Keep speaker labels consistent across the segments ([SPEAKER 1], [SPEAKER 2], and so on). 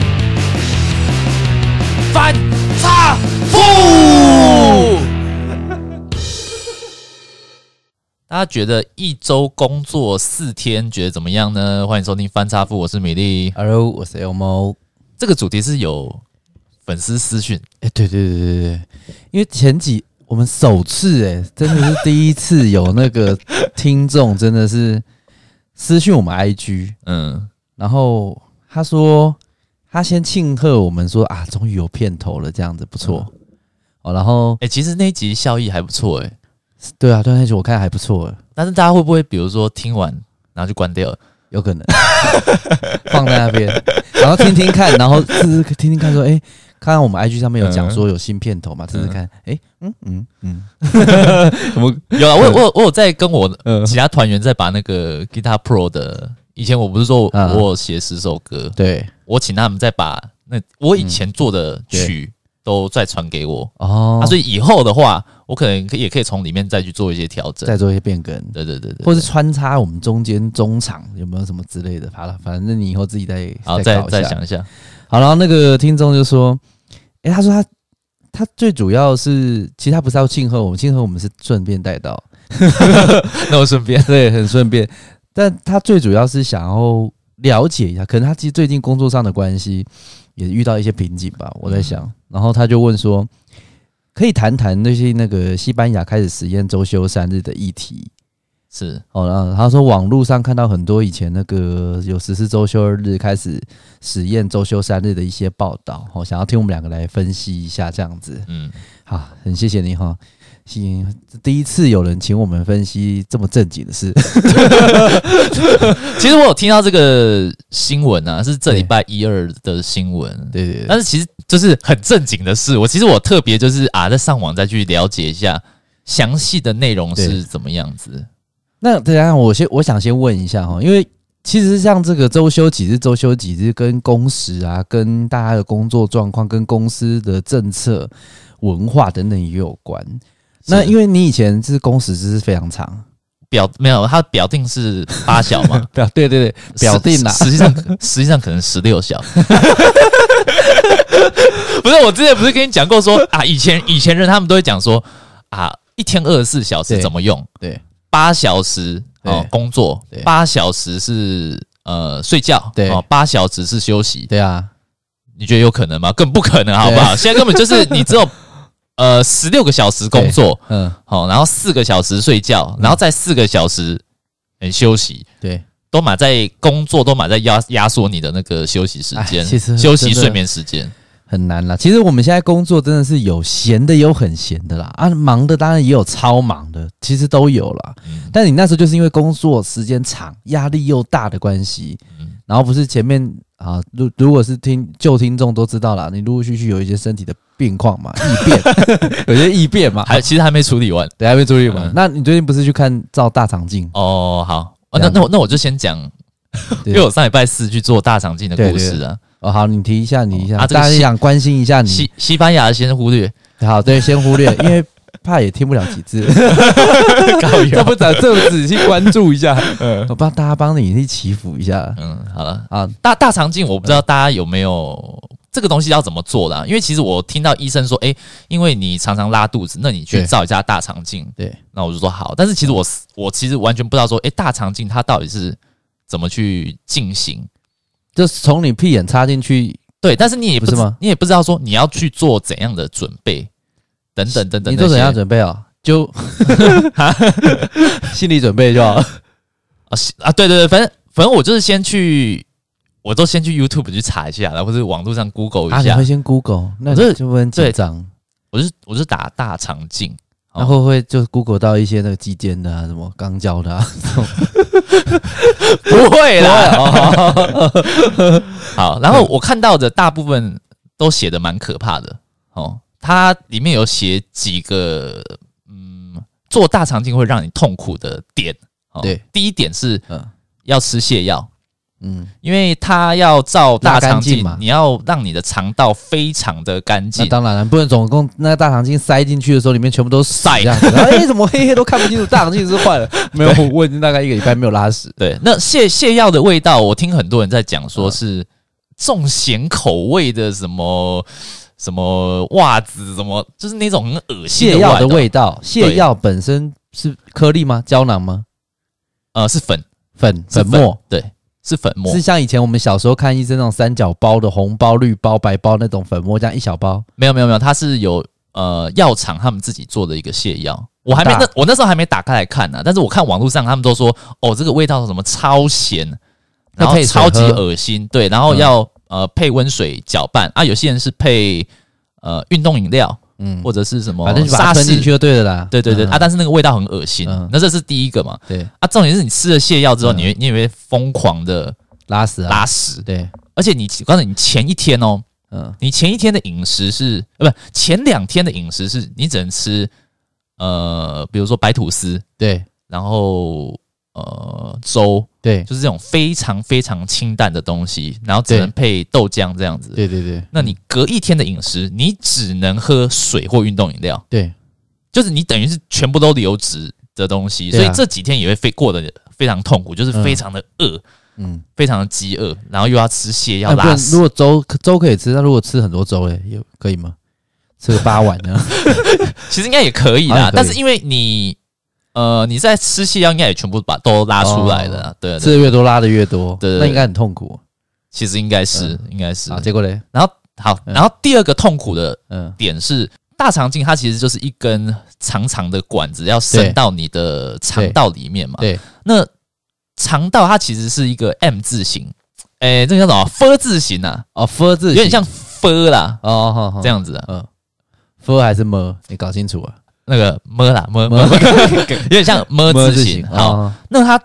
[SPEAKER 1] 大家觉得一周工作四天，觉得怎么样呢？欢迎收听翻差富，我是米粒。
[SPEAKER 2] Hello，我是 Elmo。
[SPEAKER 1] 这个主题是有粉丝私讯，
[SPEAKER 2] 哎、对对对对对，因为前几我们首次哎、真的是第一次有那个听众真的是私讯我们 IG，
[SPEAKER 1] 嗯，
[SPEAKER 2] 然后他说他先庆贺我们说啊，终于有片头了，这样子不错、
[SPEAKER 1] 嗯
[SPEAKER 2] 哦。然后
[SPEAKER 1] 哎、其实那一集效益还不错，哎，
[SPEAKER 2] 对啊，段太久我看还不错，
[SPEAKER 1] 但是大家会不会比如说听完然后就关掉了？
[SPEAKER 2] 有可能 放在那边，然后听听看，然后试试听听看说，哎、看看我们 IG 上面有
[SPEAKER 1] 嗯
[SPEAKER 2] 讲说有新片头嘛，试试看，哎、嗯嗯嗯，怎么
[SPEAKER 1] 有啊，我有我有我有在跟我
[SPEAKER 2] 嗯
[SPEAKER 1] 其他团员在把那个 Guitar Pro 的，以前我不是说我
[SPEAKER 2] 嗯
[SPEAKER 1] 我有写十首歌，
[SPEAKER 2] 对
[SPEAKER 1] 我请他们再把那我以前做的曲都再传给我，
[SPEAKER 2] 嗯哦，
[SPEAKER 1] 啊，所以以后的话，我可能可以也可以从里面再去做一些调整。
[SPEAKER 2] 再做一些变更，
[SPEAKER 1] 对对对对，
[SPEAKER 2] 或是穿插我们中间中场有没有什么之类的，好了，反正你以后自己再
[SPEAKER 1] 好，再
[SPEAKER 2] 搞一
[SPEAKER 1] 再
[SPEAKER 2] 下
[SPEAKER 1] 想一下。
[SPEAKER 2] 好，然后那个听众就说：“诶，他说他他最主要是，其实他不是要庆贺我们，庆贺我们是顺便带到，
[SPEAKER 1] 那我顺便，
[SPEAKER 2] 对，很顺便。但他最主要是想要了解一下，可能他其实最近工作上的关系也遇到一些瓶颈吧，我在想。
[SPEAKER 1] 嗯
[SPEAKER 2] 然后他就问说，可以谈谈那些那个西班牙开始实验周休三日的议题。”
[SPEAKER 1] 是
[SPEAKER 2] 哦，然后他说网络上看到很多以前那个有十四周休二日开始实验周休三日的一些报道，哦，想要听我们两个来分析一下这样子。
[SPEAKER 1] 嗯，
[SPEAKER 2] 好，很谢谢你哈，行，第一次有人请我们分析这么正经的事，
[SPEAKER 1] 其实我有听到这个新闻啊，是这礼拜一二的新闻。
[SPEAKER 2] 对对对，
[SPEAKER 1] 但是其实就是很正经的事，我其实我特别就是啊，在上网再去了解一下详细的内容是
[SPEAKER 2] 对
[SPEAKER 1] 怎么样子。
[SPEAKER 2] 那等一下我先我想先问一下哈，因为其实像这个周休几日、周休几日跟工时啊，跟大家的工作状况、跟公司的政策、文化等等也有关。那因
[SPEAKER 1] 为
[SPEAKER 2] 为你以前是工时是非常长，，
[SPEAKER 1] 表没有，它表定是八小嘛
[SPEAKER 2] 表对对对，表定啊啦
[SPEAKER 1] 实，实际上实际上可能十六小。 不是，我之前不是跟你讲过说啊，以前以前人他们都会讲说啊，一天二十四小时
[SPEAKER 2] 对
[SPEAKER 1] 怎么用？
[SPEAKER 2] 对
[SPEAKER 1] 八小时哦、
[SPEAKER 2] 对
[SPEAKER 1] 工作
[SPEAKER 2] 对，
[SPEAKER 1] 八小时是呃睡觉，
[SPEAKER 2] 对
[SPEAKER 1] 哦八、小时是休息，
[SPEAKER 2] 对啊，
[SPEAKER 1] 你觉得有可能吗？更不可能，好不好？现在根本 就是你只有呃十六个小时工作，
[SPEAKER 2] 嗯，
[SPEAKER 1] 好、然后四个小时睡觉，然后再四个小时、嗯、休息，
[SPEAKER 2] 对，
[SPEAKER 1] 都码在工作，都码在压压缩你的那个休息时间，
[SPEAKER 2] 哎其实
[SPEAKER 1] 休息
[SPEAKER 2] 真的
[SPEAKER 1] 睡眠时间，
[SPEAKER 2] 很难啦。其实我们现在工作真的是有闲的，也有很闲的啦，啊，忙的当然也有超忙的，其实都有啦。
[SPEAKER 1] 嗯
[SPEAKER 2] 但你那时候就是因为工作时间长、压力又大的关系，
[SPEAKER 1] 嗯
[SPEAKER 2] 然后不是前面啊，如如果是听旧听众都知道啦，你陆陆续续有一些身体的病况嘛，异变，有些异变嘛，
[SPEAKER 1] 还其实还没处理完
[SPEAKER 2] 等一下会注意嘛。
[SPEAKER 1] 嗯
[SPEAKER 2] 那你最近不是去看照大肠镜？
[SPEAKER 1] 哦。好，哦
[SPEAKER 2] 这
[SPEAKER 1] 那
[SPEAKER 2] 样
[SPEAKER 1] 那我那我就先讲。 因
[SPEAKER 2] 对
[SPEAKER 1] 为我上礼拜四去做大肠镜的
[SPEAKER 2] 对
[SPEAKER 1] 故
[SPEAKER 2] 对
[SPEAKER 1] 事啊，
[SPEAKER 2] 哦，好，你提一下，你提一下，
[SPEAKER 1] 啊这个
[SPEAKER 2] 大家
[SPEAKER 1] 西
[SPEAKER 2] 想关心一下你
[SPEAKER 1] 西西班牙先忽略，
[SPEAKER 2] 好，对，先忽 略，因为怕也听不了几次，这不仔这么仔细关注一下，我帮大家帮你去祈福一下
[SPEAKER 1] 嗯，好了，
[SPEAKER 2] 啊。
[SPEAKER 1] 大大肠镜我不知道大家有没有这个东西要怎么做啦、因为其实我听到医生说，诶，因为你常常拉肚子，那你去
[SPEAKER 2] 对
[SPEAKER 1] 照一下大肠镜。
[SPEAKER 2] 对，
[SPEAKER 1] 那我就说好，但是其实我我其实完全不知道说，诶，大肠镜它到底是怎么去进行？
[SPEAKER 2] 就是从你屁眼插进去，
[SPEAKER 1] 对，但是你也不
[SPEAKER 2] 不是
[SPEAKER 1] 知
[SPEAKER 2] 吗
[SPEAKER 1] 你也不知道说你要去做怎样的准备，等等等等
[SPEAKER 2] 你
[SPEAKER 1] 那些。
[SPEAKER 2] 做怎样准备哦？ 就 心理准备就好。
[SPEAKER 1] 啊是啊？对对对，反正反正我就是先去，我都先去 YouTube 去查一下，然后或者网络上 Google
[SPEAKER 2] 啊，
[SPEAKER 1] 一
[SPEAKER 2] 你
[SPEAKER 1] 下。
[SPEAKER 2] 会先 Google，那
[SPEAKER 1] 我这
[SPEAKER 2] 你就会很紧张，
[SPEAKER 1] 我是我是打大肠镜。 哦
[SPEAKER 2] 然后会就 Google 到一些那个肌腱的啊，什么肛交的啊，
[SPEAKER 1] 不会啦。 好，然后我看到的大部分都写的蛮可怕的哦，它里面有写几个嗯，做大肠镜会让你痛苦的点。哦
[SPEAKER 2] 对，
[SPEAKER 1] 第一点是
[SPEAKER 2] 嗯
[SPEAKER 1] 要吃泻药，
[SPEAKER 2] 嗯，
[SPEAKER 1] 因为它要照大
[SPEAKER 2] 拉
[SPEAKER 1] 肠
[SPEAKER 2] 干净
[SPEAKER 1] 镜
[SPEAKER 2] 嘛，
[SPEAKER 1] 你要让你的肠道非常的干
[SPEAKER 2] 那
[SPEAKER 1] 净。
[SPEAKER 2] 当然了，不能总共那个大肠镜塞进去的时候，里面全部都是屎
[SPEAKER 1] 塞
[SPEAKER 2] 这样子。然后哎、怎么黑黑都看不清楚？大肠镜是坏了？ 没有，我我已经大概一个礼拜没有拉屎。
[SPEAKER 1] 对，那泻泻药的味道，我听很多人在讲说
[SPEAKER 2] 嗯
[SPEAKER 1] 是重咸口味的什么什么袜子，什么就是那种很恶心
[SPEAKER 2] 泻药
[SPEAKER 1] 的
[SPEAKER 2] 的味道，泻药本身是颗粒吗？胶囊吗？
[SPEAKER 1] 呃，是粉
[SPEAKER 2] 粉
[SPEAKER 1] 是
[SPEAKER 2] 粉末？
[SPEAKER 1] 对，是粉末
[SPEAKER 2] 是，像以前我们小时候看医生那种三角包的红包、绿包、白包那种粉末，这样一小包。
[SPEAKER 1] 没有没有没有，它是有呃药厂他们自己做的一个泻药。我还没
[SPEAKER 2] 很大
[SPEAKER 1] 那我那时候还没打开来看呢、但是我看网络上他们都说，哦，这个味道什么超咸，然
[SPEAKER 2] 要
[SPEAKER 1] 后
[SPEAKER 2] 配水
[SPEAKER 1] 超级
[SPEAKER 2] 喝
[SPEAKER 1] 恶心，对，然后
[SPEAKER 2] 嗯
[SPEAKER 1] 要、呃配温水搅拌啊，有些人是配呃运动饮料
[SPEAKER 2] 嗯，
[SPEAKER 1] 或者是什么
[SPEAKER 2] 反正就把
[SPEAKER 1] 沙
[SPEAKER 2] 它吞进
[SPEAKER 1] 士
[SPEAKER 2] 去，就对了啦。
[SPEAKER 1] 对对对、
[SPEAKER 2] 嗯
[SPEAKER 1] 啊，但是那个味道很恶心，
[SPEAKER 2] 嗯
[SPEAKER 1] 那这是第一个嘛
[SPEAKER 2] 对，
[SPEAKER 1] 啊，重点是你吃了泻药之后，
[SPEAKER 2] 嗯
[SPEAKER 1] 你会你也会疯狂的
[SPEAKER 2] 拉屎啊，
[SPEAKER 1] 拉屎，
[SPEAKER 2] 对，
[SPEAKER 1] 而且你我告诉你，你前一天哦，
[SPEAKER 2] 嗯，
[SPEAKER 1] 你前一天的饮食是呃不前两天的饮食是你只能吃呃，比如说白吐司，
[SPEAKER 2] 对
[SPEAKER 1] 然后呃粥，
[SPEAKER 2] 对
[SPEAKER 1] 就是这种非常非常清淡的东西，然后只
[SPEAKER 2] 对
[SPEAKER 1] 能配豆浆这样子。
[SPEAKER 2] 对对对
[SPEAKER 1] 那你隔一天的饮食，你只能喝水或运动饮料，
[SPEAKER 2] 对，
[SPEAKER 1] 就是你等于是全部都流质的东西，
[SPEAKER 2] 对啊
[SPEAKER 1] 所以这几天也会非过得非常痛苦，就是非常的饿，
[SPEAKER 2] 嗯，
[SPEAKER 1] 非常的饥饿，然后又要吃泻药
[SPEAKER 2] 那啊不
[SPEAKER 1] 拉
[SPEAKER 2] 然
[SPEAKER 1] 屎
[SPEAKER 2] 如，果粥粥可以吃，那如果吃很多粥嘞，有可以吗？吃个八碗 呢？
[SPEAKER 1] 其实应该也啊可以
[SPEAKER 2] 好
[SPEAKER 1] 啦
[SPEAKER 2] 像，可以
[SPEAKER 1] 但是因为你呃你在吃泻药，应该也全部把都拉出来了啦，对对
[SPEAKER 2] 吃的越多拉的越多，
[SPEAKER 1] 对对对
[SPEAKER 2] 那应该很痛苦
[SPEAKER 1] 其实应该是、应该是
[SPEAKER 2] 啊。结果嘞，
[SPEAKER 1] 然后好，
[SPEAKER 2] 嗯
[SPEAKER 1] 然后第二个痛苦的
[SPEAKER 2] 嗯，
[SPEAKER 1] 点是。大肠镜它其实就是一根长长的管子，要伸
[SPEAKER 2] 对
[SPEAKER 1] 到你的肠
[SPEAKER 2] 对
[SPEAKER 1] 道里面嘛。
[SPEAKER 2] 对，
[SPEAKER 1] 那肠道它其实是一个 M 字形，诶、哎这个叫什么？f 字形啊，
[SPEAKER 2] 哦，f 字
[SPEAKER 1] 有
[SPEAKER 2] 形
[SPEAKER 1] 点像 f 啦，
[SPEAKER 2] 哦，好好
[SPEAKER 1] 这，样子啊，
[SPEAKER 2] 嗯，f 还是 m？你搞清楚啊
[SPEAKER 1] 那个 m 啦 m m，有 点像 m 字形。好，
[SPEAKER 2] 哦
[SPEAKER 1] 那它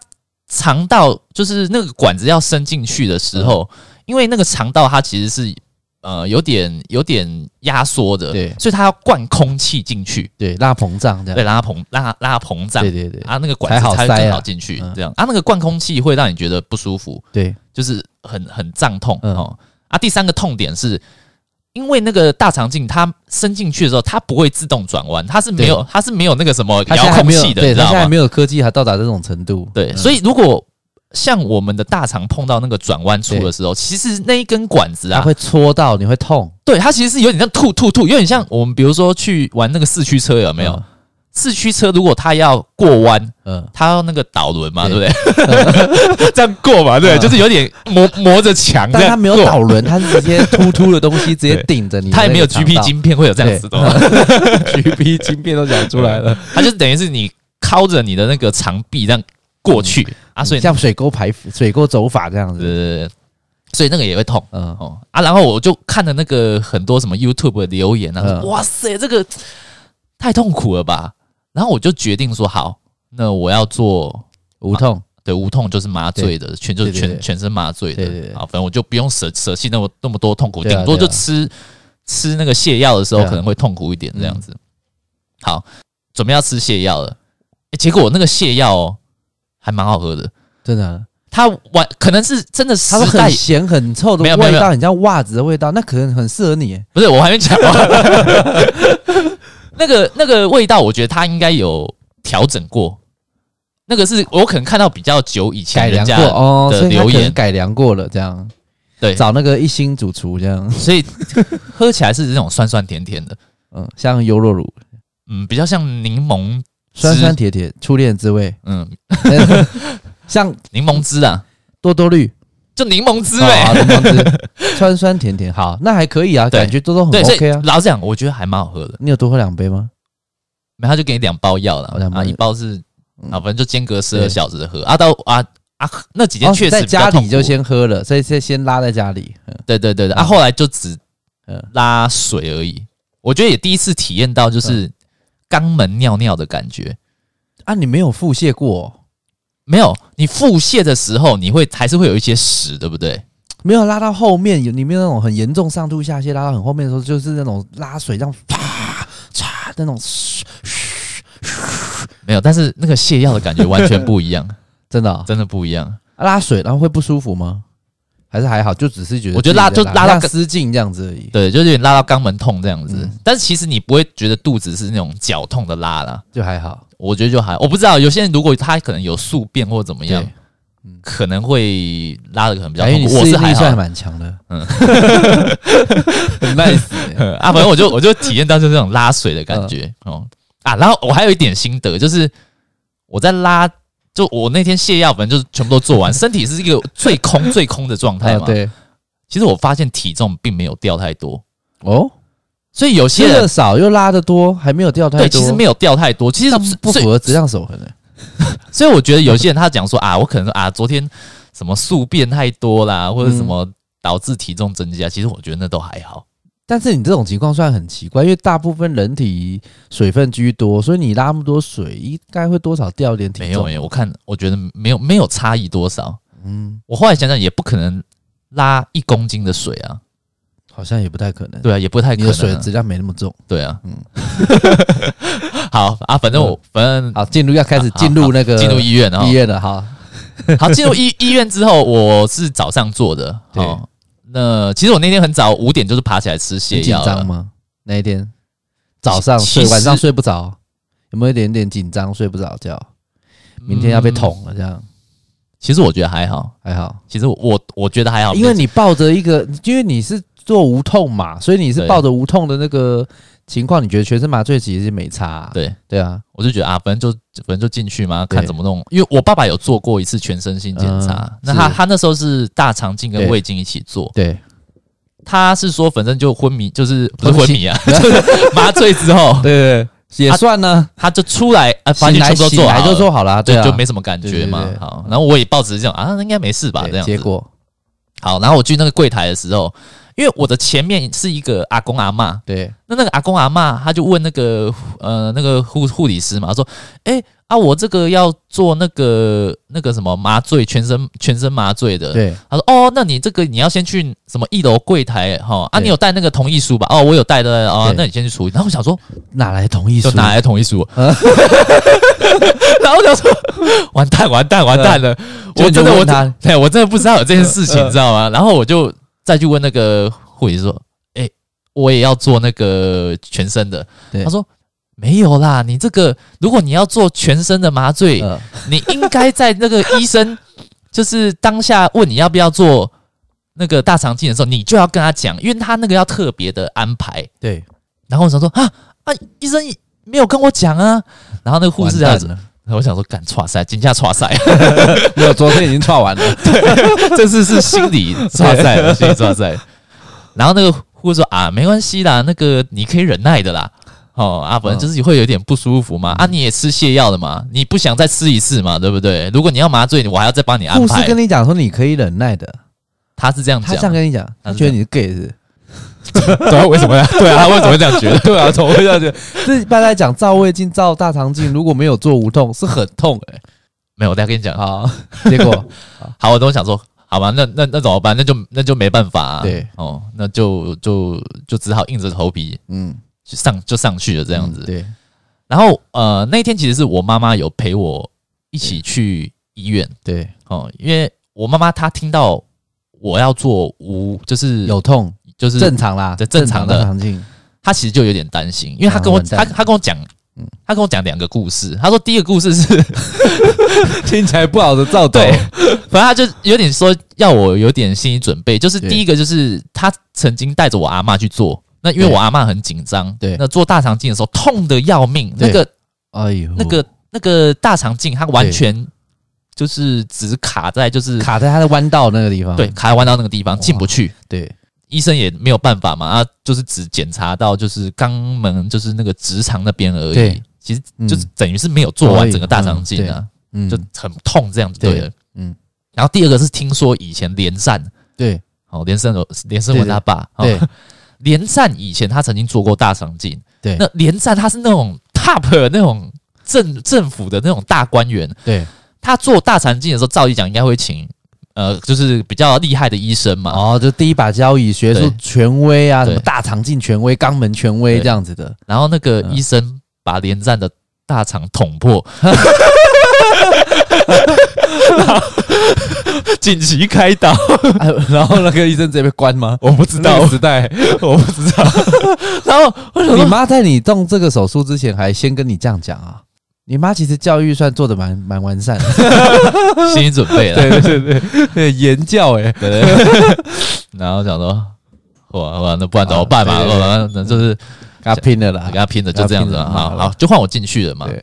[SPEAKER 1] 肠道就是那个管子要伸进去的时候，
[SPEAKER 2] 嗯
[SPEAKER 1] 因为那个肠道它其实是呃有点有点压缩的，
[SPEAKER 2] 对
[SPEAKER 1] 所以它要灌空气进去，
[SPEAKER 2] 对，拉膨胀这
[SPEAKER 1] 对，
[SPEAKER 2] 样，
[SPEAKER 1] 让它膨让它让它膨胀
[SPEAKER 2] 对。对对
[SPEAKER 1] 啊，那个管子
[SPEAKER 2] 才好
[SPEAKER 1] 才
[SPEAKER 2] 塞
[SPEAKER 1] 会更
[SPEAKER 2] 啊
[SPEAKER 1] 好进去，
[SPEAKER 2] 嗯
[SPEAKER 1] 这样啊，那个灌空气会让你觉得不舒服，
[SPEAKER 2] 对，
[SPEAKER 1] 就是很很胀痛、
[SPEAKER 2] 嗯
[SPEAKER 1] 哦。啊，第三个痛点是，因为那个大肠镜它伸进去的时候，它不会自动转弯，它是没有它是没有那个什么
[SPEAKER 2] 它现在
[SPEAKER 1] 遥
[SPEAKER 2] 还
[SPEAKER 1] 控
[SPEAKER 2] 没有
[SPEAKER 1] 器，的，你
[SPEAKER 2] 对，
[SPEAKER 1] 知
[SPEAKER 2] 它
[SPEAKER 1] 道
[SPEAKER 2] 现在还
[SPEAKER 1] 吗？
[SPEAKER 2] 没有科技还到达这种程度，
[SPEAKER 1] 对，
[SPEAKER 2] 嗯
[SPEAKER 1] 所以如果像我们的大肠碰到那个转弯处的时候，其实那一根管子
[SPEAKER 2] 它
[SPEAKER 1] 啊，
[SPEAKER 2] 会戳到，你会痛，
[SPEAKER 1] 对，它其实是有点像吐吐吐，有点像我们比如说去玩那个四驱车，有没有？
[SPEAKER 2] 嗯
[SPEAKER 1] 四驱车如果它要过弯，
[SPEAKER 2] 嗯，
[SPEAKER 1] 它要那个导轮嘛，对
[SPEAKER 2] 对
[SPEAKER 1] 不对？ 这样过嘛，对，
[SPEAKER 2] 嗯
[SPEAKER 1] 就是有点磨磨着墙，这
[SPEAKER 2] 但它
[SPEAKER 1] 样
[SPEAKER 2] 没有
[SPEAKER 1] 过
[SPEAKER 2] 导轮，它是直接突突的东 西直接
[SPEAKER 1] 对
[SPEAKER 2] 顶着你的那个肠
[SPEAKER 1] 它也
[SPEAKER 2] 道，
[SPEAKER 1] 没有 GP 晶片会有这样子的哦，
[SPEAKER 2] ，GP 晶片都讲出来了，
[SPEAKER 1] 它就是等于是你靠着你的那个肠壁这样过去啊，所以
[SPEAKER 2] 嗯像水沟排水沟走法这样
[SPEAKER 1] 对对
[SPEAKER 2] 子，
[SPEAKER 1] 对，对所以那个也会痛
[SPEAKER 2] 嗯，
[SPEAKER 1] 哦啊。然后我就看了那个很多什么 YouTube 的留言啊，
[SPEAKER 2] 嗯
[SPEAKER 1] 说哇塞，这个太痛苦了吧。然后我就决定说好，那我要做
[SPEAKER 2] 无痛，
[SPEAKER 1] 对无痛就是麻醉的，全就是
[SPEAKER 2] 对对
[SPEAKER 1] 全
[SPEAKER 2] 对
[SPEAKER 1] 全身麻醉的
[SPEAKER 2] 对对对
[SPEAKER 1] 啊，反正我就不用舍舍弃那么那么多痛苦，
[SPEAKER 2] 对啊
[SPEAKER 1] 顶多
[SPEAKER 2] 对
[SPEAKER 1] 就
[SPEAKER 2] 啊
[SPEAKER 1] 吃吃那个泻药的时候
[SPEAKER 2] 对啊嗯
[SPEAKER 1] 可能会痛苦一点这样子。好，准备要吃泻药了，诶结果那个泻药哦还蛮好喝的，
[SPEAKER 2] 真的，
[SPEAKER 1] 它完可能是真的啊时
[SPEAKER 2] 它是
[SPEAKER 1] 代
[SPEAKER 2] 很咸很臭的
[SPEAKER 1] 没有没有
[SPEAKER 2] 味
[SPEAKER 1] 没
[SPEAKER 2] 道，很像袜子的味道，那可能很适合你，
[SPEAKER 1] 不是我还没讲完， 那个那个味道，我觉得它应该有调整过。那个是我可能看到比较久以前
[SPEAKER 2] 改
[SPEAKER 1] 人
[SPEAKER 2] 良
[SPEAKER 1] 家
[SPEAKER 2] 过哦，
[SPEAKER 1] 的
[SPEAKER 2] 所以它
[SPEAKER 1] 留
[SPEAKER 2] 可能
[SPEAKER 1] 言
[SPEAKER 2] 改良过了这样，
[SPEAKER 1] 对，
[SPEAKER 2] 找那个一星主厨这样，
[SPEAKER 1] 所以 喝起来是这种酸酸甜甜的，
[SPEAKER 2] 嗯，像优酪乳，
[SPEAKER 1] 嗯，比较像柠檬，
[SPEAKER 2] 酸
[SPEAKER 1] 汁
[SPEAKER 2] 酸甜甜，初恋滋味，
[SPEAKER 1] 嗯，
[SPEAKER 2] 像
[SPEAKER 1] 柠檬汁啊，
[SPEAKER 2] 多多绿，
[SPEAKER 1] 就柠檬汁
[SPEAKER 2] 好
[SPEAKER 1] 哎、
[SPEAKER 2] 好柠檬汁，酸酸甜甜，好，那还可以啊，
[SPEAKER 1] 对
[SPEAKER 2] 感觉多多很
[SPEAKER 1] 对，所以
[SPEAKER 2] OK 啊。
[SPEAKER 1] 老实讲，我觉得还蛮好喝的。
[SPEAKER 2] 你有多喝两杯吗？
[SPEAKER 1] 然后他就给你两包药了
[SPEAKER 2] 哦，两包
[SPEAKER 1] 啊，一包是
[SPEAKER 2] 嗯
[SPEAKER 1] 啊，反正就间隔十二
[SPEAKER 2] 对
[SPEAKER 1] 小时喝啊，到啊啊那几天
[SPEAKER 2] 哦
[SPEAKER 1] 确实
[SPEAKER 2] 在
[SPEAKER 1] 比较
[SPEAKER 2] 家
[SPEAKER 1] 痛
[SPEAKER 2] 里就
[SPEAKER 1] 苦
[SPEAKER 2] 先喝了，所以先先拉在家里。嗯
[SPEAKER 1] 对对对对啊，
[SPEAKER 2] 嗯
[SPEAKER 1] 后来就只
[SPEAKER 2] 嗯
[SPEAKER 1] 拉水而已。我觉得也第一次体验到
[SPEAKER 2] 嗯
[SPEAKER 1] 就是肛门尿尿的感觉。
[SPEAKER 2] 啊，你没有腹泻过哦？
[SPEAKER 1] 没有，你腹泻的时候，你会还是会有一些屎，对不对？
[SPEAKER 2] 没有拉到后面，有你没有那种很严重上吐下泻，拉到很后面的时候，就是那种拉水这样啪嚓那种，
[SPEAKER 1] 没有，但是那个泻药的感觉完全不一 样，
[SPEAKER 2] 真的哦
[SPEAKER 1] 真的不一样。
[SPEAKER 2] 啊拉水，然后会不舒服吗？还是还好，就只是觉得
[SPEAKER 1] 我觉得拉
[SPEAKER 2] 自己在
[SPEAKER 1] 就拉到
[SPEAKER 2] 像
[SPEAKER 1] 更
[SPEAKER 2] 失禁这样子而已，
[SPEAKER 1] 对，就是有点拉到肛门痛这样子。
[SPEAKER 2] 嗯
[SPEAKER 1] 但是其实你不会觉得肚子是那种绞痛的拉啦，
[SPEAKER 2] 就还好。
[SPEAKER 1] 我觉得就还我不知道，有些人如果他可能有宿便或怎么样
[SPEAKER 2] 对，
[SPEAKER 1] 可能会拉的可能比较
[SPEAKER 2] 感觉
[SPEAKER 1] 痛苦。
[SPEAKER 2] 你适
[SPEAKER 1] 我
[SPEAKER 2] 应
[SPEAKER 1] 是
[SPEAKER 2] 力
[SPEAKER 1] 还
[SPEAKER 2] 算
[SPEAKER 1] 好，
[SPEAKER 2] 蛮强的，
[SPEAKER 1] 嗯
[SPEAKER 2] 嗯，很 nice 欸。
[SPEAKER 1] 啊，
[SPEAKER 2] 嗯
[SPEAKER 1] 反正我就我就体验到就是这种拉水的感觉哦啊。然后我还有一点心得，就是我在拉，就我那天泻药，反正就是全部都做 完，身体是一个最空最空的状态嘛。
[SPEAKER 2] 啊，对，
[SPEAKER 1] 其实我发现体重并没有掉太多，
[SPEAKER 2] 哦，
[SPEAKER 1] 所以有些
[SPEAKER 2] 吃的
[SPEAKER 1] 人
[SPEAKER 2] 少又拉的多，还没有掉太多，
[SPEAKER 1] 对其实没有掉太多，其实
[SPEAKER 2] 那不不
[SPEAKER 1] 所以
[SPEAKER 2] 符合啊质量守恒的。
[SPEAKER 1] 所以我觉得有些人他讲说啊，我可能说啊，昨天什么宿便太多啦，或者
[SPEAKER 2] 嗯
[SPEAKER 1] 什么导致体重增加，其实我觉得那都还好。
[SPEAKER 2] 但是你这种情况算很奇怪，因为大部分人体水分居多，所以你拉那么多水，应该会多少掉一点体重。
[SPEAKER 1] 没有没有，我看我觉得没有没有差异多少。
[SPEAKER 2] 嗯，
[SPEAKER 1] 我后来想想，也不可能拉一公斤的水啊，
[SPEAKER 2] 好像也不太可能。，
[SPEAKER 1] 对啊，也不太可
[SPEAKER 2] 你
[SPEAKER 1] 能、啊。
[SPEAKER 2] 的水的质量没那么重。
[SPEAKER 1] 对啊，嗯， 好啊，反正我反正
[SPEAKER 2] 好，进入要开始
[SPEAKER 1] 好
[SPEAKER 2] 啊进入那个
[SPEAKER 1] 进入医院啊哦
[SPEAKER 2] 医，院了哈。
[SPEAKER 1] 好，进入医医院之后，我是早上做的，
[SPEAKER 2] 对
[SPEAKER 1] 哦，那其实我那天很早五点就是爬起来吃
[SPEAKER 2] 你
[SPEAKER 1] 泻
[SPEAKER 2] 紧
[SPEAKER 1] 药
[SPEAKER 2] 张
[SPEAKER 1] 了，
[SPEAKER 2] 吗？那一天早上
[SPEAKER 1] 其
[SPEAKER 2] 睡，
[SPEAKER 1] 其
[SPEAKER 2] 晚上
[SPEAKER 1] 实
[SPEAKER 2] 睡不着，有没有一点点紧张，睡不着觉？明天要被捅了，这样
[SPEAKER 1] 其实我觉得还好，
[SPEAKER 2] 还好。
[SPEAKER 1] 其实我我觉得还好，
[SPEAKER 2] 因为你抱着一个，因为你是做无痛嘛，所以你是
[SPEAKER 1] 对
[SPEAKER 2] 抱着无痛的那个情况，你觉得全身麻醉其实是没差啊、
[SPEAKER 1] 对。
[SPEAKER 2] 对啊，
[SPEAKER 1] 我就觉得啊，反正就反正就进去嘛，
[SPEAKER 2] 对
[SPEAKER 1] 看怎么弄。因为我爸爸有做过一次全身性检查，
[SPEAKER 2] 嗯
[SPEAKER 1] 那他
[SPEAKER 2] 是
[SPEAKER 1] 他那时候是大肠镜跟
[SPEAKER 2] 对
[SPEAKER 1] 胃镜一起做，
[SPEAKER 2] 对，
[SPEAKER 1] 他是说反正就昏迷，就是不是
[SPEAKER 2] 昏
[SPEAKER 1] 昏
[SPEAKER 2] 迷
[SPEAKER 1] 迷啊， 就是麻醉之后，
[SPEAKER 2] 对也
[SPEAKER 1] 啊
[SPEAKER 2] 算呢。
[SPEAKER 1] 他就出来啊，发
[SPEAKER 2] 醒
[SPEAKER 1] 现
[SPEAKER 2] 来
[SPEAKER 1] 全部都
[SPEAKER 2] 醒
[SPEAKER 1] 做
[SPEAKER 2] 来
[SPEAKER 1] 好
[SPEAKER 2] 就
[SPEAKER 1] 了，
[SPEAKER 2] 做好了，对啊，
[SPEAKER 1] 就没什么感觉嘛
[SPEAKER 2] 对对。对
[SPEAKER 1] 好，然后我也抱持这样啊，那应该没事吧
[SPEAKER 2] 对
[SPEAKER 1] 这样子
[SPEAKER 2] 结果
[SPEAKER 1] 好，然后我去那个柜台的时候，因为我的前面是一个阿公阿嬷，
[SPEAKER 2] 对
[SPEAKER 1] 那那个阿公阿嬷他就问那个呃那个护护理师嘛，说：“哎、啊，我这个要做那个那个什么麻醉，全身全身麻醉的。”
[SPEAKER 2] 对
[SPEAKER 1] 他说：“哦，那你这个你要先去什么一楼柜台哈啊，
[SPEAKER 2] 对
[SPEAKER 1] 你有带那个同意书吧？哦，我有带的哦
[SPEAKER 2] 对，
[SPEAKER 1] 那你先去处理。”然后我想说，
[SPEAKER 2] 哪来同意书
[SPEAKER 1] 就？拿来同意书，
[SPEAKER 2] 啊
[SPEAKER 1] 然后我想说，完蛋完蛋完蛋了，
[SPEAKER 2] 就
[SPEAKER 1] 我
[SPEAKER 2] 啊你就
[SPEAKER 1] 真的
[SPEAKER 2] 问
[SPEAKER 1] 我
[SPEAKER 2] 他
[SPEAKER 1] 真对我真的不知道有这件事情，
[SPEAKER 2] 嗯
[SPEAKER 1] 你知道吗？然后我就再去问那个护理师说，哎，我也要做那个全身的，
[SPEAKER 2] 对
[SPEAKER 1] 他说。没有啦，你这个如果你要做全身的麻醉，
[SPEAKER 2] 呃
[SPEAKER 1] 你应该在那个医生 就是当下问你要不要做那个大肠镜的时候，你就要跟他讲，因为他那个要特别的安排。
[SPEAKER 2] 对，
[SPEAKER 1] 然后我想说啊啊，医生没有跟我讲啊。然后那个护士这样
[SPEAKER 2] 完
[SPEAKER 1] 子
[SPEAKER 2] 蛋，了，
[SPEAKER 1] 我想说，干错塞，惊吓错塞，
[SPEAKER 2] 没有，昨天已经串完了。
[SPEAKER 1] 这次是心理错塞了，心理错塞。然后那个护士说啊，没关系啦，那个你可以忍耐的啦。哦啊，反正就是会有点不舒服嘛。啊，你也吃泻药了嘛，你不想再吃一次嘛，对不对？如果你要麻醉，我还要再帮你安
[SPEAKER 2] 护士
[SPEAKER 1] 排。
[SPEAKER 2] 跟你讲说你可以忍耐的，
[SPEAKER 1] 他是这样
[SPEAKER 2] 他
[SPEAKER 1] 讲
[SPEAKER 2] 这，样跟你讲，
[SPEAKER 1] 他
[SPEAKER 2] 他
[SPEAKER 1] 是
[SPEAKER 2] 觉得你是 gay 是？
[SPEAKER 1] 对啊，为什么呀？ 对啊，他为什么会这样觉得？对啊，
[SPEAKER 2] 怎么会这样觉得？这一般来讲，照胃镜、照大肠镜，如果没有做无痛，是很痛 哎、
[SPEAKER 1] 没有，我再跟你讲。
[SPEAKER 2] 好，结果
[SPEAKER 1] 好，我都想说，好吧，那那那怎么办？那就那就没办法、啊。
[SPEAKER 2] 对，
[SPEAKER 1] 哦，那就就就只好硬着头皮
[SPEAKER 2] 嗯，
[SPEAKER 1] 就上就上去了这
[SPEAKER 2] 这
[SPEAKER 1] 样子。
[SPEAKER 2] 嗯对，
[SPEAKER 1] 然后呃，那一天其实是我妈妈有陪我一起去医院
[SPEAKER 2] 对，
[SPEAKER 1] 哦，因为我妈妈她听到我要做无，就是
[SPEAKER 2] 有痛
[SPEAKER 1] 就是
[SPEAKER 2] 正常啦，
[SPEAKER 1] 这正常的
[SPEAKER 2] 大肠镜，
[SPEAKER 1] 她其实就有点担心，因为她跟我、
[SPEAKER 2] 啊完蛋
[SPEAKER 1] 她她跟我讲。
[SPEAKER 2] 嗯
[SPEAKER 1] 她跟我讲两个故事，她说第一个故事是，
[SPEAKER 2] 听起来不好的照抖
[SPEAKER 1] 对，反正她就有点说要我有点心理准备，就是
[SPEAKER 2] 对
[SPEAKER 1] 第一个就是她曾经带着我阿嬷去做，那因为
[SPEAKER 2] 对
[SPEAKER 1] 我阿嬷很紧张，
[SPEAKER 2] 对
[SPEAKER 1] 那做大肠镜的时候痛得要命，
[SPEAKER 2] 对
[SPEAKER 1] 那个
[SPEAKER 2] 哎呦，
[SPEAKER 1] 那个那个大肠镜，它完全就是只卡在就是
[SPEAKER 2] 卡在他的弯道那个地方，
[SPEAKER 1] 对卡在弯道那个地方进不去，
[SPEAKER 2] 对，
[SPEAKER 1] 医生也没有办法嘛，啊，就是只检查到就是肛门就是那个直肠那边而已
[SPEAKER 2] 对，
[SPEAKER 1] 其实
[SPEAKER 2] 嗯
[SPEAKER 1] 就是等于是没有做完整个大肠镜啊，
[SPEAKER 2] 嗯，
[SPEAKER 1] 就很痛这样子对了。
[SPEAKER 2] 嗯，
[SPEAKER 1] 然后第二个是听说以前连战
[SPEAKER 2] 对
[SPEAKER 1] 哦，连胜文连胜文他爸哦
[SPEAKER 2] 对
[SPEAKER 1] 连战以前他曾经做过大肠镜，
[SPEAKER 2] 对
[SPEAKER 1] 那连战他是那种 top 的那种政政府的那种大官员。
[SPEAKER 2] 对，
[SPEAKER 1] 他做大肠镜的时候，照理讲应该会请呃，就是比较厉害的医生嘛。
[SPEAKER 2] 哦，就第一把交椅，学术
[SPEAKER 1] 啊对
[SPEAKER 2] 权威啊，什
[SPEAKER 1] 对
[SPEAKER 2] 么大肠镜权威、肛门权威
[SPEAKER 1] 对
[SPEAKER 2] 这样子的，
[SPEAKER 1] 然后那个
[SPEAKER 2] 嗯
[SPEAKER 1] 医生把连战的大肠捅 破，然后紧急开刀，
[SPEAKER 2] 哎呦然后那个医生直接被关 吗？
[SPEAKER 1] 我不知
[SPEAKER 2] 那
[SPEAKER 1] 道
[SPEAKER 2] 个，时代，
[SPEAKER 1] 我不知道。然后我想
[SPEAKER 2] 你
[SPEAKER 1] 说，
[SPEAKER 2] 妈在你动这个手术之前，还先跟你这样讲啊？你妈其实教育算做的蛮蛮完善 的，
[SPEAKER 1] 心理准备了，
[SPEAKER 2] 对对对，言教哎、
[SPEAKER 1] 对对。 然后想说，哇哇，那不然怎么办嘛？
[SPEAKER 2] 啊对对对
[SPEAKER 1] 哇那就是
[SPEAKER 2] 跟他拼了啦
[SPEAKER 1] 跟！他拼了，就这样子了
[SPEAKER 2] 跟他拼了
[SPEAKER 1] 好好，就换我进去了嘛。
[SPEAKER 2] 对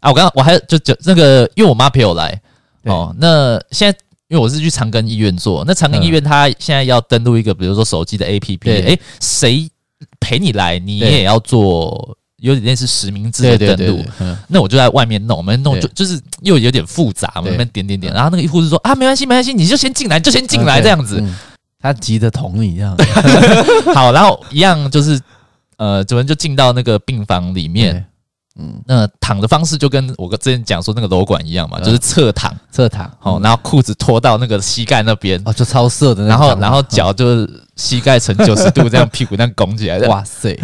[SPEAKER 1] 啊，我刚刚我还有就就那个，因为我妈陪我来
[SPEAKER 2] 对
[SPEAKER 1] 哦。那现在因为我是去长庚医院做，那长庚医院它现在要登录一个，比如说手机的 APP，
[SPEAKER 2] 对
[SPEAKER 1] 诶，谁陪你来，你
[SPEAKER 2] 对
[SPEAKER 1] 也要做有点类似实名制
[SPEAKER 2] 对
[SPEAKER 1] 的登
[SPEAKER 2] 对
[SPEAKER 1] 录
[SPEAKER 2] 对。，嗯
[SPEAKER 1] 那我就在外面弄，我们弄
[SPEAKER 2] 对
[SPEAKER 1] 就就是又有点复杂嘛，
[SPEAKER 2] 对
[SPEAKER 1] 我们点点点，然后那个护士说啊，没关系没关系，你就先进来，就先进来
[SPEAKER 2] 嗯
[SPEAKER 1] 这样子。
[SPEAKER 2] 嗯他急得捅你 这样，
[SPEAKER 1] 好，然后一样就是呃，主任就进到那个病房里面，
[SPEAKER 2] 嗯，
[SPEAKER 1] 那躺的方式就跟我之前讲说那个楼管一样嘛，
[SPEAKER 2] 嗯
[SPEAKER 1] 就是侧躺，
[SPEAKER 2] 这塔
[SPEAKER 1] 哦，
[SPEAKER 2] 哦，
[SPEAKER 1] 然后裤子脱到那个膝盖那边，
[SPEAKER 2] 哦，就超色的那
[SPEAKER 1] 然
[SPEAKER 2] 种
[SPEAKER 1] 后
[SPEAKER 2] 躺法，
[SPEAKER 1] 然后脚就是膝盖 呈九十度这样，屁股这样拱起来，哇，
[SPEAKER 2] 哇塞，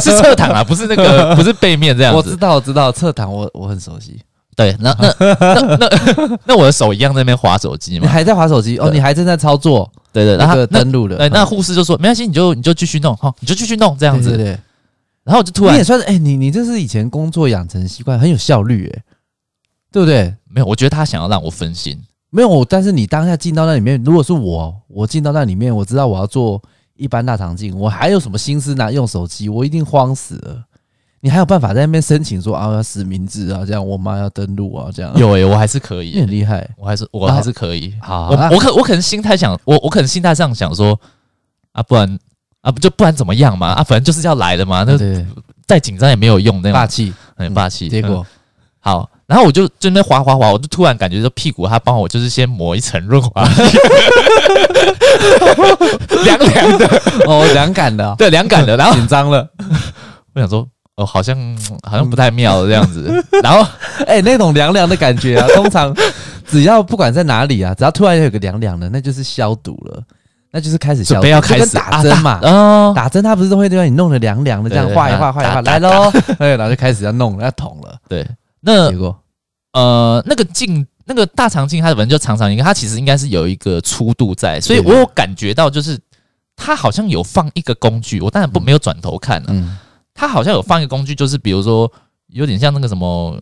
[SPEAKER 1] 是侧躺啊，不是那 个不是背面这样
[SPEAKER 2] 我知
[SPEAKER 1] 子。
[SPEAKER 2] 道我知道，侧躺我我很熟悉，
[SPEAKER 1] 对，那那那那 那我的手一样在那边划手机
[SPEAKER 2] 你
[SPEAKER 1] 嘛，
[SPEAKER 2] 还在划手机哦，
[SPEAKER 1] 对
[SPEAKER 2] 你还正在操作
[SPEAKER 1] 对对，然
[SPEAKER 2] 那
[SPEAKER 1] 后
[SPEAKER 2] 个
[SPEAKER 1] 那嗯
[SPEAKER 2] 登录了，
[SPEAKER 1] 对，那护士就说没关系，你就你就继续弄哈、哦，你就继续弄这
[SPEAKER 2] 这
[SPEAKER 1] 样子。
[SPEAKER 2] 对对
[SPEAKER 1] 然后我就突
[SPEAKER 2] 对
[SPEAKER 1] 然
[SPEAKER 2] 你也算是哎，你你这是以前工作养成习惯，很有效率哎，对不对？
[SPEAKER 1] 没有，我觉得他想要让我分心，
[SPEAKER 2] 没有，但是你当下进到那里面，如果是我，我进到那里面，我知道我要做一般大肠镜，我还有什么心思拿用手机？我一定慌死了。你还有办法在那边申请说啊，要实名制啊，这样我妈要登录啊，这样
[SPEAKER 1] 有诶、我还是可以
[SPEAKER 2] 你
[SPEAKER 1] 欸、
[SPEAKER 2] 很厉害。
[SPEAKER 1] 我还是我
[SPEAKER 2] 然后
[SPEAKER 1] 还是可以。
[SPEAKER 2] 啊好，啊
[SPEAKER 1] 我
[SPEAKER 2] 那
[SPEAKER 1] 我可我可能心态想，我我可能心态上想说，啊，不然啊不就不然怎么样嘛？啊，反正就是要来的嘛，那
[SPEAKER 2] 对
[SPEAKER 1] 再紧张也没有用，那
[SPEAKER 2] 霸
[SPEAKER 1] 样
[SPEAKER 2] 气，
[SPEAKER 1] 很霸气。
[SPEAKER 2] 结
[SPEAKER 1] 嗯
[SPEAKER 2] 果
[SPEAKER 1] 好，然后我就就那滑滑滑，我就突然感觉到屁股，他帮我就是先抹一层啊润 滑液，凉凉的，，
[SPEAKER 2] 哦，凉感的
[SPEAKER 1] 对，凉感的。然后
[SPEAKER 2] 紧张了。
[SPEAKER 1] 我想说，哦，好像好像不太妙这样子。然后
[SPEAKER 2] 哎，那种凉凉的感 觉啊，通常只要不管在哪里啊，只要突然有一个凉凉的，那就是消毒了，那就是开始
[SPEAKER 1] 准
[SPEAKER 2] 消毒，
[SPEAKER 1] 备要开
[SPEAKER 2] 就
[SPEAKER 1] 始
[SPEAKER 2] 跟打针嘛
[SPEAKER 1] 啊，哦，
[SPEAKER 2] 打针，他不是都会让你弄得凉凉的，这样
[SPEAKER 1] 对对
[SPEAKER 2] 画一
[SPEAKER 1] 对
[SPEAKER 2] 画，画一画，
[SPEAKER 1] 打打
[SPEAKER 2] 来喽， 对，然后就开始要弄了，要捅了，
[SPEAKER 1] 对，那
[SPEAKER 2] 结果
[SPEAKER 1] 呃，那个镜，那个大肠镜，它的本身就长长一个，它其实应该是有一个粗度在，所以
[SPEAKER 2] 对
[SPEAKER 1] 我有感觉到，就是它好像有放一个工具，我当然不没有转头看了、
[SPEAKER 2] 嗯，
[SPEAKER 1] 它好像有放一个工具，就是比如说有点像那个什么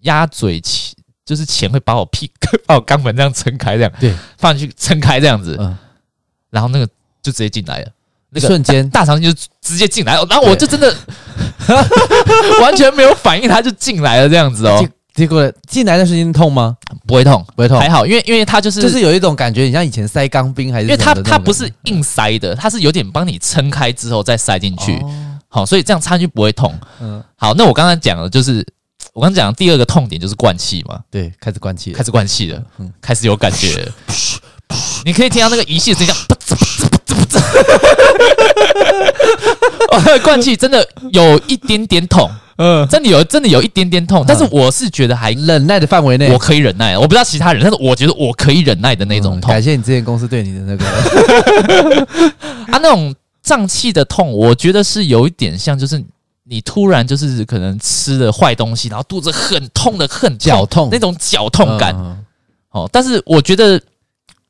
[SPEAKER 1] 鸭嘴钳，就是钳会把我屁 把我肛门这样撑开，这样
[SPEAKER 2] 对，
[SPEAKER 1] 放进去撑开这样子，
[SPEAKER 2] 嗯
[SPEAKER 1] 然后那个就直接进来了。那个
[SPEAKER 2] 瞬间
[SPEAKER 1] 大肠镜就直接进来了，然后我就真 的完全没有反应，它就进来了这样子哦
[SPEAKER 2] 结，结果进来的瞬间痛吗？
[SPEAKER 1] 不会痛，
[SPEAKER 2] 不会痛，
[SPEAKER 1] 还好，因为因为它就是
[SPEAKER 2] 就是有一种感觉，你像以前塞钢冰还是
[SPEAKER 1] 嗯因为它它不是硬塞的，它是有点帮你撑开之后再塞进去，
[SPEAKER 2] 哦
[SPEAKER 1] 好，所以这样插进去不会痛。
[SPEAKER 2] 嗯，
[SPEAKER 1] 好，那我刚刚讲的就是我刚刚讲的第二个痛点就是灌气嘛，
[SPEAKER 2] 对，开始关气了
[SPEAKER 1] 开，始灌气了
[SPEAKER 2] 嗯，
[SPEAKER 1] 开始有感觉了，你可以听到那个仪器的声音这样，噗呲噗呲噗呲噗呲哦那个灌气真的有一点点痛，
[SPEAKER 2] 嗯，
[SPEAKER 1] 真的有真的有一点点痛，但是我是觉得还
[SPEAKER 2] 忍耐的范围内
[SPEAKER 1] 我可以忍耐，我不知道其他人，但是我觉得我可以忍耐的那种
[SPEAKER 2] 嗯
[SPEAKER 1] 痛
[SPEAKER 2] 感。谢你之前公司对你的那个，
[SPEAKER 1] 啊，那种胀气的痛，我觉得是有一点像，就是你突然就是可能吃了坏东西，然后肚子很痛的很
[SPEAKER 2] 绞痛
[SPEAKER 1] 那种绞 痛感、
[SPEAKER 2] 嗯嗯
[SPEAKER 1] 哦。但是我觉得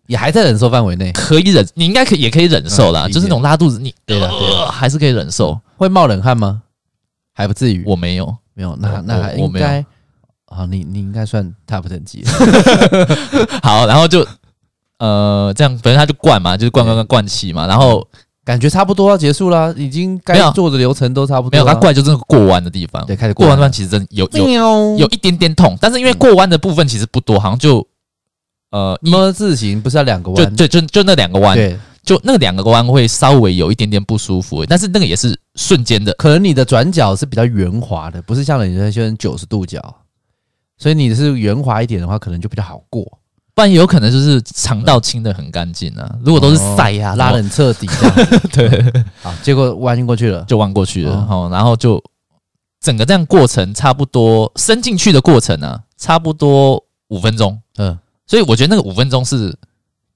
[SPEAKER 2] 也还在忍受范围内，
[SPEAKER 1] 可以忍，你应该可以也可以忍受啦，
[SPEAKER 2] 嗯理解
[SPEAKER 1] 就是那种拉肚子，你
[SPEAKER 2] 对啦对
[SPEAKER 1] 呃还是可以忍受。
[SPEAKER 2] 会冒冷汗吗？还不至于，
[SPEAKER 1] 我没有，
[SPEAKER 2] 没有，那
[SPEAKER 1] 我
[SPEAKER 2] 那
[SPEAKER 1] 我
[SPEAKER 2] 还
[SPEAKER 1] 我
[SPEAKER 2] 应
[SPEAKER 1] 没有
[SPEAKER 2] 该。好，你你应该算 top 等级了，
[SPEAKER 1] 好，然后就呃这样，反正他就灌嘛，就是灌灌灌灌气嘛，然后
[SPEAKER 2] 感觉差不多要结束啦，已经
[SPEAKER 1] 没
[SPEAKER 2] 该
[SPEAKER 1] 有
[SPEAKER 2] 做的流程都差不
[SPEAKER 1] 没
[SPEAKER 2] 多
[SPEAKER 1] 有
[SPEAKER 2] 了。
[SPEAKER 1] 他灌就是过弯的地方，
[SPEAKER 2] 对，开始
[SPEAKER 1] 过弯的地
[SPEAKER 2] 完
[SPEAKER 1] 方其实真的有有
[SPEAKER 2] 有
[SPEAKER 1] 有一点点痛，但是因为过弯的部分其实不多，好像就呃一
[SPEAKER 2] 么字形，不是要两个
[SPEAKER 1] 就
[SPEAKER 2] 弯？
[SPEAKER 1] 就就就那两个弯，
[SPEAKER 2] 对，
[SPEAKER 1] 就那两个弯会稍微有一点点不舒服，但是那个也是瞬间的。
[SPEAKER 2] 可能你的转角是比较圆滑的，不是像你那些人九十度角，所以你是圆滑一点的话，可能就比较好过，
[SPEAKER 1] 不然有可能就是肠道清的很干净啊，如果都是
[SPEAKER 2] 哦
[SPEAKER 1] 塞呀、
[SPEAKER 2] 拉的
[SPEAKER 1] 人
[SPEAKER 2] 很彻底这样子。
[SPEAKER 1] 对，
[SPEAKER 2] 好，结果弯过去了，
[SPEAKER 1] 就弯过去了，
[SPEAKER 2] 哦
[SPEAKER 1] 哦，然后就整个这样过程差不多伸进去的过程呢、啊，差不多五分钟，
[SPEAKER 2] 嗯
[SPEAKER 1] 所以我觉得那个五分钟是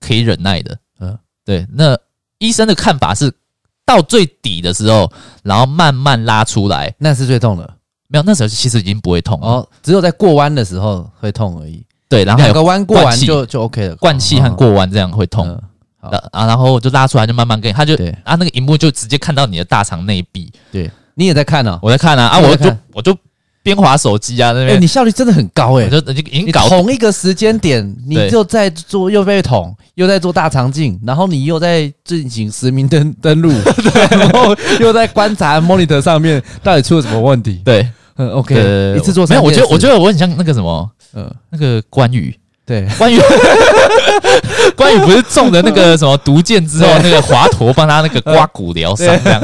[SPEAKER 1] 可以忍耐的。
[SPEAKER 2] 嗯，
[SPEAKER 1] 对，那医生的看法是到最底的时候，然后慢慢拉出来，
[SPEAKER 2] 那是最痛的
[SPEAKER 1] 没有那时候其实已经不会痛了。哦、
[SPEAKER 2] 哦，只有在过弯的时候会痛而已，
[SPEAKER 1] 对，然后还
[SPEAKER 2] 两
[SPEAKER 1] 有
[SPEAKER 2] 个弯过
[SPEAKER 1] 灌
[SPEAKER 2] 完
[SPEAKER 1] 气
[SPEAKER 2] 就就 OK 了。
[SPEAKER 1] 灌气和
[SPEAKER 2] 哦
[SPEAKER 1] 过弯这样会痛。
[SPEAKER 2] 嗯好
[SPEAKER 1] 呃啊，然后就拉出来，就慢慢跟你他就
[SPEAKER 2] 对
[SPEAKER 1] 啊，那个荧幕就直接看到你的大肠内壁。
[SPEAKER 2] 对，你也在看哦。
[SPEAKER 1] 我在看啊啊，
[SPEAKER 2] 我
[SPEAKER 1] 我
[SPEAKER 2] 在看
[SPEAKER 1] 就我就边滑手机啊那
[SPEAKER 2] 哎，
[SPEAKER 1] 边，
[SPEAKER 2] 你效率真的很高哎
[SPEAKER 1] 我。就我就已经
[SPEAKER 2] 你
[SPEAKER 1] 搞
[SPEAKER 2] 同一个时间点，你
[SPEAKER 1] 对
[SPEAKER 2] 就在做又被捅，又在做大肠镜，然后你又在进行实 名登登录，然后又在观察 monitor 上面到底出了什么问题，
[SPEAKER 1] 对，
[SPEAKER 2] 嗯
[SPEAKER 1] 对对对
[SPEAKER 2] ，OK，
[SPEAKER 1] 对
[SPEAKER 2] 一次做
[SPEAKER 1] 没
[SPEAKER 2] 三
[SPEAKER 1] 有？我
[SPEAKER 2] 件
[SPEAKER 1] 觉得我
[SPEAKER 2] 事
[SPEAKER 1] 觉得我很像那个什么
[SPEAKER 2] 嗯，
[SPEAKER 1] 那个关羽，
[SPEAKER 2] 对，
[SPEAKER 1] 关羽， 关羽不是中了那个什么毒箭之后，那个华佗帮他那个刮骨疗伤这样。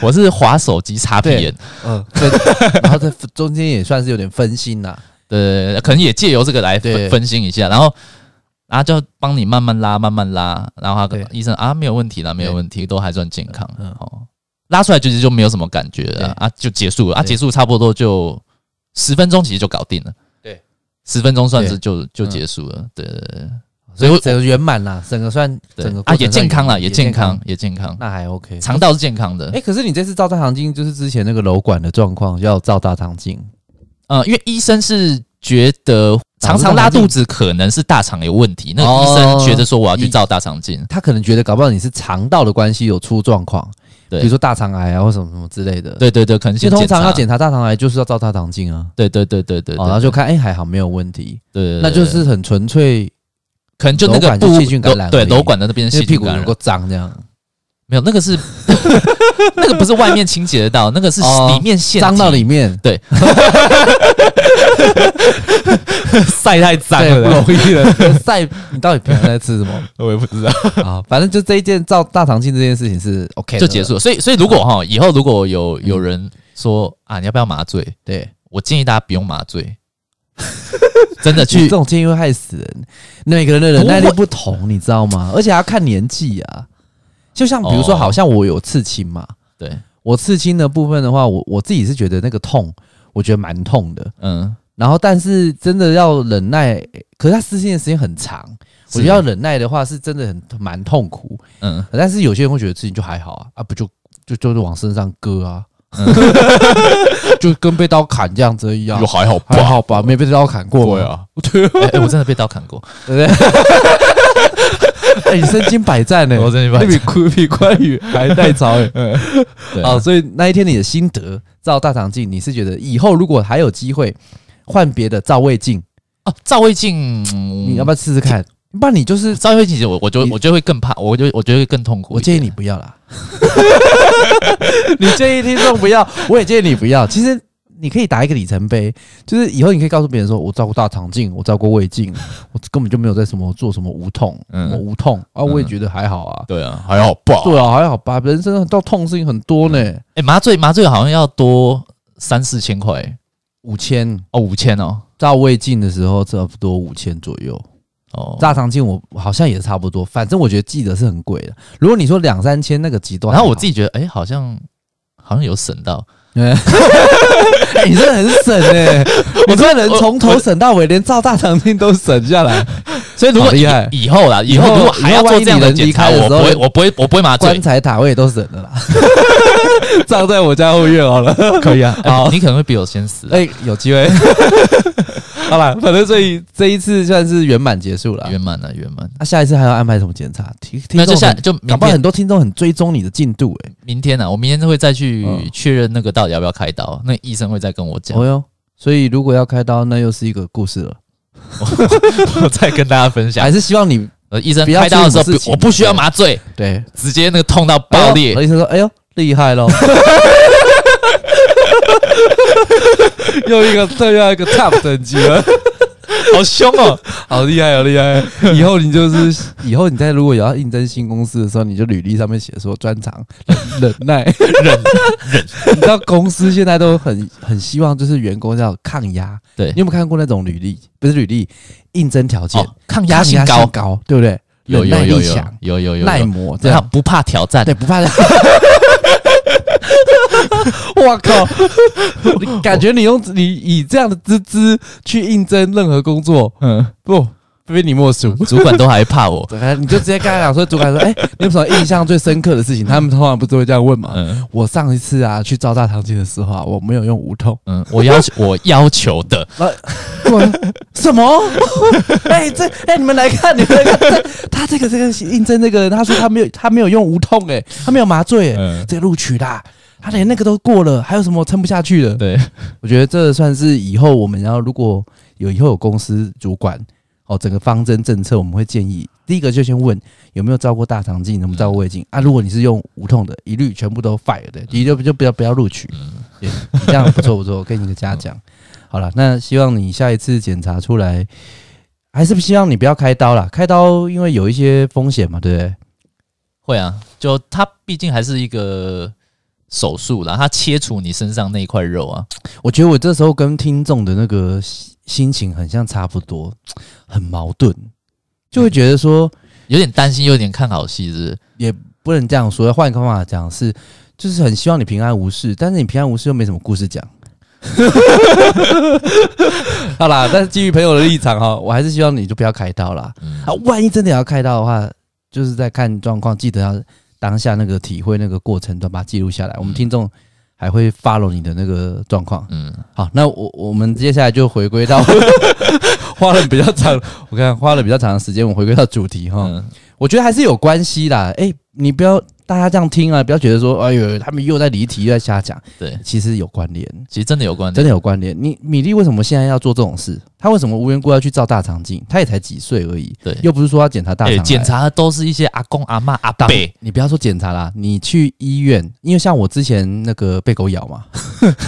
[SPEAKER 1] 我是划手机擦屁眼，
[SPEAKER 2] 嗯，对， 然后在中间也算是有点分心呐，
[SPEAKER 1] 对对对对，可能也借由这个来
[SPEAKER 2] 对
[SPEAKER 1] 分分心一下，然后。然后就帮你慢慢拉，慢慢拉，然后他
[SPEAKER 2] 对
[SPEAKER 1] 医生啊，没有问题啦，没有问题，都还算健康。
[SPEAKER 2] 嗯
[SPEAKER 1] 哦，拉出来其实就没有什么感觉了啊，就结束了啊，
[SPEAKER 2] 对
[SPEAKER 1] 结束差不多就十分钟，其实就搞定了。
[SPEAKER 2] 对，
[SPEAKER 1] 十分钟算是
[SPEAKER 2] 对
[SPEAKER 1] 就就
[SPEAKER 2] 嗯
[SPEAKER 1] 结束了。对对对
[SPEAKER 2] 所以整个圆满啦，整个算
[SPEAKER 1] 对
[SPEAKER 2] 整个
[SPEAKER 1] 对，
[SPEAKER 2] 过
[SPEAKER 1] 啊
[SPEAKER 2] 程
[SPEAKER 1] 也健康
[SPEAKER 2] 上
[SPEAKER 1] 了，也健康，，也健康。
[SPEAKER 2] 那还 OK。
[SPEAKER 1] 肠道是健康的。
[SPEAKER 2] 哎，可是你这次照大肠镜，就是之前那个瘘管的状况，要照大肠镜，
[SPEAKER 1] 呃，因为医生是觉得常常拉肚子可能是大肠有问题，那个医
[SPEAKER 2] 哦
[SPEAKER 1] 生觉得说我要去照大肠镜。
[SPEAKER 2] 他可能觉得搞不好你是肠道的关系有出状况，
[SPEAKER 1] 对
[SPEAKER 2] 比如说大肠癌啊或什么什么之类的。，
[SPEAKER 1] 对对对，可能
[SPEAKER 2] 其实
[SPEAKER 1] 先
[SPEAKER 2] 通
[SPEAKER 1] 检
[SPEAKER 2] 常
[SPEAKER 1] 查
[SPEAKER 2] 要。检查大肠癌就是要照大肠镜啊，
[SPEAKER 1] 对对对对对，
[SPEAKER 2] 哦，然后就看哎还好没有问题，
[SPEAKER 1] 对对，对
[SPEAKER 2] 那就是很纯粹，
[SPEAKER 1] 可能就那
[SPEAKER 2] 瘘
[SPEAKER 1] 个
[SPEAKER 2] 管就
[SPEAKER 1] 部
[SPEAKER 2] 细菌感染而
[SPEAKER 1] 对
[SPEAKER 2] 已
[SPEAKER 1] 瘘管的那边
[SPEAKER 2] 因
[SPEAKER 1] 细
[SPEAKER 2] 为屁
[SPEAKER 1] 菌
[SPEAKER 2] 股
[SPEAKER 1] 感啊
[SPEAKER 2] 有
[SPEAKER 1] 染
[SPEAKER 2] 够，脏这样，
[SPEAKER 1] 没有那个是 那个不是外面清洁得到，那个是
[SPEAKER 2] 哦
[SPEAKER 1] 里面腺体
[SPEAKER 2] 脏到 里面，
[SPEAKER 1] 晒太脏
[SPEAKER 2] 对，不
[SPEAKER 1] 了，
[SPEAKER 2] 容易了。 晒你到底平常在吃 什么
[SPEAKER 1] 我也不知道，
[SPEAKER 2] 啊？反正就这一件照大肠镜这件事情是 OK 的
[SPEAKER 1] 就结束。了。所以所以如果哈以后如果有
[SPEAKER 2] 嗯
[SPEAKER 1] 有人说啊你要不要麻醉，
[SPEAKER 2] 对，
[SPEAKER 1] 我建议大家不用麻 醉，真的
[SPEAKER 2] 去
[SPEAKER 1] 去
[SPEAKER 2] 这种建议会害死人。每个人的忍耐力不同，你知道吗？而且还要看年纪啊。就像比如说，
[SPEAKER 1] 哦
[SPEAKER 2] 好像我有刺青嘛，
[SPEAKER 1] 对，
[SPEAKER 2] 我刺青的部分的话，我我自己是觉得那个痛，我觉得蛮痛的。
[SPEAKER 1] 嗯，
[SPEAKER 2] 然后，但是真的要忍耐，可是它刺青的时间很长，我觉得要忍耐的话，是真的很蛮痛苦。
[SPEAKER 1] 嗯，
[SPEAKER 2] 但是有些人会觉得刺青就还好啊，啊不就就就是往身上割啊， 就跟被刀砍这样子一样，
[SPEAKER 1] 还好
[SPEAKER 2] 还好吧？没被刀砍过
[SPEAKER 1] 对
[SPEAKER 2] 吗？
[SPEAKER 1] 啊，哎、哎我真的被刀砍过，
[SPEAKER 2] 对不对？哎、你身经百战呢、
[SPEAKER 1] 我真的被
[SPEAKER 2] 那比关比关羽还耐操哎、
[SPEAKER 1] 对
[SPEAKER 2] 啊！
[SPEAKER 1] 啊，
[SPEAKER 2] 所以那一天你的心得照大肠镜，你是觉得以后如果还有机会换别的照胃镜，
[SPEAKER 1] 哦，照胃镜，嗯
[SPEAKER 2] 你要不要试试看？不然你就是
[SPEAKER 1] 照胃镜？其实我我就
[SPEAKER 2] 你
[SPEAKER 1] 我就会更怕，我就我觉得会更痛苦一点。
[SPEAKER 2] 我建议你不要 啦。 你建议听众不要，我也建议你不要。其实你可以打一个里程碑，就是以后你可以告诉别人说，我照过大肠镜，我照过胃镜，我根本就没有在什么做什么无痛，
[SPEAKER 1] 嗯
[SPEAKER 2] 什么无痛啊，我也
[SPEAKER 1] 嗯
[SPEAKER 2] 觉得还好啊。
[SPEAKER 1] 对啊，还好吧
[SPEAKER 2] 对啊，还好吧，人生到痛事情很多呢，
[SPEAKER 1] 哎、麻醉麻醉好像要多三四千块、
[SPEAKER 2] 五千
[SPEAKER 1] 哦，五千哦，
[SPEAKER 2] 照胃镜的时候差不多五千左右，
[SPEAKER 1] 哦，
[SPEAKER 2] 大肠镜我好像也差不多，反正我觉得记得是很贵的。如果你说两三千那个极端，
[SPEAKER 1] 然后我自
[SPEAKER 2] 己，
[SPEAKER 1] 己觉得，哎、好像好像有省到，
[SPEAKER 2] 哎你真的很 省哎、我真的能从头省到尾，连照大肠镜都省下来，
[SPEAKER 1] 所以如
[SPEAKER 2] 好
[SPEAKER 1] 果
[SPEAKER 2] 厉
[SPEAKER 1] 以
[SPEAKER 2] 害
[SPEAKER 1] 以后啦，以
[SPEAKER 2] 哎以
[SPEAKER 1] 后
[SPEAKER 2] 后
[SPEAKER 1] 如果还要做这样的检查，
[SPEAKER 2] 以后万一你
[SPEAKER 1] 我
[SPEAKER 2] 人离开的时
[SPEAKER 1] 不
[SPEAKER 2] 候
[SPEAKER 1] 会我不会我不会麻醉
[SPEAKER 2] 棺，材塔位都省 了啦。照在我家后院好了，可以啊
[SPEAKER 1] 哎
[SPEAKER 2] 好，
[SPEAKER 1] 你可能会比我先 死、
[SPEAKER 2] 哎、有 机会。好了，反正这一这一次算是圆满结束了。
[SPEAKER 1] 圆满了圆满。
[SPEAKER 2] 那、下一次还要安排什么检查？听听
[SPEAKER 1] 那就
[SPEAKER 2] 众
[SPEAKER 1] 下
[SPEAKER 2] 很，
[SPEAKER 1] 就
[SPEAKER 2] 搞
[SPEAKER 1] 明
[SPEAKER 2] 不好
[SPEAKER 1] 天
[SPEAKER 2] 很多听众很追踪你的进度哎、
[SPEAKER 1] 明天呢、啊，我明天会再去
[SPEAKER 2] 嗯
[SPEAKER 1] 确认那个到底要不要开刀，那医生会再跟我讲，
[SPEAKER 2] 哦哟，所以如果要开刀，那又是一个故事了。
[SPEAKER 1] 我 再跟大家分享
[SPEAKER 2] 还。是希望你
[SPEAKER 1] 呃，医生
[SPEAKER 2] 不要
[SPEAKER 1] 开刀的时候
[SPEAKER 2] 出什么事，情
[SPEAKER 1] 我不需要麻醉，
[SPEAKER 2] 对
[SPEAKER 1] 直接那个痛到爆裂
[SPEAKER 2] 哎呦。医生说：“哎呦，厉 害喽！”又一个再要一个 top 等级了，好凶哦，好厉害，好厉害！以后你就是以后你在如果有要应征新公司的时候，你就履历上面写说专长忍耐忍忍。你知道公司现在都很很希望就是员工要抗压，
[SPEAKER 1] 对
[SPEAKER 2] 你有没有看过那种履历？不是履历，应征条件
[SPEAKER 1] 哦，抗压性
[SPEAKER 2] 抗
[SPEAKER 1] 高，
[SPEAKER 2] 高，对不对？
[SPEAKER 1] 有
[SPEAKER 2] 忍
[SPEAKER 1] 有
[SPEAKER 2] 耐
[SPEAKER 1] 有
[SPEAKER 2] 力
[SPEAKER 1] 有
[SPEAKER 2] 强，
[SPEAKER 1] 有有有
[SPEAKER 2] 耐
[SPEAKER 1] 有，
[SPEAKER 2] 磨，这
[SPEAKER 1] 对
[SPEAKER 2] 样
[SPEAKER 1] 他不怕挑战
[SPEAKER 2] 对，，不怕的。 我靠！你感觉你用哦你以这样的资质去应征任何工作，
[SPEAKER 1] 嗯，
[SPEAKER 2] 不非你莫属。
[SPEAKER 1] 主管都还怕我，
[SPEAKER 2] 对啊你就直接跟他讲说，主管 说：“哎、你有什么印象最深刻的事情？”他们通常不都会这样问嘛。
[SPEAKER 1] 嗯
[SPEAKER 2] 我上一次啊去照大肠镜的时候啊，我没有用无痛。
[SPEAKER 1] 嗯，我要求 我要求 的，
[SPEAKER 2] 我什么？ 哎、这哎、你们来看，你们来看，这他这个这个应征那个人，他说他没有他没有用无痛、哎，他没有麻醉、哎、
[SPEAKER 1] 嗯，
[SPEAKER 2] 这个录取啦，他连那个都过了，还有什么撑不下去的？
[SPEAKER 1] 对，
[SPEAKER 2] 我觉得这算是以后我们要如果有以后有公司主管哦，整个方针政策我们会建议，第一个就先问有没有照过大肠镜，有没有照过胃镜啊？如果你是用无痛的，一律全部都 fire 的，你就就不要不要录取。对，你这样不错不错，我给你个嘉奖。好了，那希望你下一次检查出来，还是希望你不要开刀啦。开刀因为有一些风险嘛，对不对？
[SPEAKER 1] 会啊，就它毕竟还是一个手术啦，它切除你身上那一块肉啊，
[SPEAKER 2] 我觉得我这时候跟听众的那个心心情很像，差不多，很矛盾，就会觉得说
[SPEAKER 1] 有点担心，有点看好戏，是不是？
[SPEAKER 2] 不能这样说，要换一个方法讲是，就是很希望你平安无事，但是你平安无事又没什么故事讲。 好啦，但是基于朋友的立场哈，我还是希望你就不要开刀啦。
[SPEAKER 1] 嗯
[SPEAKER 2] 啊，万一真的要开刀的话，就是在看状况，记得要当下那个体会那个过程，都把它记录下来。我们听众还会 follow 你的那个状况。
[SPEAKER 1] 嗯，
[SPEAKER 2] 好，那我我们接下来就回归到 花了比较长，我看花了比较长的时间，我们回归到主题哈。
[SPEAKER 1] 嗯
[SPEAKER 2] 我觉得还是有关系啦。哎、你不要大家这样听啊，不要觉得说，哎呦，他们又在离题，又在瞎讲。
[SPEAKER 1] 对，
[SPEAKER 2] 其实有关联，
[SPEAKER 1] 其实真的有关
[SPEAKER 2] 真
[SPEAKER 1] 联，
[SPEAKER 2] 的有关联。你米粒为什么现在要做这种事？他为什么无缘无故要去照大肠镜？他也才几岁而已，
[SPEAKER 1] 对，
[SPEAKER 2] 又不是说要检查大肠
[SPEAKER 1] 哎
[SPEAKER 2] 癌。
[SPEAKER 1] 检查的都是一些阿公阿妈阿伯
[SPEAKER 2] 当，你不要说检查啦，你去医院，因为像我之前那个被狗咬嘛，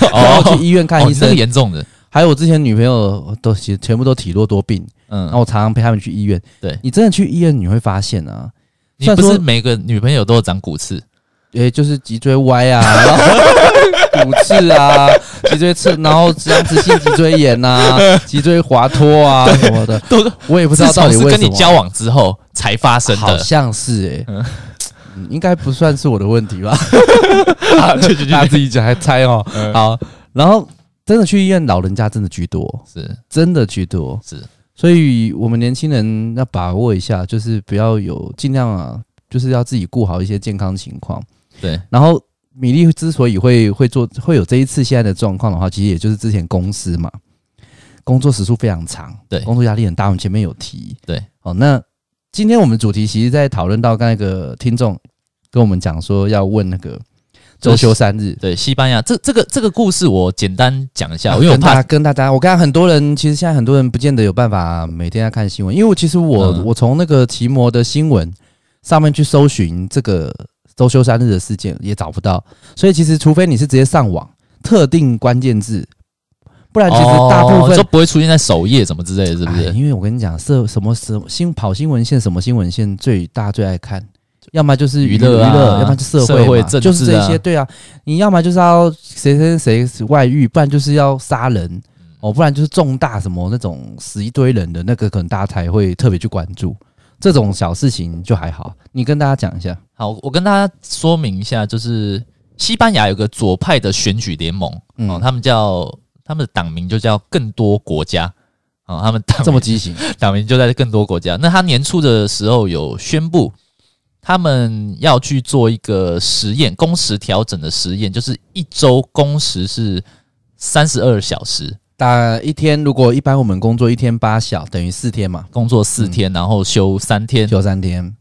[SPEAKER 2] 然后去医院看
[SPEAKER 1] 哦
[SPEAKER 2] 医
[SPEAKER 1] 你那
[SPEAKER 2] 生，
[SPEAKER 1] 个严重的，
[SPEAKER 2] 还有我之前女朋友都其实全部都体弱多病，
[SPEAKER 1] 嗯
[SPEAKER 2] 然，后我常常陪他们去医院。
[SPEAKER 1] 对
[SPEAKER 2] 你真的去医院，你会发现啊，
[SPEAKER 1] 你
[SPEAKER 2] 虽然
[SPEAKER 1] 不是
[SPEAKER 2] 说
[SPEAKER 1] 每个女朋友都有长骨刺，
[SPEAKER 2] 诶、就是脊椎歪 啊，然后骨刺啊，脊椎刺，然后僵直性脊椎 炎啊，脊椎滑脱啊什么的，
[SPEAKER 1] 都
[SPEAKER 2] 我也不
[SPEAKER 1] 不
[SPEAKER 2] 知道到底
[SPEAKER 1] 是
[SPEAKER 2] 为
[SPEAKER 1] 跟
[SPEAKER 2] 什
[SPEAKER 1] 你
[SPEAKER 2] 么，啊
[SPEAKER 1] 交往之后才发生
[SPEAKER 2] 好
[SPEAKER 1] 的，
[SPEAKER 2] 像是诶、
[SPEAKER 1] 嗯
[SPEAKER 2] 嗯应该不算是我的问题吧？
[SPEAKER 1] 啊对对对
[SPEAKER 2] 大家自己讲还猜哦。
[SPEAKER 1] 嗯
[SPEAKER 2] 好，然后真的去医院，老人家真的居多，
[SPEAKER 1] 是
[SPEAKER 2] 真的居多。
[SPEAKER 1] 是，
[SPEAKER 2] 所以我们年轻人要把握一下，就是不要有尽量啊，就是要自己顾好一些健康情况。
[SPEAKER 1] 对，
[SPEAKER 2] 然后米粒之所以会会做会有这一次现在的状况的话，其实也就是之前公司嘛，工作时数非常长，
[SPEAKER 1] 对
[SPEAKER 2] 工作压力很大。我们前面有提，
[SPEAKER 1] 对，
[SPEAKER 2] 好，那今天我们主题其实在讨论到刚才一个听众跟我们讲说要问那个周休三日。
[SPEAKER 1] 对，西班牙这这个这个故事我简单讲一下，因为我
[SPEAKER 2] 啊跟大
[SPEAKER 1] 怕
[SPEAKER 2] 家跟大家，我看很多人，其实现在很多人不见得有办法每天在看新闻，因为我其实我、
[SPEAKER 1] 嗯
[SPEAKER 2] 我从那个奇摩的新闻上面去搜寻这个周休三日的事件也找不到，所以其实除非你是直接上网特定关键字，不然其实大部分、
[SPEAKER 1] 都哦不会出现在首页什么之类的，是不
[SPEAKER 2] 哎
[SPEAKER 1] 是？
[SPEAKER 2] 因为我跟你讲，是什么什么新跑新闻线，什么新闻线最大家最爱看，要么就是
[SPEAKER 1] 娱
[SPEAKER 2] 娱乐
[SPEAKER 1] 乐啊
[SPEAKER 2] 娱乐，要么就社
[SPEAKER 1] 社会
[SPEAKER 2] 嘛
[SPEAKER 1] 政
[SPEAKER 2] 就
[SPEAKER 1] 治
[SPEAKER 2] 是这
[SPEAKER 1] 啊
[SPEAKER 2] 些。对啊，你要么就是要谁谁谁谁外遇，不然就是要杀人。哦，不然就是重大什么那种死一堆人的那个，可能大家才会特别去关注。这种小事情就还好，你跟大家讲一下。
[SPEAKER 1] 好，我跟大家说明一下，就是西班牙有个左派的选举联盟，
[SPEAKER 2] 嗯，
[SPEAKER 1] 哦，他们叫他们的党名就叫更多国家，哦，他们党
[SPEAKER 2] 这么畸形，
[SPEAKER 1] 党名就在更多国家。那他年初的时候有宣布，他们要去做一个实验，工时调整的实验，就是一周工时是三十二小时，
[SPEAKER 2] 打一天如果一般我们工作一天八小，等于四天嘛，
[SPEAKER 1] 工作四天，然后休三天。
[SPEAKER 2] 休三天。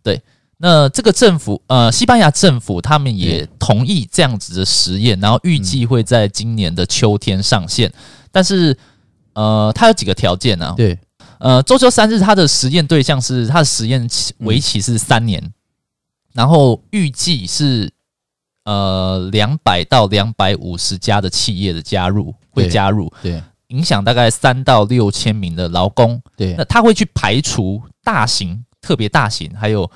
[SPEAKER 1] 那这个政府，呃，西班牙政府他们也同意这样子的实验，然后预计会在今年的秋天上线。但是，呃，它有几个条件呢、啊？
[SPEAKER 2] 对，
[SPEAKER 1] 呃，周休三日，它的实验对象是它的实验期为期是三年，然后预计是呃两百到两百五十家的企业的加入会
[SPEAKER 2] 对
[SPEAKER 1] 加入，
[SPEAKER 2] 对
[SPEAKER 1] 影响大概三到六千名的劳工。
[SPEAKER 2] 对
[SPEAKER 1] 那，他会去排除大型、特别大型，还有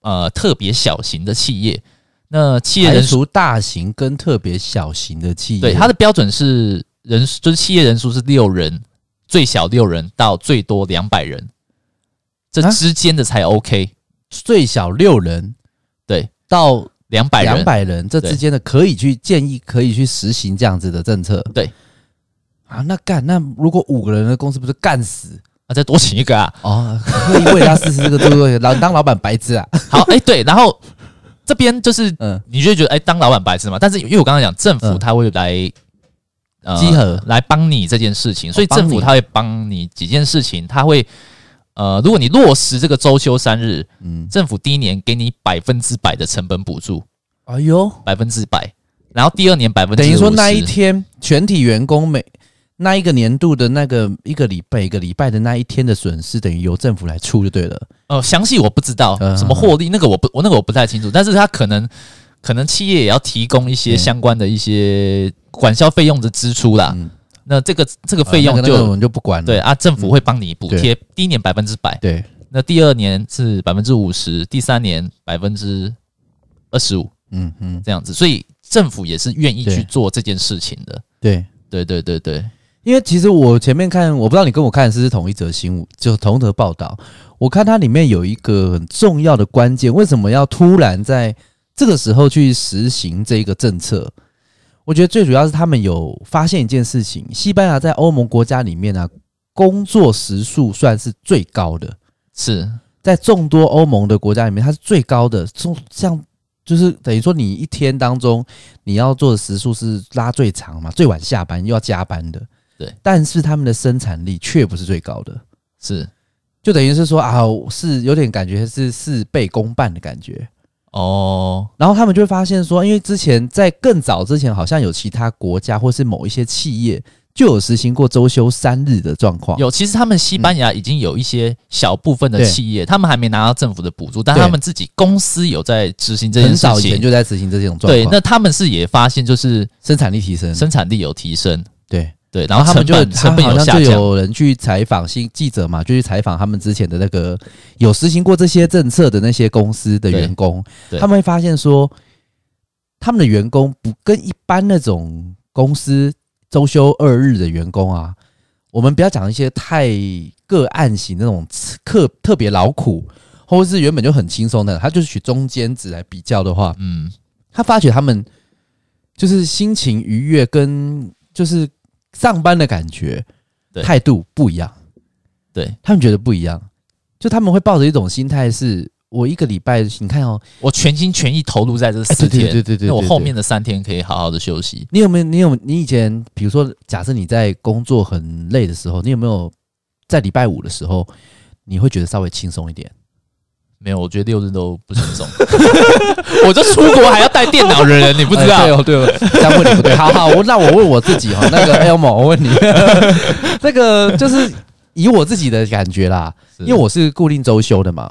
[SPEAKER 1] 呃特别小型的企业。那企业
[SPEAKER 2] 排
[SPEAKER 1] 人数
[SPEAKER 2] 除大型跟特别小型的企业。
[SPEAKER 1] 对它的标准是人数，就是企业人数是六人，最小六人到最多两百人，这
[SPEAKER 2] 啊
[SPEAKER 1] 之间的才 OK。
[SPEAKER 2] 最小六人，
[SPEAKER 1] 对，
[SPEAKER 2] 到
[SPEAKER 1] 两百
[SPEAKER 2] 两
[SPEAKER 1] 人，
[SPEAKER 2] 百人这
[SPEAKER 1] 对
[SPEAKER 2] 之间的可以去建议，可以去实行这样子的政策。
[SPEAKER 1] 对
[SPEAKER 2] 啊，那干那如果五个人的公司不是干死
[SPEAKER 1] 啊，再多请一个 啊。
[SPEAKER 2] 哦？刻意为了他试试这个对不对？老当老板白 痴啊！
[SPEAKER 1] 好，哎、对，然后这边就是
[SPEAKER 2] 嗯，
[SPEAKER 1] 你就会觉得，哎、当老板白痴嘛。但是因为我刚刚讲，政府
[SPEAKER 2] 嗯
[SPEAKER 1] 他会来、呃
[SPEAKER 2] 集合哦
[SPEAKER 1] 来帮你这件事情，所以
[SPEAKER 2] 帮
[SPEAKER 1] 政府
[SPEAKER 2] 你
[SPEAKER 1] 他会帮你几件事情，他会呃，如果你落实这个周休三日，
[SPEAKER 2] 嗯，
[SPEAKER 1] 政府第一年给你百分之百的成本补助，
[SPEAKER 2] 哎呦，
[SPEAKER 1] 百分之百，然后第二年百分之
[SPEAKER 2] 等于说那一天全体员工每那一个年度的那个一个礼拜一个礼拜的那一天的损失，等于由政府来出就对了。
[SPEAKER 1] 呃，详细我不知道
[SPEAKER 2] 嗯
[SPEAKER 1] 什么获利，那个我不我那个我不太清楚，但是他可能可能企业也要提供一
[SPEAKER 2] 嗯
[SPEAKER 1] 些相关的一些管销费用的支出啦。
[SPEAKER 2] 嗯
[SPEAKER 1] 那这个这个费
[SPEAKER 2] 啊
[SPEAKER 1] 用
[SPEAKER 2] 那个那个我
[SPEAKER 1] 就
[SPEAKER 2] 们就不管了。
[SPEAKER 1] 对啊，政府会帮你补贴，第一年百分之百，
[SPEAKER 2] 对，
[SPEAKER 1] 那第二年是百分之五十，第三年百分之二十五
[SPEAKER 2] 嗯嗯，
[SPEAKER 1] 这样子，所以政府也是愿意
[SPEAKER 2] 对
[SPEAKER 1] 去做这件事情的。
[SPEAKER 2] 对，
[SPEAKER 1] 对对对对，
[SPEAKER 2] 因为其实我前面看，我不知道你跟我看的是不是同一则新闻，就同一则报道。我看它里面有一个很重要的关键，为什么要突然在这个时候去实行这个政策？我觉得最主要是他们有发现一件事情：西班牙在欧盟国家里面啊，工作时数算是最高的，
[SPEAKER 1] 是
[SPEAKER 2] 在众多欧盟的国家里面，它是最高的。中像就是等于说，你一天当中你要做的时数是拉最长嘛，最晚下班又要加班的。
[SPEAKER 1] 对，
[SPEAKER 2] 但是他们的生产力却不是最高的，
[SPEAKER 1] 是
[SPEAKER 2] 就等于是说啊，是有点感觉是事倍功半的感觉。
[SPEAKER 1] 哦，
[SPEAKER 2] 然后他们就会发现说，因为之前在更早之前，好像有其他国家或是某一些企业就有实行过周休三日的状况。
[SPEAKER 1] 有。其实他们西班牙已经有一些小部分的
[SPEAKER 2] 对
[SPEAKER 1] 企业，他们还没拿到政府的补助，但
[SPEAKER 2] 对
[SPEAKER 1] 他们自己公司有在执行这件
[SPEAKER 2] 很
[SPEAKER 1] 事
[SPEAKER 2] 早以前
[SPEAKER 1] 情。
[SPEAKER 2] 就在执行这种状况，
[SPEAKER 1] 对，那他们是也发现就是
[SPEAKER 2] 生产力提升，
[SPEAKER 1] 生产力有提升，
[SPEAKER 2] 对，
[SPEAKER 1] 对，然
[SPEAKER 2] 然
[SPEAKER 1] 后
[SPEAKER 2] 后啊他
[SPEAKER 1] 成
[SPEAKER 2] 们就
[SPEAKER 1] 本
[SPEAKER 2] 他
[SPEAKER 1] 成本
[SPEAKER 2] 好
[SPEAKER 1] 有
[SPEAKER 2] 像
[SPEAKER 1] 下
[SPEAKER 2] 就
[SPEAKER 1] 降，
[SPEAKER 2] 有人去采访新记者嘛，就去采访他们之前的那个有实行过这些政策的那些公司的员工，
[SPEAKER 1] 对对
[SPEAKER 2] 他们会发现说，他们的员工不跟一般那种公司周休二日的员工啊，我们不要讲一些太个案型那种特特别劳苦，或者是原本就很轻松的，他就是取中间值来比较的话，
[SPEAKER 1] 嗯，
[SPEAKER 2] 他发觉他们就是心情愉悦跟就是上班的感觉
[SPEAKER 1] 对
[SPEAKER 2] 态度不一样，
[SPEAKER 1] 对
[SPEAKER 2] 他们觉得不一样，就他们会抱着一种心态是。我一个礼拜，你看哦，
[SPEAKER 1] 我全心全意投入在这
[SPEAKER 2] 哎
[SPEAKER 1] 四天，
[SPEAKER 2] 对对对对对
[SPEAKER 1] 那我
[SPEAKER 2] 对
[SPEAKER 1] 后面的三天可以好好的休息。
[SPEAKER 2] 你有没有？你有你以前，比如说，假设你在工作很累的时候，你有没有在礼拜五的时候，你会觉得稍微轻松一点？
[SPEAKER 1] 没有，我觉得六日都不轻松， 我就出国还要带电脑的人，你不知道
[SPEAKER 2] 哎？对哦，对 哦，这样问你不对。好好，我那我问我自己哈，那个 Elmo，我问你， 那个就是以我自己的感觉啦，
[SPEAKER 1] 是
[SPEAKER 2] 因为我是固定周休的嘛，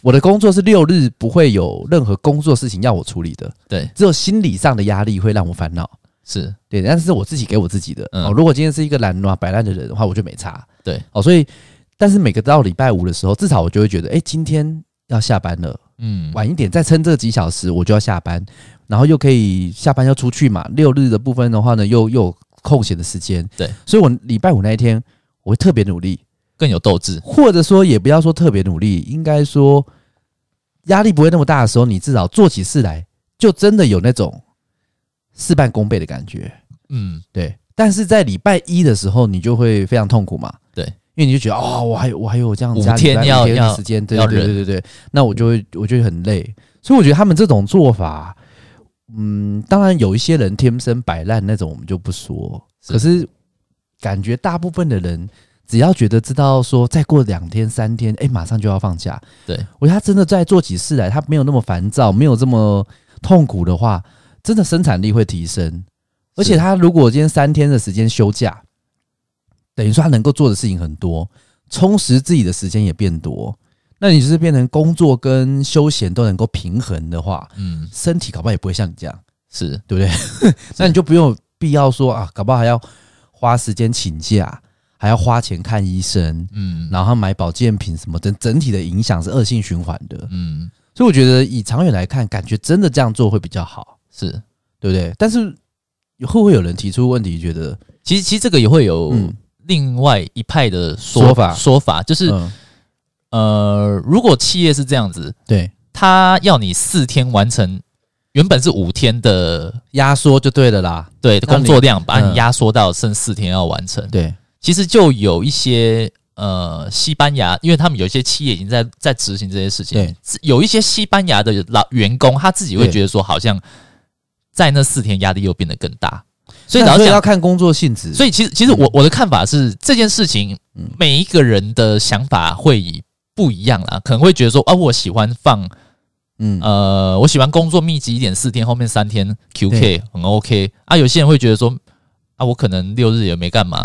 [SPEAKER 2] 我的工作是六日不会有任何工作事情要我处理的，
[SPEAKER 1] 对
[SPEAKER 2] 只有心理上的压力会让我烦恼。
[SPEAKER 1] 是
[SPEAKER 2] 对，但是我自己给我自己的。
[SPEAKER 1] 嗯
[SPEAKER 2] 哦，如果今天是一个懒惰摆烂的人的话，我就没差。
[SPEAKER 1] 对，
[SPEAKER 2] 哦，所以但是每个到礼拜五的时候，至少我就会觉得，哎、今天要下班了，
[SPEAKER 1] 嗯
[SPEAKER 2] 晚一点再撑这几小时，我就要下班，然后又可以下班要出去嘛。六日的部分的话呢，又又有空闲的时间，
[SPEAKER 1] 对，
[SPEAKER 2] 所以我礼拜五那一天我会特别努力，
[SPEAKER 1] 更有斗志，
[SPEAKER 2] 或者说也不要说特别努力，应该说压力不会那么大的时候，你至少做起事来就真的有那种事半功倍的感觉，
[SPEAKER 1] 嗯
[SPEAKER 2] 对。但是在礼拜一的时候，你就会非常痛苦嘛，
[SPEAKER 1] 对，
[SPEAKER 2] 因为你就觉得哦，我还有我还有这样
[SPEAKER 1] 五
[SPEAKER 2] 加礼
[SPEAKER 1] 天
[SPEAKER 2] 拜
[SPEAKER 1] 要
[SPEAKER 2] 的
[SPEAKER 1] 要
[SPEAKER 2] 时间，对
[SPEAKER 1] 要
[SPEAKER 2] 对对
[SPEAKER 1] 忍
[SPEAKER 2] 对对，对那我就会我就会很累，所以我觉得他们这种做法，嗯，当然有一些人天生摆烂那种，我们就不说，
[SPEAKER 1] 是
[SPEAKER 2] 可是感觉大部分的人。只要觉得知道说再过两天三天，哎、马上就要放假，
[SPEAKER 1] 对
[SPEAKER 2] 我觉得他真的在做起事来，他没有那么烦躁，没有这么痛苦的话，真的生产力会提升。而且他如果今天三天的时间休假，等于说他能够做的事情很多，充实自己的时间也变多。那你就是变成工作跟休闲都能够平衡的话，
[SPEAKER 1] 嗯
[SPEAKER 2] 身体搞不好也不会像你这样，
[SPEAKER 1] 是
[SPEAKER 2] 对不对？ 那你就不用有必要说啊，搞不好还要花时间请假，还要花钱看医生，
[SPEAKER 1] 嗯
[SPEAKER 2] 然后买保健品什么的，整体的影响是恶性循环的。
[SPEAKER 1] 嗯
[SPEAKER 2] 所以我觉得以长远来看，感觉真的这样做会比较好，
[SPEAKER 1] 是。
[SPEAKER 2] 对不对？但是会不会有人提出问题，觉得
[SPEAKER 1] 其实其实这个也会有
[SPEAKER 2] 嗯
[SPEAKER 1] 另外一派的说
[SPEAKER 2] 说法
[SPEAKER 1] 说法就是、
[SPEAKER 2] 嗯、
[SPEAKER 1] 呃，如果企业是这样子，
[SPEAKER 2] 对
[SPEAKER 1] 他要你四天完成原本是五天的
[SPEAKER 2] 压缩就对了啦？
[SPEAKER 1] 对
[SPEAKER 2] 让
[SPEAKER 1] 工
[SPEAKER 2] 你
[SPEAKER 1] 作量，把
[SPEAKER 2] 嗯
[SPEAKER 1] 你压缩到剩四天要完成。
[SPEAKER 2] 对，
[SPEAKER 1] 其实就有一些呃，西班牙，因为他们有一些企业已经在在执行这些事情
[SPEAKER 2] 对，
[SPEAKER 1] 有一些西班牙的老员工他自己会
[SPEAKER 2] 对
[SPEAKER 1] 觉得说，好像在那四天压力又变得更大，所以
[SPEAKER 2] 那
[SPEAKER 1] 老
[SPEAKER 2] 所
[SPEAKER 1] 实
[SPEAKER 2] 以要
[SPEAKER 1] 讲，
[SPEAKER 2] 看工作性质，
[SPEAKER 1] 所以其实其实我我的看法是这件事情
[SPEAKER 2] 嗯，
[SPEAKER 1] 每一个人的想法会以不一样啦，可能会觉得说，啊，我喜欢放
[SPEAKER 2] 嗯
[SPEAKER 1] 呃，我喜欢工作密集一点，四天后面三天 QK
[SPEAKER 2] 对
[SPEAKER 1] 很 OK 啊。有些人会觉得说，啊，我可能六日也没干嘛，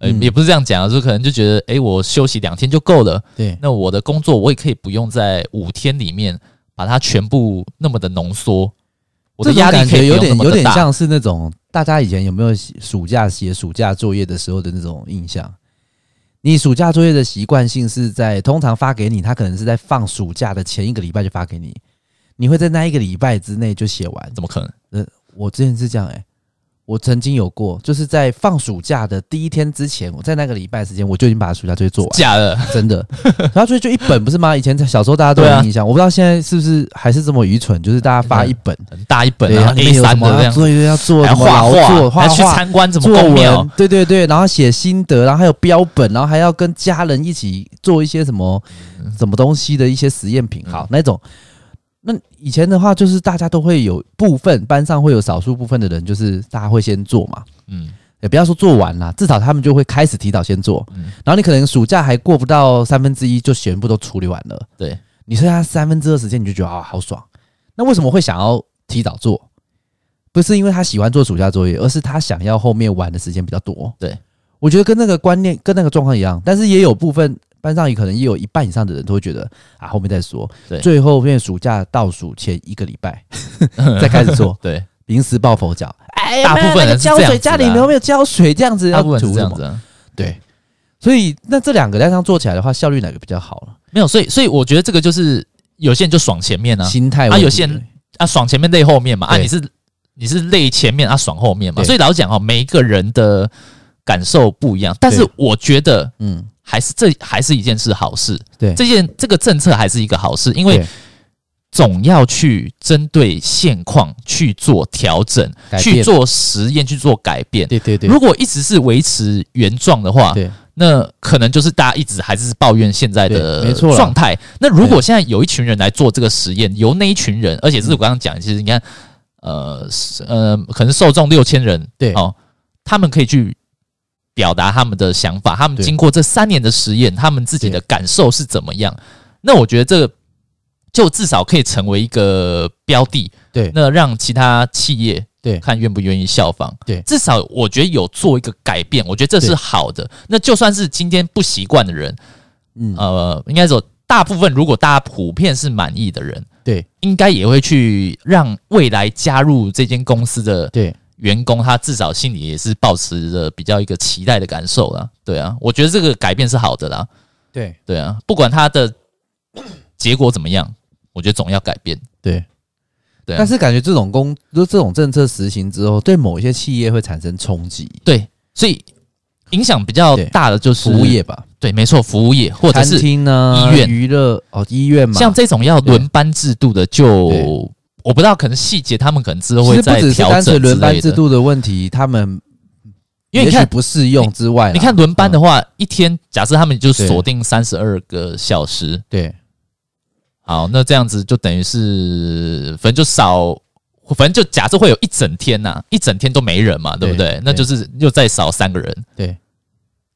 [SPEAKER 1] 呃、
[SPEAKER 2] 嗯
[SPEAKER 1] 也不是这样讲啊，就可能就觉得，诶，我休息两天就够了。
[SPEAKER 2] 对
[SPEAKER 1] 那我的工作我也可以不用在五天里面把它全部那么的浓缩，我
[SPEAKER 2] 这
[SPEAKER 1] 的
[SPEAKER 2] 种
[SPEAKER 1] 压力
[SPEAKER 2] 感
[SPEAKER 1] 可
[SPEAKER 2] 觉
[SPEAKER 1] 以
[SPEAKER 2] 有
[SPEAKER 1] 不用
[SPEAKER 2] 点
[SPEAKER 1] 那么
[SPEAKER 2] 有
[SPEAKER 1] 的
[SPEAKER 2] 点
[SPEAKER 1] 大
[SPEAKER 2] 像是那种大家以前有没有写暑假写暑假作业的时候的那种印象？你暑假作业的习惯性是在通常发给你，他可能是在放暑假的前一个礼拜就发给你，你会在那一个礼拜之内就写完。
[SPEAKER 1] 怎么可能？
[SPEAKER 2] 我之前是这样哎、我曾经有过，就是在放暑假的第一天之前，我在那个礼拜时间我就已经把暑假作业做完，
[SPEAKER 1] 假的，
[SPEAKER 2] 真的。然后就就一本不是吗？以前在小时候大家都
[SPEAKER 1] 对啊
[SPEAKER 2] 有印象，我不知道现在是不是还是这么愚蠢，就是大家发一本。
[SPEAKER 1] 很大一本
[SPEAKER 2] 对，
[SPEAKER 1] 啊
[SPEAKER 2] 然后
[SPEAKER 1] ，A
[SPEAKER 2] 里面有什
[SPEAKER 1] 三
[SPEAKER 2] 么
[SPEAKER 1] 的这
[SPEAKER 2] 要
[SPEAKER 1] 样，
[SPEAKER 2] 做
[SPEAKER 1] 还要
[SPEAKER 2] 要做什么
[SPEAKER 1] 哎画
[SPEAKER 2] 劳作、
[SPEAKER 1] 画，还
[SPEAKER 2] 画
[SPEAKER 1] 要去
[SPEAKER 2] 画、
[SPEAKER 1] 参观怎么
[SPEAKER 2] 作
[SPEAKER 1] 宫庙
[SPEAKER 2] 文，，对对对，然后写心得，然后还有标本，然后还要跟家人一起做一些什么
[SPEAKER 1] 嗯
[SPEAKER 2] 什么东西的一些实验品，好那种。那以前的话，就是大家都会有部分班上会有少数部分的人，就是大家会先做嘛，
[SPEAKER 1] 嗯，
[SPEAKER 2] 也不要说做完啦，至少他们就会开始提早先做。
[SPEAKER 1] 嗯
[SPEAKER 2] 然后你可能暑假还过不到三分之一，就全部都处理完了。
[SPEAKER 1] 对，
[SPEAKER 2] 你剩下三分之二时间，你就觉得啊、好爽。那为什么会想要提早做？不是因为他喜欢做暑假作业，而是他想要后面玩的时间比较多。
[SPEAKER 1] 对，
[SPEAKER 2] 我觉得跟那个观念、跟那个状况一样，但是也有部分班上也可能也有一半以上的人都会觉得啊，后面再说。
[SPEAKER 1] 对
[SPEAKER 2] 最后面暑假倒数前一个礼拜 再开始做，
[SPEAKER 1] 对，
[SPEAKER 2] 临时抱佛脚。哎
[SPEAKER 1] 大
[SPEAKER 2] 有没有
[SPEAKER 1] 部分
[SPEAKER 2] 那
[SPEAKER 1] 人
[SPEAKER 2] 个
[SPEAKER 1] 是
[SPEAKER 2] 胶
[SPEAKER 1] 这样
[SPEAKER 2] 水
[SPEAKER 1] 子的
[SPEAKER 2] 家里
[SPEAKER 1] 啊
[SPEAKER 2] 有没有胶水这样子要
[SPEAKER 1] 大部分
[SPEAKER 2] 涂
[SPEAKER 1] 是这
[SPEAKER 2] 什
[SPEAKER 1] 样
[SPEAKER 2] 么
[SPEAKER 1] 子啊。
[SPEAKER 2] 对，所以那这两个在上做起来的话，效率哪个比较好了？
[SPEAKER 1] 没有，所以所以我觉得这个就是有些人就爽前面啊，
[SPEAKER 2] 心态
[SPEAKER 1] 啊
[SPEAKER 2] 问题
[SPEAKER 1] 有些人啊爽前面累后面嘛，啊
[SPEAKER 2] 对
[SPEAKER 1] 你是你是累前面啊爽后面嘛，
[SPEAKER 2] 对
[SPEAKER 1] 所以老实讲哦，每一个人的感受不一样，但是
[SPEAKER 2] 对
[SPEAKER 1] 我觉得
[SPEAKER 2] 嗯，
[SPEAKER 1] 还是这还是一件是好事，
[SPEAKER 2] 对，
[SPEAKER 1] 这件这个政策还是一个好事，因为
[SPEAKER 2] 对
[SPEAKER 1] 总要去针对现况去做调整，
[SPEAKER 2] 改变
[SPEAKER 1] 去做实验，去做改变。
[SPEAKER 2] 对对对，
[SPEAKER 1] 如果啊一直是维持原状的话，
[SPEAKER 2] 对
[SPEAKER 1] 那可能就是大家一直还是抱怨现在
[SPEAKER 2] 对
[SPEAKER 1] 的
[SPEAKER 2] 没错啦
[SPEAKER 1] 状态。那如果现在有一群人来做这个实验，由那一群人，而且是我刚刚讲，其实你看，呃是呃，可能受众六千人，
[SPEAKER 2] 对
[SPEAKER 1] 哦，他们可以去表达他们的想法，他们
[SPEAKER 2] 对
[SPEAKER 1] 经过这三年的实验，他们自己的
[SPEAKER 2] 对
[SPEAKER 1] 感受是怎么样？那我觉得这个就至少可以成为一个标的，
[SPEAKER 2] 对
[SPEAKER 1] 那让其他企业
[SPEAKER 2] 对
[SPEAKER 1] 看愿不愿意效仿。
[SPEAKER 2] 对
[SPEAKER 1] 至少我觉得有做一个改变，我觉得这是
[SPEAKER 2] 对
[SPEAKER 1] 好的。那就算是今天不习惯的人，
[SPEAKER 2] 嗯
[SPEAKER 1] 呃，应该说大部分如果大家普遍是满意的人，
[SPEAKER 2] 对
[SPEAKER 1] 应该也会去让未来加入这间公司的
[SPEAKER 2] 对
[SPEAKER 1] 员工，他至少心里也是保持着比较一个期待的感受啦。对啊，我觉得这个改变是好的啦。
[SPEAKER 2] 对
[SPEAKER 1] 对啊，不管他的结果怎么样，我觉得总要改变。
[SPEAKER 2] 对。
[SPEAKER 1] 对啊
[SPEAKER 2] 但是感觉这种公，就这种政策实行之后，对某一些企业会产生冲击，
[SPEAKER 1] 对，所以影响比较
[SPEAKER 2] 对
[SPEAKER 1] 大的就是
[SPEAKER 2] 服务，业吧，
[SPEAKER 1] 对，没错，服务业或者
[SPEAKER 2] 餐
[SPEAKER 1] 是
[SPEAKER 2] 厅呢、
[SPEAKER 1] 医院
[SPEAKER 2] 娱乐哦，医院嘛，
[SPEAKER 1] 像这种要轮班制度的就，
[SPEAKER 2] 对
[SPEAKER 1] 我不知道，可能细节他们可能之后
[SPEAKER 2] 其
[SPEAKER 1] 会
[SPEAKER 2] 实不
[SPEAKER 1] 再
[SPEAKER 2] 只是
[SPEAKER 1] 调
[SPEAKER 2] 单
[SPEAKER 1] 整
[SPEAKER 2] 纯
[SPEAKER 1] 之
[SPEAKER 2] 轮班
[SPEAKER 1] 类
[SPEAKER 2] 制
[SPEAKER 1] 的。
[SPEAKER 2] 度的问题，他们
[SPEAKER 1] 因为你
[SPEAKER 2] 也许
[SPEAKER 1] 看，
[SPEAKER 2] 不适用之外啦，
[SPEAKER 1] 你看轮班的
[SPEAKER 2] 嗯
[SPEAKER 1] 话，一天假设他们就
[SPEAKER 2] 对
[SPEAKER 1] 锁定三十二个小时，
[SPEAKER 2] 对
[SPEAKER 1] 好，那这样子就等于是，反正就少，反正就假设会有一整天呐、一整天都没人嘛，对不对？
[SPEAKER 2] 对
[SPEAKER 1] 那就是又再少三个人，
[SPEAKER 2] 对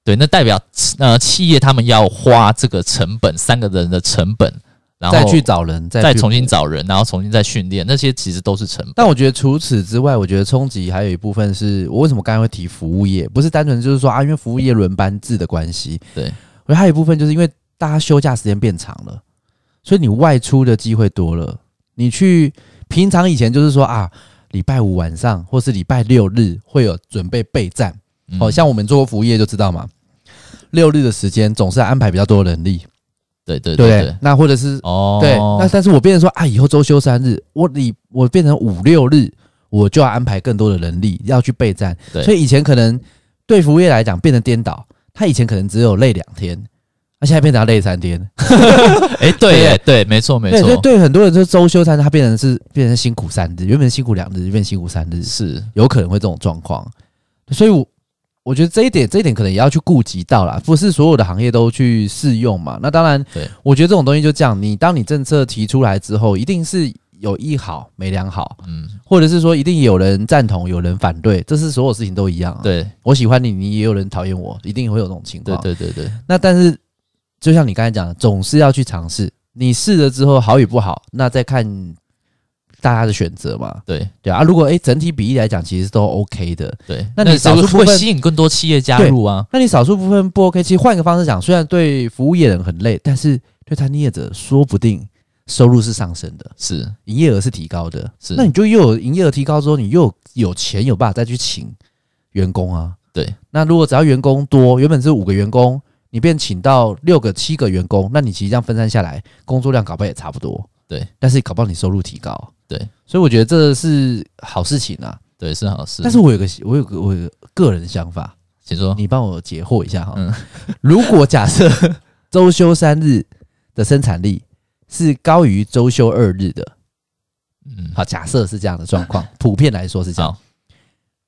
[SPEAKER 1] 对，那代表呃企业他们要花这个成本，三个人的成本，然后
[SPEAKER 2] 再去找人，再
[SPEAKER 1] 再
[SPEAKER 2] 去
[SPEAKER 1] 重新找人，然后重新再训练，那些其实都是成本。
[SPEAKER 2] 但我觉得除此之外，我觉得冲击还有一部分是我为什么刚才会提服务业，不是单纯就是说啊，因为服务业轮班制的关系。
[SPEAKER 1] 对，
[SPEAKER 2] 我觉得还有一部分就是因为大家休假时间变长了，所以你外出的机会多了。你去平常以前就是说啊，礼拜五晚上或是礼拜六日会有准备备战，
[SPEAKER 1] 嗯
[SPEAKER 2] 好、像我们做过服务业就知道嘛，六日的时间总是要安排比较多人力，
[SPEAKER 1] 对对
[SPEAKER 2] 对不
[SPEAKER 1] 对
[SPEAKER 2] 对？那或者是
[SPEAKER 1] 哦，
[SPEAKER 2] 对，那但是我变成说啊，以后周休三日，我礼我变成五六日，我就要安排更多的人力要去备战。
[SPEAKER 1] 对
[SPEAKER 2] 所以以前可能对服务业来讲变成颠倒，他以前可能只有累两天，他现在变成要累三天。
[SPEAKER 1] 哎、对耶对，没错没
[SPEAKER 2] 对，所以
[SPEAKER 1] 错，
[SPEAKER 2] 对很多人就周休三日，他变成是变成辛苦三日，原本辛苦两日，变成辛苦三日，
[SPEAKER 1] 是
[SPEAKER 2] 有可能会这种状况。所以我我觉得这一点，这一点可能也要去顾及到啦，不是所有的行业都去适用嘛。那当然，
[SPEAKER 1] 对，
[SPEAKER 2] 我觉得这种东西就这样，你当你政策提出来之后，一定是有一好没两好，
[SPEAKER 1] 嗯，
[SPEAKER 2] 或者是说一定有人赞同，有人反对，这是所有事情都一样、啊。，
[SPEAKER 1] 对
[SPEAKER 2] 我喜欢你，你也有人讨厌我，一定会有这种情
[SPEAKER 1] 对
[SPEAKER 2] 况。
[SPEAKER 1] 对对对，
[SPEAKER 2] 那但是就像你刚才讲的，总是要去尝试，你试了之后好与不好，那再看大家的选择嘛。
[SPEAKER 1] 对
[SPEAKER 2] 对啊，啊如果诶、整体比例来讲，其实都 OK 的。
[SPEAKER 1] 对，
[SPEAKER 2] 那你
[SPEAKER 1] 少
[SPEAKER 2] 少数部
[SPEAKER 1] 会
[SPEAKER 2] 分
[SPEAKER 1] 吸引更多企业加入啊，
[SPEAKER 2] 那你少数部分不 OK，其实换个方式讲，虽然对服务业人很累，但是对餐厅业者说不定收入是上升的，
[SPEAKER 1] 是
[SPEAKER 2] 营业额是提高的，
[SPEAKER 1] 是
[SPEAKER 2] 那你就又有营业额提高之后，你又有有钱有办法再去请员工啊。
[SPEAKER 1] 对，
[SPEAKER 2] 那如果只要员工多，原本是五个员工，你便请到六个、七个员工，那你其实这样分散下来，工作量搞不好也差不多。
[SPEAKER 1] 对，
[SPEAKER 2] 但是搞不好你收入提高。
[SPEAKER 1] 对，
[SPEAKER 2] 所以我觉得这是好事情啊。
[SPEAKER 1] 对，是好事。
[SPEAKER 2] 但是我有个我有个我有个个人想法，
[SPEAKER 1] 请说，
[SPEAKER 2] 你帮我解惑一下哈。
[SPEAKER 1] 嗯
[SPEAKER 2] 如果假设周休三日的生产力是高于周休二日的，
[SPEAKER 1] 嗯，
[SPEAKER 2] 好，假设是这样的状况，普遍来说是这样
[SPEAKER 1] 好。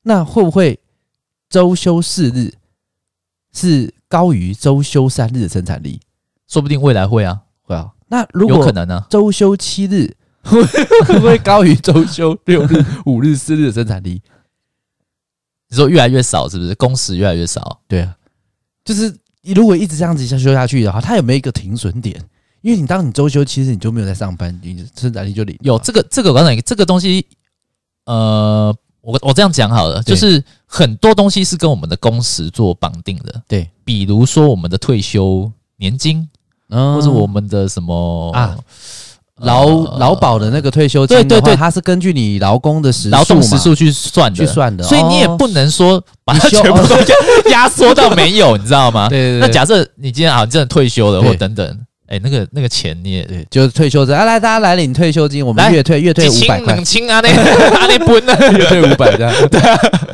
[SPEAKER 2] 那会不会周休四日是高于周休三日的生产力？
[SPEAKER 1] 说不定未来会啊，
[SPEAKER 2] 会啊。那如
[SPEAKER 1] 有可
[SPEAKER 2] 果
[SPEAKER 1] 能啊呢。
[SPEAKER 2] 周休七日会不会高于周休六日、 五日、四日的生产力？
[SPEAKER 1] 你说越来越少，是不是？工时越来越少，
[SPEAKER 2] 对啊，就是如果一直这样子下休下去的话，它有没有一个停损点？因为你当你周休七日，你就没有在上班，你生产力就零了嘛。
[SPEAKER 1] 有这个这个我告诉你，这个东西，呃，我我这样讲好了，
[SPEAKER 2] 对
[SPEAKER 1] 就是很多东西是跟我们的工时做绑定的，
[SPEAKER 2] 对，
[SPEAKER 1] 比如说我们的退休年金，
[SPEAKER 2] 嗯，
[SPEAKER 1] 或者我们的什么
[SPEAKER 2] 啊
[SPEAKER 1] 呃
[SPEAKER 2] 劳劳保的那个退休金的话，
[SPEAKER 1] 对对对
[SPEAKER 2] 它是根据你劳工的时数嘛
[SPEAKER 1] 劳动时数去算的，
[SPEAKER 2] 去算的，
[SPEAKER 1] 所以你也
[SPEAKER 2] 哦
[SPEAKER 1] 不能说把它
[SPEAKER 2] 你休
[SPEAKER 1] 全部都压 压缩到没有，你知道吗？
[SPEAKER 2] 对对对嗯
[SPEAKER 1] 那假设你今天啊，你真的退休了，
[SPEAKER 2] 对
[SPEAKER 1] 或等等，哎，那个那个钱你也
[SPEAKER 2] 对，就是退休者啊，来大家来领退休金，我们
[SPEAKER 1] 来
[SPEAKER 2] 月退月退
[SPEAKER 1] 一
[SPEAKER 2] 五
[SPEAKER 1] 清
[SPEAKER 2] 百块
[SPEAKER 1] 冷，清啊，那啊那不呢？
[SPEAKER 2] 月退五百这 样，对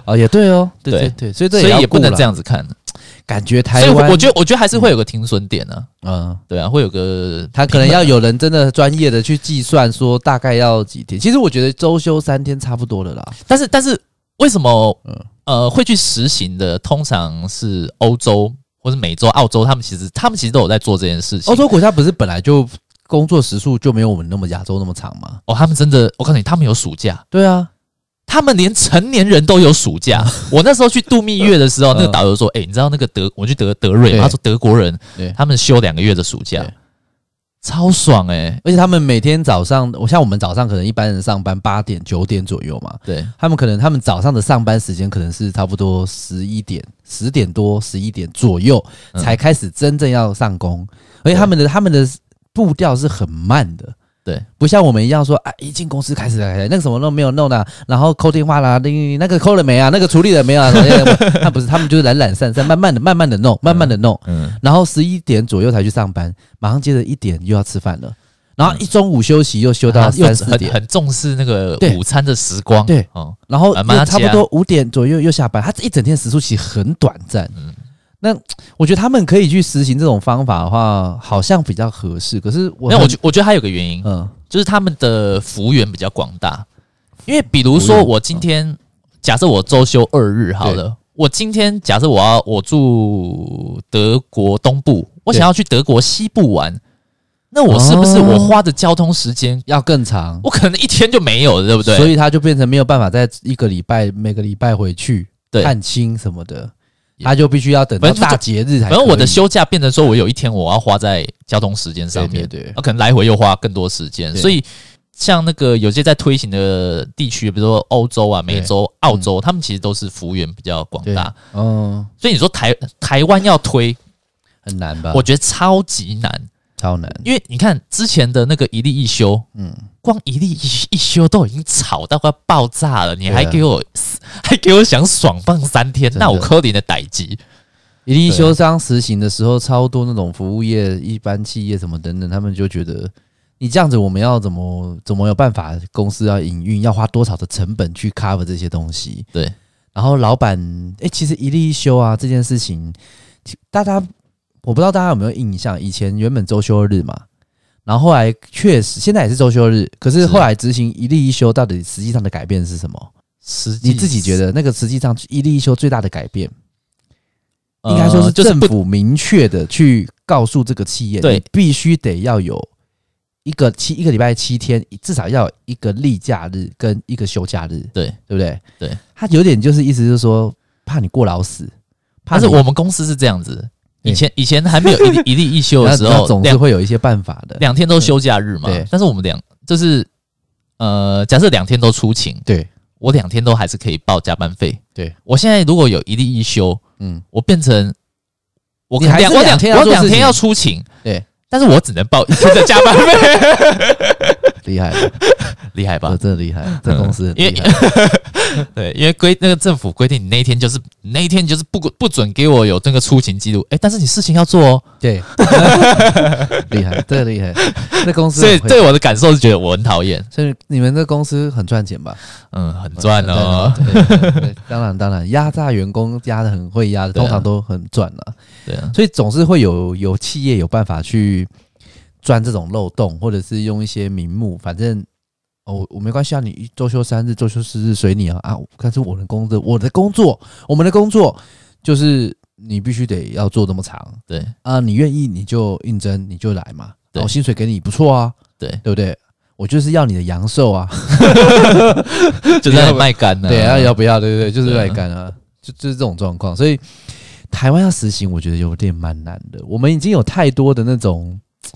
[SPEAKER 2] 哦也对哦，对对
[SPEAKER 1] 对
[SPEAKER 2] 对，所以这
[SPEAKER 1] 所以
[SPEAKER 2] 也
[SPEAKER 1] 也不能这
[SPEAKER 2] 样，
[SPEAKER 1] 样子看，啊
[SPEAKER 2] 感觉
[SPEAKER 1] 所
[SPEAKER 2] 台
[SPEAKER 1] 以
[SPEAKER 2] 湾，
[SPEAKER 1] 我觉得我觉得还是会有个停损点啊，
[SPEAKER 2] 嗯，
[SPEAKER 1] 对啊，会有个
[SPEAKER 2] 他可能
[SPEAKER 1] 平衡
[SPEAKER 2] 要有人真的专业的去计算说大概要几天，其实我觉得周休三天差不多了啦，
[SPEAKER 1] 但是但是为什么
[SPEAKER 2] 嗯
[SPEAKER 1] 呃会去实行的通常是欧洲或是美洲、澳洲，他们其实他们其实都有在做这件事情。
[SPEAKER 2] 欧洲国家不是本来就工作时数就没有我们那么亚洲那么长吗？
[SPEAKER 1] 哦，他们真的，我告诉你，他们有暑假，
[SPEAKER 2] 对啊，
[SPEAKER 1] 他们连成年人都有暑 假。我那时候去度蜜月的时候，
[SPEAKER 2] 嗯
[SPEAKER 1] 那个导游说：“哎、你知道那个德，我去德德瑞
[SPEAKER 2] 对
[SPEAKER 1] 嘛，他说德国人
[SPEAKER 2] 对
[SPEAKER 1] 他们休两个月的暑假
[SPEAKER 2] 对，
[SPEAKER 1] 超爽哎、
[SPEAKER 2] 而且他们每天早上，我像我们早上可能一般人上班八点九点左右嘛，
[SPEAKER 1] 对，
[SPEAKER 2] 他们可能他们早上的上班时间可能是差不多十一点、十点多、十一点左右
[SPEAKER 1] 嗯
[SPEAKER 2] 才开始真正要上工，而且他们的他们的步调是很慢的。
[SPEAKER 1] 对，
[SPEAKER 2] 不像我们一样说啊，一进公司开始来那个什么都没有弄的、然后扣电话啦，那那个扣了没啊，那个处理了没啊？ 那不是，他们就是懒懒散散，慢慢的、慢慢的弄，慢慢的弄，
[SPEAKER 1] 嗯，
[SPEAKER 2] 然后十一点左右才去上班，马上接着一点又要吃饭了，然后一中午休息又休到
[SPEAKER 1] 他
[SPEAKER 2] 三
[SPEAKER 1] 啊又
[SPEAKER 2] 四
[SPEAKER 1] 很
[SPEAKER 2] 点，
[SPEAKER 1] 很重视那个
[SPEAKER 2] 对
[SPEAKER 1] 午餐的时光，
[SPEAKER 2] 对
[SPEAKER 1] 哦，
[SPEAKER 2] 然后
[SPEAKER 1] 慢慢
[SPEAKER 2] 又
[SPEAKER 1] 加
[SPEAKER 2] 差不多五点左右又下班，他这一整天时速其实很短暂。
[SPEAKER 1] 嗯
[SPEAKER 2] 那我觉得他们可以去实行这种方法的话，好像比较合适。可是我
[SPEAKER 1] 那我
[SPEAKER 2] 很
[SPEAKER 1] 觉我觉得还有个原因，
[SPEAKER 2] 嗯
[SPEAKER 1] 就是他们的幅员比较广大，因为比如
[SPEAKER 2] 幅
[SPEAKER 1] 说
[SPEAKER 2] 员
[SPEAKER 1] 我今天假设我周休二日好了，我今天假设我要我住德国东部，我想要去德国西部玩，那我是不是
[SPEAKER 2] 哦
[SPEAKER 1] 我花的交通时间，
[SPEAKER 2] 要更长，
[SPEAKER 1] 我可能一天就没有了，对不对？
[SPEAKER 2] 所以他就变成没有办法在一个礼拜每个礼拜回去
[SPEAKER 1] 对
[SPEAKER 2] 探亲什么的，他就必须要等到
[SPEAKER 1] 反正就
[SPEAKER 2] 大节日
[SPEAKER 1] 反
[SPEAKER 2] 才可以。
[SPEAKER 1] 正我的休假变成说我有一天我要花在交通时间上
[SPEAKER 2] 对
[SPEAKER 1] 面，
[SPEAKER 2] 对对
[SPEAKER 1] 那可能来回又花更多时间，
[SPEAKER 2] 对
[SPEAKER 1] 所以像那个有些在推行的地区，比如说欧洲啊、美洲、澳洲，他们其实都是幅员比较广
[SPEAKER 2] 嗯对
[SPEAKER 1] 大，
[SPEAKER 2] 嗯
[SPEAKER 1] 所以你说台台湾要推，
[SPEAKER 2] 很难吧？
[SPEAKER 1] 我觉得超级难，
[SPEAKER 2] 超难。
[SPEAKER 1] 因为你看之前的那个一例一休，
[SPEAKER 2] 嗯
[SPEAKER 1] 嗯，光一例一一休都已经吵到快爆炸了，你
[SPEAKER 2] 对啊
[SPEAKER 1] 还给我、 还给我想爽放三天，
[SPEAKER 2] 真的
[SPEAKER 1] 那我扣你的逮鸡，
[SPEAKER 2] 一例修章实行的时候，超多那种服务业、一般企业什么等等，他们就觉得你这样子，我们要怎么怎么有办法？公司要营运，要花多少的成本去 cover 这些东西？
[SPEAKER 1] 对。
[SPEAKER 2] 然后老板，哎、其实一例一休啊这件事情，其大家我不知道大家有没有印象，以前原本周休二日嘛，然后后来确实现在也是周休日，可是
[SPEAKER 1] 是
[SPEAKER 2] 后来执行一例一休，到底实际上的改变是什么？
[SPEAKER 1] 实际
[SPEAKER 2] 你自己觉得那个实际上一例一休最大的改变？
[SPEAKER 1] 呃
[SPEAKER 2] 应该说是
[SPEAKER 1] 就是
[SPEAKER 2] 政
[SPEAKER 1] 不
[SPEAKER 2] 府明确的去告诉这个企业，
[SPEAKER 1] 对
[SPEAKER 2] 你必须得要有一个七一个礼拜七天，至少要有一个例假日跟一个休假日，
[SPEAKER 1] 对。
[SPEAKER 2] 对不对？
[SPEAKER 1] 对，
[SPEAKER 2] 他有点就是意思就是说，怕你过劳死，怕
[SPEAKER 1] 但
[SPEAKER 2] 你
[SPEAKER 1] 是我们公司是这样子，
[SPEAKER 2] 对
[SPEAKER 1] 以前以前还没有一例一 例一休
[SPEAKER 2] 那
[SPEAKER 1] 的时
[SPEAKER 2] 那
[SPEAKER 1] 候，
[SPEAKER 2] 总是
[SPEAKER 1] 两
[SPEAKER 2] 会有一些办法的，
[SPEAKER 1] 两天都休假日嘛
[SPEAKER 2] 对。
[SPEAKER 1] 但是我们两就是呃，假设两天都出勤，
[SPEAKER 2] 对，
[SPEAKER 1] 我两天都还是可以报加班费。
[SPEAKER 2] 对
[SPEAKER 1] 我现在如果有一例一休，
[SPEAKER 2] 嗯，
[SPEAKER 1] 我变成我
[SPEAKER 2] 你还是
[SPEAKER 1] 两我
[SPEAKER 2] 两
[SPEAKER 1] 两
[SPEAKER 2] 天要
[SPEAKER 1] 我
[SPEAKER 2] 做
[SPEAKER 1] 两
[SPEAKER 2] 事
[SPEAKER 1] 天
[SPEAKER 2] 情
[SPEAKER 1] 要出勤，
[SPEAKER 2] 对，
[SPEAKER 1] 但是我只能报一天的加班 费，
[SPEAKER 2] 厉害了，
[SPEAKER 1] 厉害吧嗯
[SPEAKER 2] 这？真的厉害，这公司很
[SPEAKER 1] 因为
[SPEAKER 2] 厉害。
[SPEAKER 1] 对，因为规那个政府规定，你那一天就是你那一天就是不不准给我有这个出勤记录，哎、但是你事情要做哦，
[SPEAKER 2] 对， 厉害，这厉害，这公司
[SPEAKER 1] 所以
[SPEAKER 2] 很啊会
[SPEAKER 1] 对我的感受是觉得我很讨厌，
[SPEAKER 2] 所以你们这公司很赚钱吧？
[SPEAKER 1] 嗯，很赚哦，
[SPEAKER 2] 很赚哦。对对对对当然当然，压榨员工压的很会压的，
[SPEAKER 1] 对啊
[SPEAKER 2] 通常都很赚了。
[SPEAKER 1] 对啊，
[SPEAKER 2] 所以总是会有有企业有办法去钻这种漏洞，或者是用一些名目，反正。哦，我我没关系啊，你周休三日、周休四日随你啊啊！但是我的工作，我的工作，我们的工作就是你必须得要做这么长
[SPEAKER 1] 对
[SPEAKER 2] 啊！你愿意你就应征，你就来嘛。
[SPEAKER 1] 对
[SPEAKER 2] 我、薪水给你不错啊，
[SPEAKER 1] 对，
[SPEAKER 2] 对不对？我就是要你的阳寿啊，
[SPEAKER 1] 就在那里卖干呢、
[SPEAKER 2] 对啊，要不要？对对对，就是
[SPEAKER 1] 对啊
[SPEAKER 2] 来干啊，就就是这种状况。所以台湾要实行，我觉得有点蛮难的。我们已经有太多的那种嘖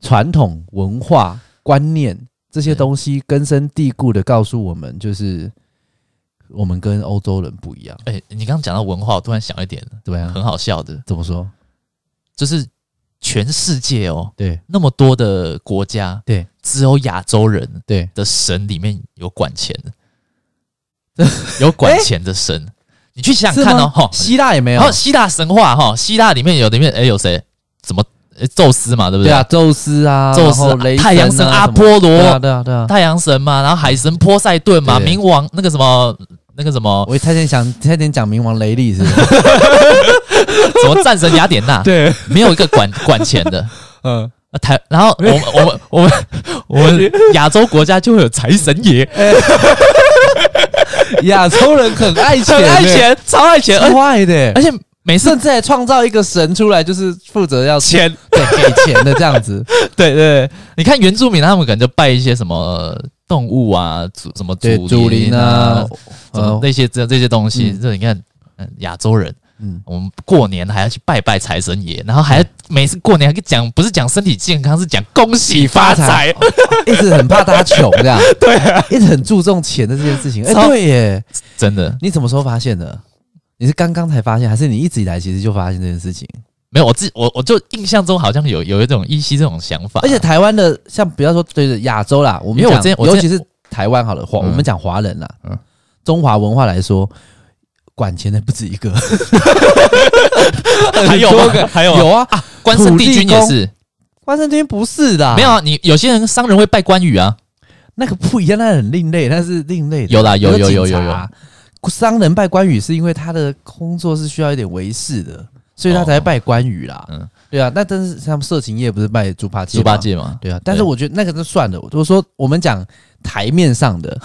[SPEAKER 2] 传统文化观念这些
[SPEAKER 1] 对
[SPEAKER 2] 东西根深蒂固的告诉我们，就是我们跟欧洲人不一样，
[SPEAKER 1] 哎、你刚刚讲到文化，我突然想一点
[SPEAKER 2] 对啊？
[SPEAKER 1] 很好笑的，
[SPEAKER 2] 怎么说？
[SPEAKER 1] 就是全世界哦，
[SPEAKER 2] 对
[SPEAKER 1] 那么多的国家，
[SPEAKER 2] 对，
[SPEAKER 1] 只有亚洲人
[SPEAKER 2] 对，
[SPEAKER 1] 的神里面有管钱的， 有管钱的神，你去想想看
[SPEAKER 2] 是
[SPEAKER 1] 哦，
[SPEAKER 2] 吗
[SPEAKER 1] 哈，
[SPEAKER 2] 希腊也没有
[SPEAKER 1] 然后，希腊神话哈，希腊里面有里面哎、有谁？怎么、哎宙斯嘛，对不
[SPEAKER 2] 对
[SPEAKER 1] 对？
[SPEAKER 2] 啊，宙斯啊，
[SPEAKER 1] 宙斯、
[SPEAKER 2] 然后雷
[SPEAKER 1] 太阳神
[SPEAKER 2] 啊
[SPEAKER 1] 阿
[SPEAKER 2] 什么
[SPEAKER 1] 波罗、
[SPEAKER 2] 对啊，对啊，对啊。
[SPEAKER 1] 太阳神嘛，然后海神波塞顿嘛，
[SPEAKER 2] 对
[SPEAKER 1] 冥王那个什么那个什么
[SPEAKER 2] 我差点想，差点讲冥王雷利是不 是？
[SPEAKER 1] 什么战神雅典娜，
[SPEAKER 2] 对，
[SPEAKER 1] 没有一个管 管钱的。
[SPEAKER 2] 嗯，
[SPEAKER 1] 啊台，然后我们我们我们我们亚洲国家就会有财神爷，
[SPEAKER 2] 亚洲人很爱钱、
[SPEAKER 1] 很爱，钱，超爱钱，而且
[SPEAKER 2] 坏的、
[SPEAKER 1] 而且每次
[SPEAKER 2] 甚至还哎创造一个神出来，就是负责要
[SPEAKER 1] 钱，
[SPEAKER 2] 对给钱的这样 子。
[SPEAKER 1] 对对，对你看原住民他们可能就拜一些什么呃动物啊，祖什么
[SPEAKER 2] 对，
[SPEAKER 1] 祖
[SPEAKER 2] 祖灵啊，，
[SPEAKER 1] 什么
[SPEAKER 2] 呃，
[SPEAKER 1] 那些这这些东西，
[SPEAKER 2] 嗯
[SPEAKER 1] 这你看，嗯，亚洲人。
[SPEAKER 2] 嗯，
[SPEAKER 1] 我们过年还要去拜拜财神爷，然后还要每次过年还讲不是讲身体健康，是讲恭喜发财，
[SPEAKER 2] 一直很怕大家穷这样。对啊，一直很注重钱的这件事情。哎、
[SPEAKER 1] 超
[SPEAKER 2] 对耶，
[SPEAKER 1] 真的
[SPEAKER 2] 你什么时候发现的？你是刚刚才发现，还是你一直以来其实就发现这件事情？
[SPEAKER 1] 没有我自我我就印象中好像有有一种依稀这种想法，
[SPEAKER 2] 而且台湾的，像不要说对着亚洲啦，啊我们
[SPEAKER 1] 因为我
[SPEAKER 2] 讲
[SPEAKER 1] 之前我
[SPEAKER 2] 尤
[SPEAKER 1] 之
[SPEAKER 2] 其
[SPEAKER 1] 前
[SPEAKER 2] 是台湾好了，华、
[SPEAKER 1] 嗯
[SPEAKER 2] 我们讲华人啦，
[SPEAKER 1] 嗯
[SPEAKER 2] 中华文化来说，管钱的不止一个，
[SPEAKER 1] 还有
[SPEAKER 2] 很多
[SPEAKER 1] 吗
[SPEAKER 2] 个
[SPEAKER 1] 还有
[SPEAKER 2] 有
[SPEAKER 1] 吗
[SPEAKER 2] 啊，
[SPEAKER 1] 啊，关圣帝君也是
[SPEAKER 2] 关圣君不是的啊、
[SPEAKER 1] 没有啊，你有些人商人会拜关羽啊，
[SPEAKER 2] 那个不一样，那很另类，那是另类的。
[SPEAKER 1] 有啊啦有有
[SPEAKER 2] 警
[SPEAKER 1] 有有
[SPEAKER 2] 察。商人拜关羽是因为他的工作是需要一点维系的，所以他才会拜关羽啦。
[SPEAKER 1] 嗯
[SPEAKER 2] 嗯，对啊。那但是像色情业不是拜猪八戒？
[SPEAKER 1] 猪八。戒嘛，
[SPEAKER 2] 对啊，但是
[SPEAKER 1] 对
[SPEAKER 2] 我觉得那个就算了。我就说我们讲台面 上的，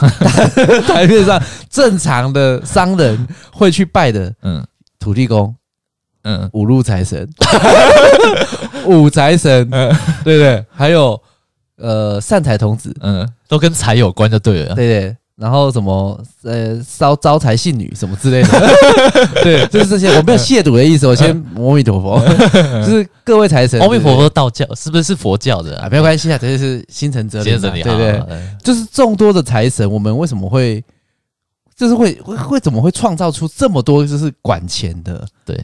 [SPEAKER 2] 台面上正常的商人会去拜的
[SPEAKER 1] 嗯
[SPEAKER 2] 土地公、
[SPEAKER 1] 嗯，
[SPEAKER 2] 五路财神、五财神，对不对？还有呃善财童子，
[SPEAKER 1] 嗯，都跟财有关就对了。
[SPEAKER 2] 对对，然后什么呃招招财信女什么之类的， 对，就是这些，我没有亵渎的意思，我先阿弥陀佛，就是各位财神，
[SPEAKER 1] 阿弥陀佛，道教是不是是佛教
[SPEAKER 2] 对
[SPEAKER 1] 的
[SPEAKER 2] 啊，
[SPEAKER 1] 啊？
[SPEAKER 2] 没有关系啊，这就是心 诚则灵
[SPEAKER 1] 接
[SPEAKER 2] 啊，
[SPEAKER 1] 着你哎
[SPEAKER 2] 对对，就是众多的财神，我们为什么会就是会会会怎么会创造出这么多就是管钱的？
[SPEAKER 1] 对，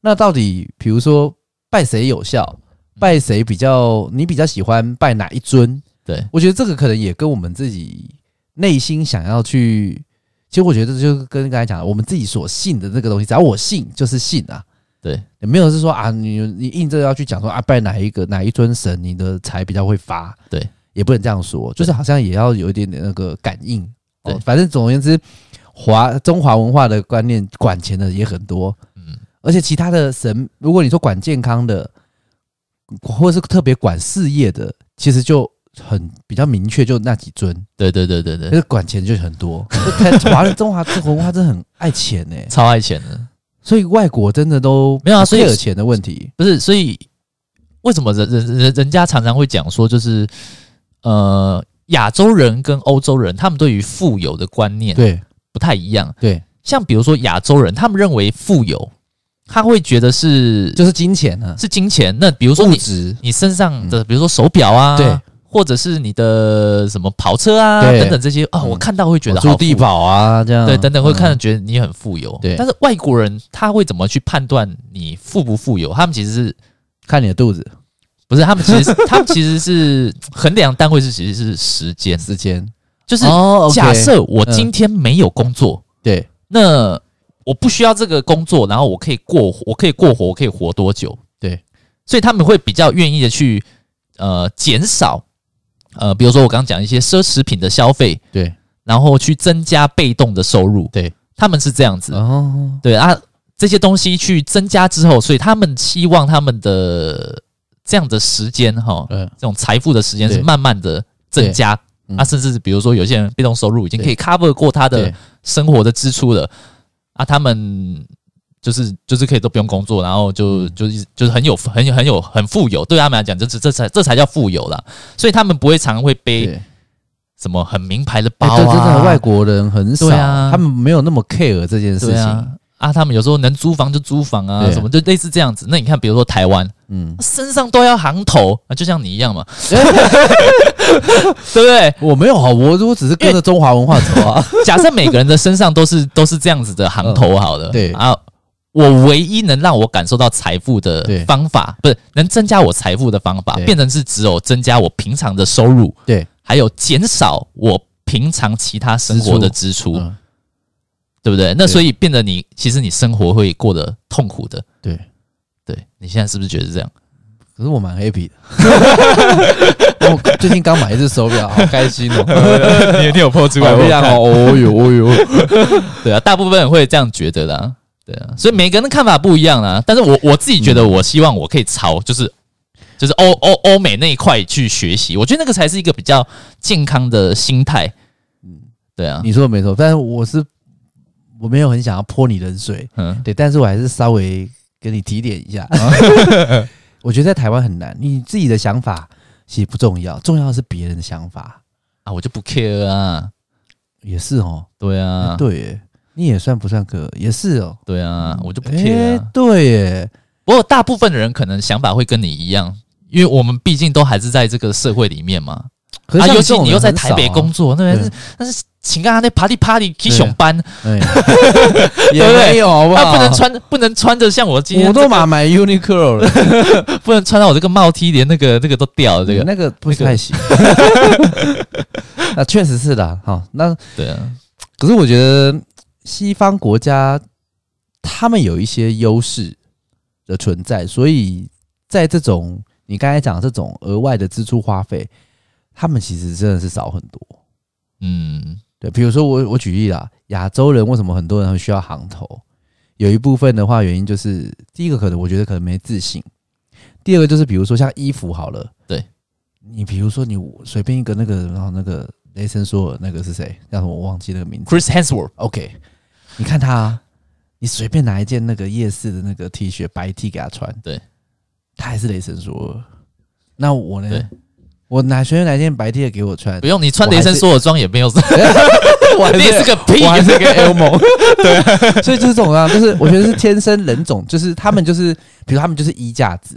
[SPEAKER 2] 那到底比如说拜谁有效？
[SPEAKER 1] 嗯
[SPEAKER 2] 拜谁比较你比较喜欢拜哪一尊？
[SPEAKER 1] 对
[SPEAKER 2] 我觉得这个可能也跟我们自己内心想要去，其实我觉得这就是跟刚才讲的，我们自己所信的这个东西，只要我信就是信啊。
[SPEAKER 1] 对，
[SPEAKER 2] 也没有是说啊，你你硬着要去讲说啊，拜哪一个哪一尊神，你的财比较会发。
[SPEAKER 1] 对，
[SPEAKER 2] 也不能这样说，就是好像也要有一点点那个感应。
[SPEAKER 1] 对
[SPEAKER 2] 哦，反正总而言之，华中华文化的观念管钱的也很多，
[SPEAKER 1] 嗯，
[SPEAKER 2] 而且其他的神，如果你说管健康的，或者是特别管事业的，其实就很比较明确，就那几尊，
[SPEAKER 1] 对对对对对
[SPEAKER 2] 但是管钱就很 多。就台华人中华文化真的很爱钱呢、
[SPEAKER 1] 超爱钱的，
[SPEAKER 2] 所以外国真的都
[SPEAKER 1] 没有啊所以
[SPEAKER 2] 有钱的问题。
[SPEAKER 1] 不是？所以为什么人人人人家常常会讲说，就是呃，亚洲人跟欧洲人他们对于富有的观念
[SPEAKER 2] 对
[SPEAKER 1] 不太一样。
[SPEAKER 2] 对，
[SPEAKER 1] 像比如说亚洲人，他们认为富有，他会觉得是
[SPEAKER 2] 就是金钱啊，
[SPEAKER 1] 是金钱。那比如说
[SPEAKER 2] 物
[SPEAKER 1] 你
[SPEAKER 2] 质，
[SPEAKER 1] 你身上的，比如说手表啊，
[SPEAKER 2] 嗯对，
[SPEAKER 1] 或者是你的什么跑车啊
[SPEAKER 2] 对
[SPEAKER 1] 等等这些啊，
[SPEAKER 2] 嗯
[SPEAKER 1] 我看到会觉得好
[SPEAKER 2] 住
[SPEAKER 1] 富
[SPEAKER 2] 地堡啊，这样
[SPEAKER 1] 对，等等会看
[SPEAKER 2] 嗯
[SPEAKER 1] 着觉得你很富有。
[SPEAKER 2] 对
[SPEAKER 1] 但是外国人他会怎么去判断你富不富有？他们其实是
[SPEAKER 2] 看你的肚子，
[SPEAKER 1] 不是他们其 实他们其实是衡量单位是其实是时间，
[SPEAKER 2] 时间
[SPEAKER 1] 就是
[SPEAKER 2] 哦，OK
[SPEAKER 1] 假设我今天没有工作，
[SPEAKER 2] 对
[SPEAKER 1] 那我不需要这个工作，然后我可以过活，我可以过活，我可以活多久？
[SPEAKER 2] 对，
[SPEAKER 1] 所以他们会比较愿意的去呃减少呃，比如说我刚刚讲一些奢侈品的消费，
[SPEAKER 2] 对，
[SPEAKER 1] 然后去增加被动的收入。
[SPEAKER 2] 对，
[SPEAKER 1] 他们是这样子。
[SPEAKER 2] 哦，
[SPEAKER 1] 对啊，这些东西去增加之后，所以他们希望他们的这样的时间哈，
[SPEAKER 2] 嗯，
[SPEAKER 1] 这种财富的时间是
[SPEAKER 2] 对
[SPEAKER 1] 慢慢的增加。
[SPEAKER 2] 嗯
[SPEAKER 1] 啊，甚至是比如说，有些人被动收入已经可以
[SPEAKER 2] 对
[SPEAKER 1] cover 过他的
[SPEAKER 2] 对
[SPEAKER 1] 生活的支出了，啊，他们就是就是可以都不用工作，然后
[SPEAKER 2] 嗯
[SPEAKER 1] 就就是就是很有很有很有很富有，对他们来讲，这这这才这才叫富有啦。所以他们不会常会背
[SPEAKER 2] 对，
[SPEAKER 1] 什么很名牌的包
[SPEAKER 2] 哎
[SPEAKER 1] 啊，
[SPEAKER 2] 对，真的外国人很少，
[SPEAKER 1] 对啊
[SPEAKER 2] 他们没有那么 care 这件事
[SPEAKER 1] 对
[SPEAKER 2] 情。
[SPEAKER 1] 啊啊，他们有时候能租房就租房啊，
[SPEAKER 2] 对
[SPEAKER 1] 什么就类似这样子。那你看，比如说台湾，
[SPEAKER 2] 嗯，
[SPEAKER 1] 身上都要行头啊，就像你一样嘛， 对不对？
[SPEAKER 2] 我没有啊，我我只是跟着中华文化走啊。
[SPEAKER 1] 假设每个人的身上都是 都是这样子的行头好了，
[SPEAKER 2] 对
[SPEAKER 1] 啊，我唯一能让我感受到财富的
[SPEAKER 2] 对
[SPEAKER 1] 方法，不是能增加我财富的方法，
[SPEAKER 2] 对
[SPEAKER 1] 变成是只有增加我平常的收入，
[SPEAKER 2] 对，
[SPEAKER 1] 还有减少我平常其他生活的支出，
[SPEAKER 2] 嗯
[SPEAKER 1] 对不对？那
[SPEAKER 2] 对
[SPEAKER 1] 所以变得你其实你生活会过得痛苦的，
[SPEAKER 2] 对，
[SPEAKER 1] 对你现在是不是觉得是这样？
[SPEAKER 2] 可是我蛮 happy 的。 我最近刚买一只手 表，好开心 哦！
[SPEAKER 1] 你你有破出
[SPEAKER 2] 不一样哦，哦哟哦哟，
[SPEAKER 1] 对啊，大部分人会这样觉得啦。对啊，所以每个人的看法不一样啦。但是我我自己觉
[SPEAKER 2] 嗯
[SPEAKER 1] 得，我希望我可以朝就是就是欧欧欧美那一块去学习，我觉得那个才是一个比较健康的心态。对啊，
[SPEAKER 2] 嗯你说的没错，但是我是我没有很想要泼你冷水，
[SPEAKER 1] 嗯，
[SPEAKER 2] 对，但是我还是稍微跟你提点 一下。我觉得在台湾很难，你自己的想法其实不重要，重要的是别人的想法。
[SPEAKER 1] 啊，我就不 care 啊。
[SPEAKER 2] 也是哦，
[SPEAKER 1] 对
[SPEAKER 2] 哎
[SPEAKER 1] 啊，
[SPEAKER 2] 对耶，你也算不算个，也是哦。
[SPEAKER 1] 对啊，我就不
[SPEAKER 2] 哎
[SPEAKER 1] care 啊。
[SPEAKER 2] 对耶，
[SPEAKER 1] 不过大部分的人可能想法会跟你一样，因为我们毕竟都还是在这个社会里面嘛。
[SPEAKER 2] 可
[SPEAKER 1] 啊，尤
[SPEAKER 2] 是像这
[SPEAKER 1] 其
[SPEAKER 2] 种
[SPEAKER 1] 你
[SPEAKER 2] 人
[SPEAKER 1] 又在
[SPEAKER 2] 很
[SPEAKER 1] 台
[SPEAKER 2] 少
[SPEAKER 1] 北
[SPEAKER 2] 啊
[SPEAKER 1] 工，作，那
[SPEAKER 2] 对
[SPEAKER 1] 是那是请啊，那 party party 去上班，
[SPEAKER 2] 哎
[SPEAKER 1] 对
[SPEAKER 2] 也
[SPEAKER 1] 不对
[SPEAKER 2] 没有好不
[SPEAKER 1] 啊，
[SPEAKER 2] 好？
[SPEAKER 1] 不能，穿不能穿着像我今天
[SPEAKER 2] 我
[SPEAKER 1] 这个
[SPEAKER 2] 都买买 Uniqlo 了，
[SPEAKER 1] 不能穿到我这个帽 T，连那个那个都掉了。这个
[SPEAKER 2] 那个不
[SPEAKER 1] 那个
[SPEAKER 2] 太 行。 那确实是的，好，那
[SPEAKER 1] 对啊，
[SPEAKER 2] 可是我觉得西方国家他们有一些优势的存在，所以在这种你刚才讲的这种额外的支出花费，他们其实真的是少很多。
[SPEAKER 1] 嗯，
[SPEAKER 2] 对，比如说我我举例啦，亚洲人为什么很多人会需要行头？有一部分的话，原因就是第一个可能我觉得可能没自信，第二个就是比如说像衣服好了，
[SPEAKER 1] 对，
[SPEAKER 2] 你比如说你随便一个那个，然后那个雷神索尔那个是谁？叫什么？我忘记那个名字。
[SPEAKER 1] Chris Hemsworth，
[SPEAKER 2] OK，你看他、啊，你随便拿一件那个夜市的那个 T 恤白 T 给他穿，
[SPEAKER 1] 对，
[SPEAKER 2] 他还是雷神索尔。那我
[SPEAKER 1] 对
[SPEAKER 2] 呢？我拿随便拿一件白 T 的给我穿
[SPEAKER 1] 不，用你穿雷神索尔装也没有，
[SPEAKER 2] 我还
[SPEAKER 1] 你也是个屁
[SPEAKER 2] 我，还是个 L 萌， 对，所以就是这种啊，就是我觉得是天生人种，就是他们就是，比如他们就是衣架子。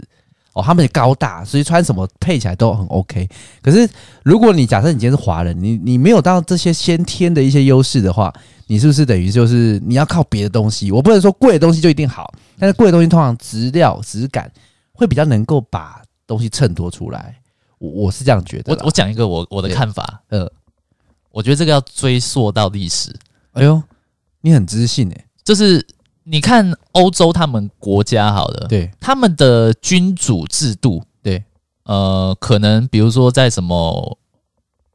[SPEAKER 2] 哦，他们也高大，所以穿什么配起来都很 OK。可是，如果你假设你今天是华人，你你没有到这些先天的一些优势的话，你是不是等于就是你要靠别的东西？我不能说贵的东西就一定好，但是贵的东西通常质料、质感会比较能够把东西衬托出来。我我是这样觉得
[SPEAKER 1] 我
[SPEAKER 2] 啦。
[SPEAKER 1] 我讲一个我我的看法，
[SPEAKER 2] 我呃，
[SPEAKER 1] 我觉得这个要追溯到历史，
[SPEAKER 2] 哎呦，你很知性哎、
[SPEAKER 1] 就是你看欧洲他们国家好了，
[SPEAKER 2] 对
[SPEAKER 1] 他们的君主制度，
[SPEAKER 2] 对，
[SPEAKER 1] 呃，可能比如说在什么。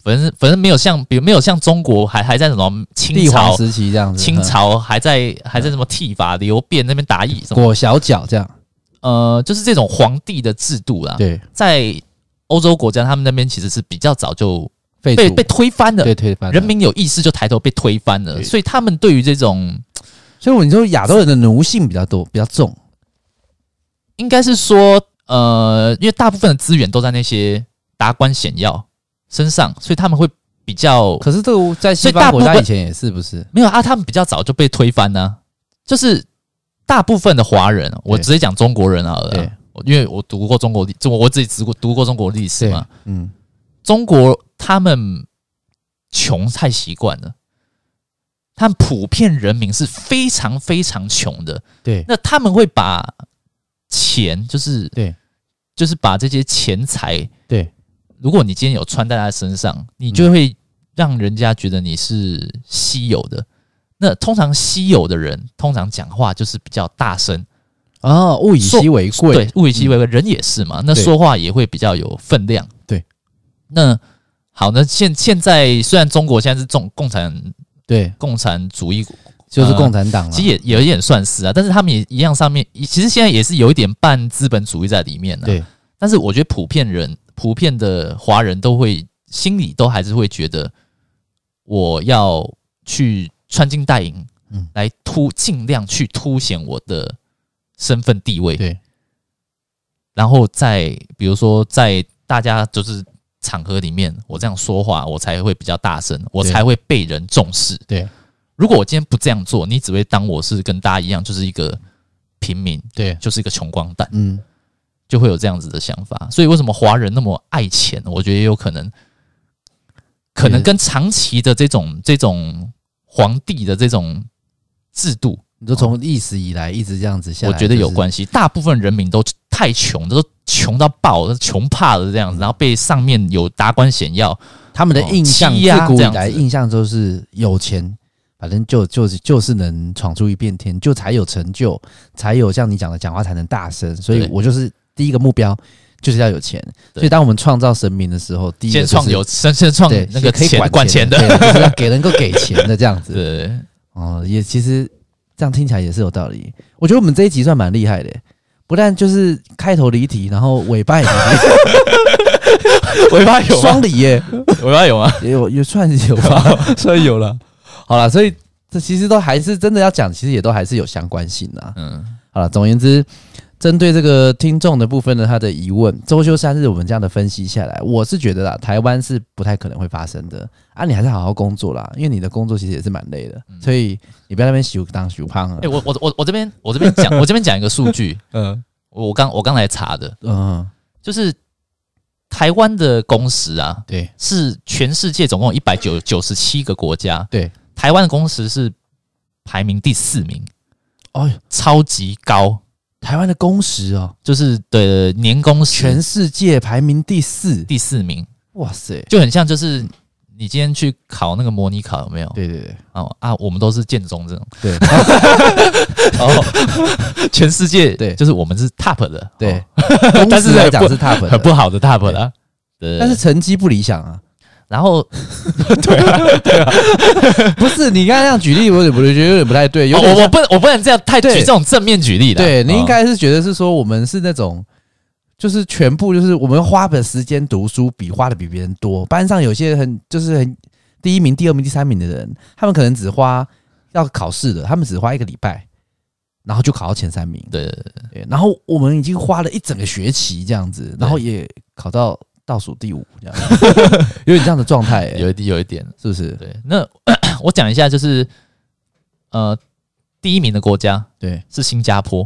[SPEAKER 1] 反正反正没有像，比如没有像中国还还在什么清
[SPEAKER 2] 帝皇
[SPEAKER 1] 朝，啊
[SPEAKER 2] 时期这样子，
[SPEAKER 1] 清
[SPEAKER 2] 嗯
[SPEAKER 1] 朝还在还在什么剃发流变那边打义什么，
[SPEAKER 2] 裹小脚这样，
[SPEAKER 1] 呃，就是这种皇帝的制度啦。
[SPEAKER 2] 对，
[SPEAKER 1] 在欧洲国家，他们那边其实是比较早就
[SPEAKER 2] 废
[SPEAKER 1] 被
[SPEAKER 2] 除
[SPEAKER 1] 被推翻的
[SPEAKER 2] 对，推翻了
[SPEAKER 1] 人，民有意识就抬头被推翻了，
[SPEAKER 2] 对
[SPEAKER 1] 所以他们对于这种
[SPEAKER 2] 所以我你说亚洲人的奴性比较多，比较重，
[SPEAKER 1] 应该是说，呃，因为大部分的资源都在那些达官显要身上，所以他们会比较
[SPEAKER 2] 可是这个在西
[SPEAKER 1] 所以大
[SPEAKER 2] 方
[SPEAKER 1] 部
[SPEAKER 2] 国家
[SPEAKER 1] 分
[SPEAKER 2] 以前也是不是？
[SPEAKER 1] 没有啊，他们比较早就被推翻呢、就是大部分的华人，我直接讲中国人好了
[SPEAKER 2] 对
[SPEAKER 1] 啊，我因为我读过中国历，我我自己读过读过中国历史嘛，
[SPEAKER 2] 嗯，
[SPEAKER 1] 中国他们穷太习惯了，他们普遍人民是非常非常穷的，
[SPEAKER 2] 对
[SPEAKER 1] 那他们会把钱就是
[SPEAKER 2] 对
[SPEAKER 1] 就是把这些钱财，
[SPEAKER 2] 对，
[SPEAKER 1] 如果你今天有穿在他身上，你就会让人家觉得你是稀有的。那通常稀有的人，通常讲话就是比较大声，哦
[SPEAKER 2] 啊，物以稀为贵，
[SPEAKER 1] 对，物以稀为贵，人也是嘛，那
[SPEAKER 2] 对
[SPEAKER 1] 说话也会比较有分量。
[SPEAKER 2] 对，
[SPEAKER 1] 那好，那现现在虽然中国现在是共共产
[SPEAKER 2] 对，
[SPEAKER 1] 共产主义国，
[SPEAKER 2] 就是共产党啊，
[SPEAKER 1] 其实也也有一点算是啊，但是他们也一样上面，其实现在也是有一点半资本主义在里面的、啊
[SPEAKER 2] 对，
[SPEAKER 1] 但是我觉得普遍人、普遍的华人都会心里都还是会觉得，我要去穿金戴银，
[SPEAKER 2] 嗯
[SPEAKER 1] 来突尽量去凸显我的身份地位，
[SPEAKER 2] 对，
[SPEAKER 1] 然后在比如说在大家就是场合里面，我这样说话，我才会比较大声，我
[SPEAKER 2] 对
[SPEAKER 1] 才会被人重视。
[SPEAKER 2] 对，
[SPEAKER 1] 如果我今天不这样做，你只会当我是跟大家一样，就是一个平民，
[SPEAKER 2] 对，
[SPEAKER 1] 就是一个穷光蛋。
[SPEAKER 2] 嗯，
[SPEAKER 1] 就会有这样子的想法。所以为什么华人那么爱钱？我觉得也有可能，可能跟长期的这种这种皇帝的这种制度，
[SPEAKER 2] 你就从历史以来一直这样子下
[SPEAKER 1] 我
[SPEAKER 2] 来，
[SPEAKER 1] 觉得有
[SPEAKER 2] 就是，
[SPEAKER 1] 关系。大部分人民都太穷，都穷到爆，都穷怕了这样子，然后被上面有达官显要，
[SPEAKER 2] 他们的印象
[SPEAKER 1] 哦欺压
[SPEAKER 2] 自古以
[SPEAKER 1] 这
[SPEAKER 2] 来
[SPEAKER 1] 样子
[SPEAKER 2] 印象都是有钱。反正就就是就是能闯出一片天，就才有成就，才有像你讲的讲话才能大声。所以
[SPEAKER 1] 对
[SPEAKER 2] 我就是第一个目标就是要有钱。
[SPEAKER 1] 对
[SPEAKER 2] 所以当我们创造神明的时候，第一个
[SPEAKER 1] 先
[SPEAKER 2] 就是
[SPEAKER 1] 创有 先先创
[SPEAKER 2] 对
[SPEAKER 1] 那个
[SPEAKER 2] 可以
[SPEAKER 1] 钱管钱
[SPEAKER 2] 的，
[SPEAKER 1] 的，
[SPEAKER 2] 对就是要给能够给钱的这样子。
[SPEAKER 1] 对。
[SPEAKER 2] 哦，也其实这样听起来也是有道理。我觉得我们这一集算蛮厉害的，不但就是开头离题，然后尾巴也离 题
[SPEAKER 1] 尾巴有吗
[SPEAKER 2] 双？离耶，
[SPEAKER 1] 尾巴有吗？
[SPEAKER 2] 也有也算是有吧， 算有了。好了，所以这其实都还是真的要讲，其实也都还是有相关性的。
[SPEAKER 1] 嗯，
[SPEAKER 2] 好了，总而言之，针对这个听众的部分呢，他的疑问，周休三日我们这样的分析下来，我是觉得啦，台湾是不太可能会发生的啊。你还是好好工作啦，因为你的工作其实也是蛮累的，所以你不要在那边修当修胖了 啊
[SPEAKER 1] 哎、。我我我我这边我这边 讲我这边讲一个数据，
[SPEAKER 2] 嗯
[SPEAKER 1] 我我刚我刚才查的，
[SPEAKER 2] 嗯，
[SPEAKER 1] 就是台湾的工时啊，
[SPEAKER 2] 对
[SPEAKER 1] 是全世界总共一百九九十七个国家，
[SPEAKER 2] 对，
[SPEAKER 1] 台湾的工时是排名第四名，
[SPEAKER 2] 哎呦，
[SPEAKER 1] 超级高，
[SPEAKER 2] 台湾的工时哦，
[SPEAKER 1] 就是的年工时
[SPEAKER 2] 全世界排名第四，
[SPEAKER 1] 第四名，
[SPEAKER 2] 哇塞！
[SPEAKER 1] 就很像就是。你今天去考那个模拟考有没有？
[SPEAKER 2] 对对对
[SPEAKER 1] 哦啊，我们都是建中这种，
[SPEAKER 2] 对，
[SPEAKER 1] 哦， 全世界
[SPEAKER 2] 对
[SPEAKER 1] 就是我们是 top 的，
[SPEAKER 2] 对
[SPEAKER 1] 哦，
[SPEAKER 2] 工
[SPEAKER 1] 但是
[SPEAKER 2] 时来讲
[SPEAKER 1] 不
[SPEAKER 2] 是 top 的
[SPEAKER 1] 很不好的 top 啦。对
[SPEAKER 2] 但是成绩不理想啊。
[SPEAKER 1] 然后
[SPEAKER 2] 不是，你刚才那样举例，我有点不对，觉得有点不太对。有
[SPEAKER 1] 哦
[SPEAKER 2] 点
[SPEAKER 1] 我我不能我不能这样太举
[SPEAKER 2] 对
[SPEAKER 1] 这种正面举例的，
[SPEAKER 2] 对你
[SPEAKER 1] 哦
[SPEAKER 2] 应该是觉得是说我们是那种，就是全部就是我们花的时间读书比花的比别人多。班上有些很就是很第一名、第二名、第三名的人，他们可能只花要考试的，他们只花一个礼拜，然后就考到前三名。
[SPEAKER 1] 对
[SPEAKER 2] 对，然后我们已经花了一整个学期这样子，然后也考到倒数第五这 样子，有点这样的状态、欸，
[SPEAKER 1] 有一点有一点，
[SPEAKER 2] 是不是？
[SPEAKER 1] 对。那 我讲一下，就是呃，第一名的国家
[SPEAKER 2] 对，
[SPEAKER 1] 是新加坡，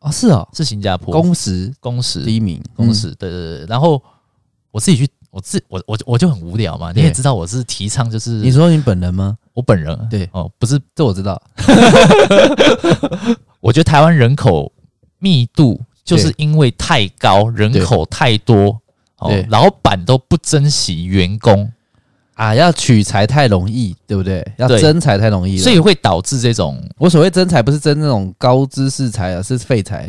[SPEAKER 2] 哦，是哦，
[SPEAKER 1] 是新加坡
[SPEAKER 2] 工时
[SPEAKER 1] 工时
[SPEAKER 2] 第一嗯名，
[SPEAKER 1] 工时，对对对。然后我自己去，我自我我我就很无聊嘛，你
[SPEAKER 2] 对
[SPEAKER 1] 也知道我是提倡就
[SPEAKER 2] 嗯。
[SPEAKER 1] 是
[SPEAKER 2] 你说你本人吗？
[SPEAKER 1] 我本人
[SPEAKER 2] 对
[SPEAKER 1] 哦，不是，
[SPEAKER 2] 这我知道，
[SPEAKER 1] 我觉得台湾人口密度就是因为太高，人
[SPEAKER 2] 对
[SPEAKER 1] 口太多。哦
[SPEAKER 2] 对，
[SPEAKER 1] 老板都不珍惜员工，
[SPEAKER 2] 啊，要取材太容易，对不对？要
[SPEAKER 1] 对
[SPEAKER 2] 真才太容易了。
[SPEAKER 1] 所以会导致这种
[SPEAKER 2] 我所谓真才，不是真那种高知识才啊，是废 材，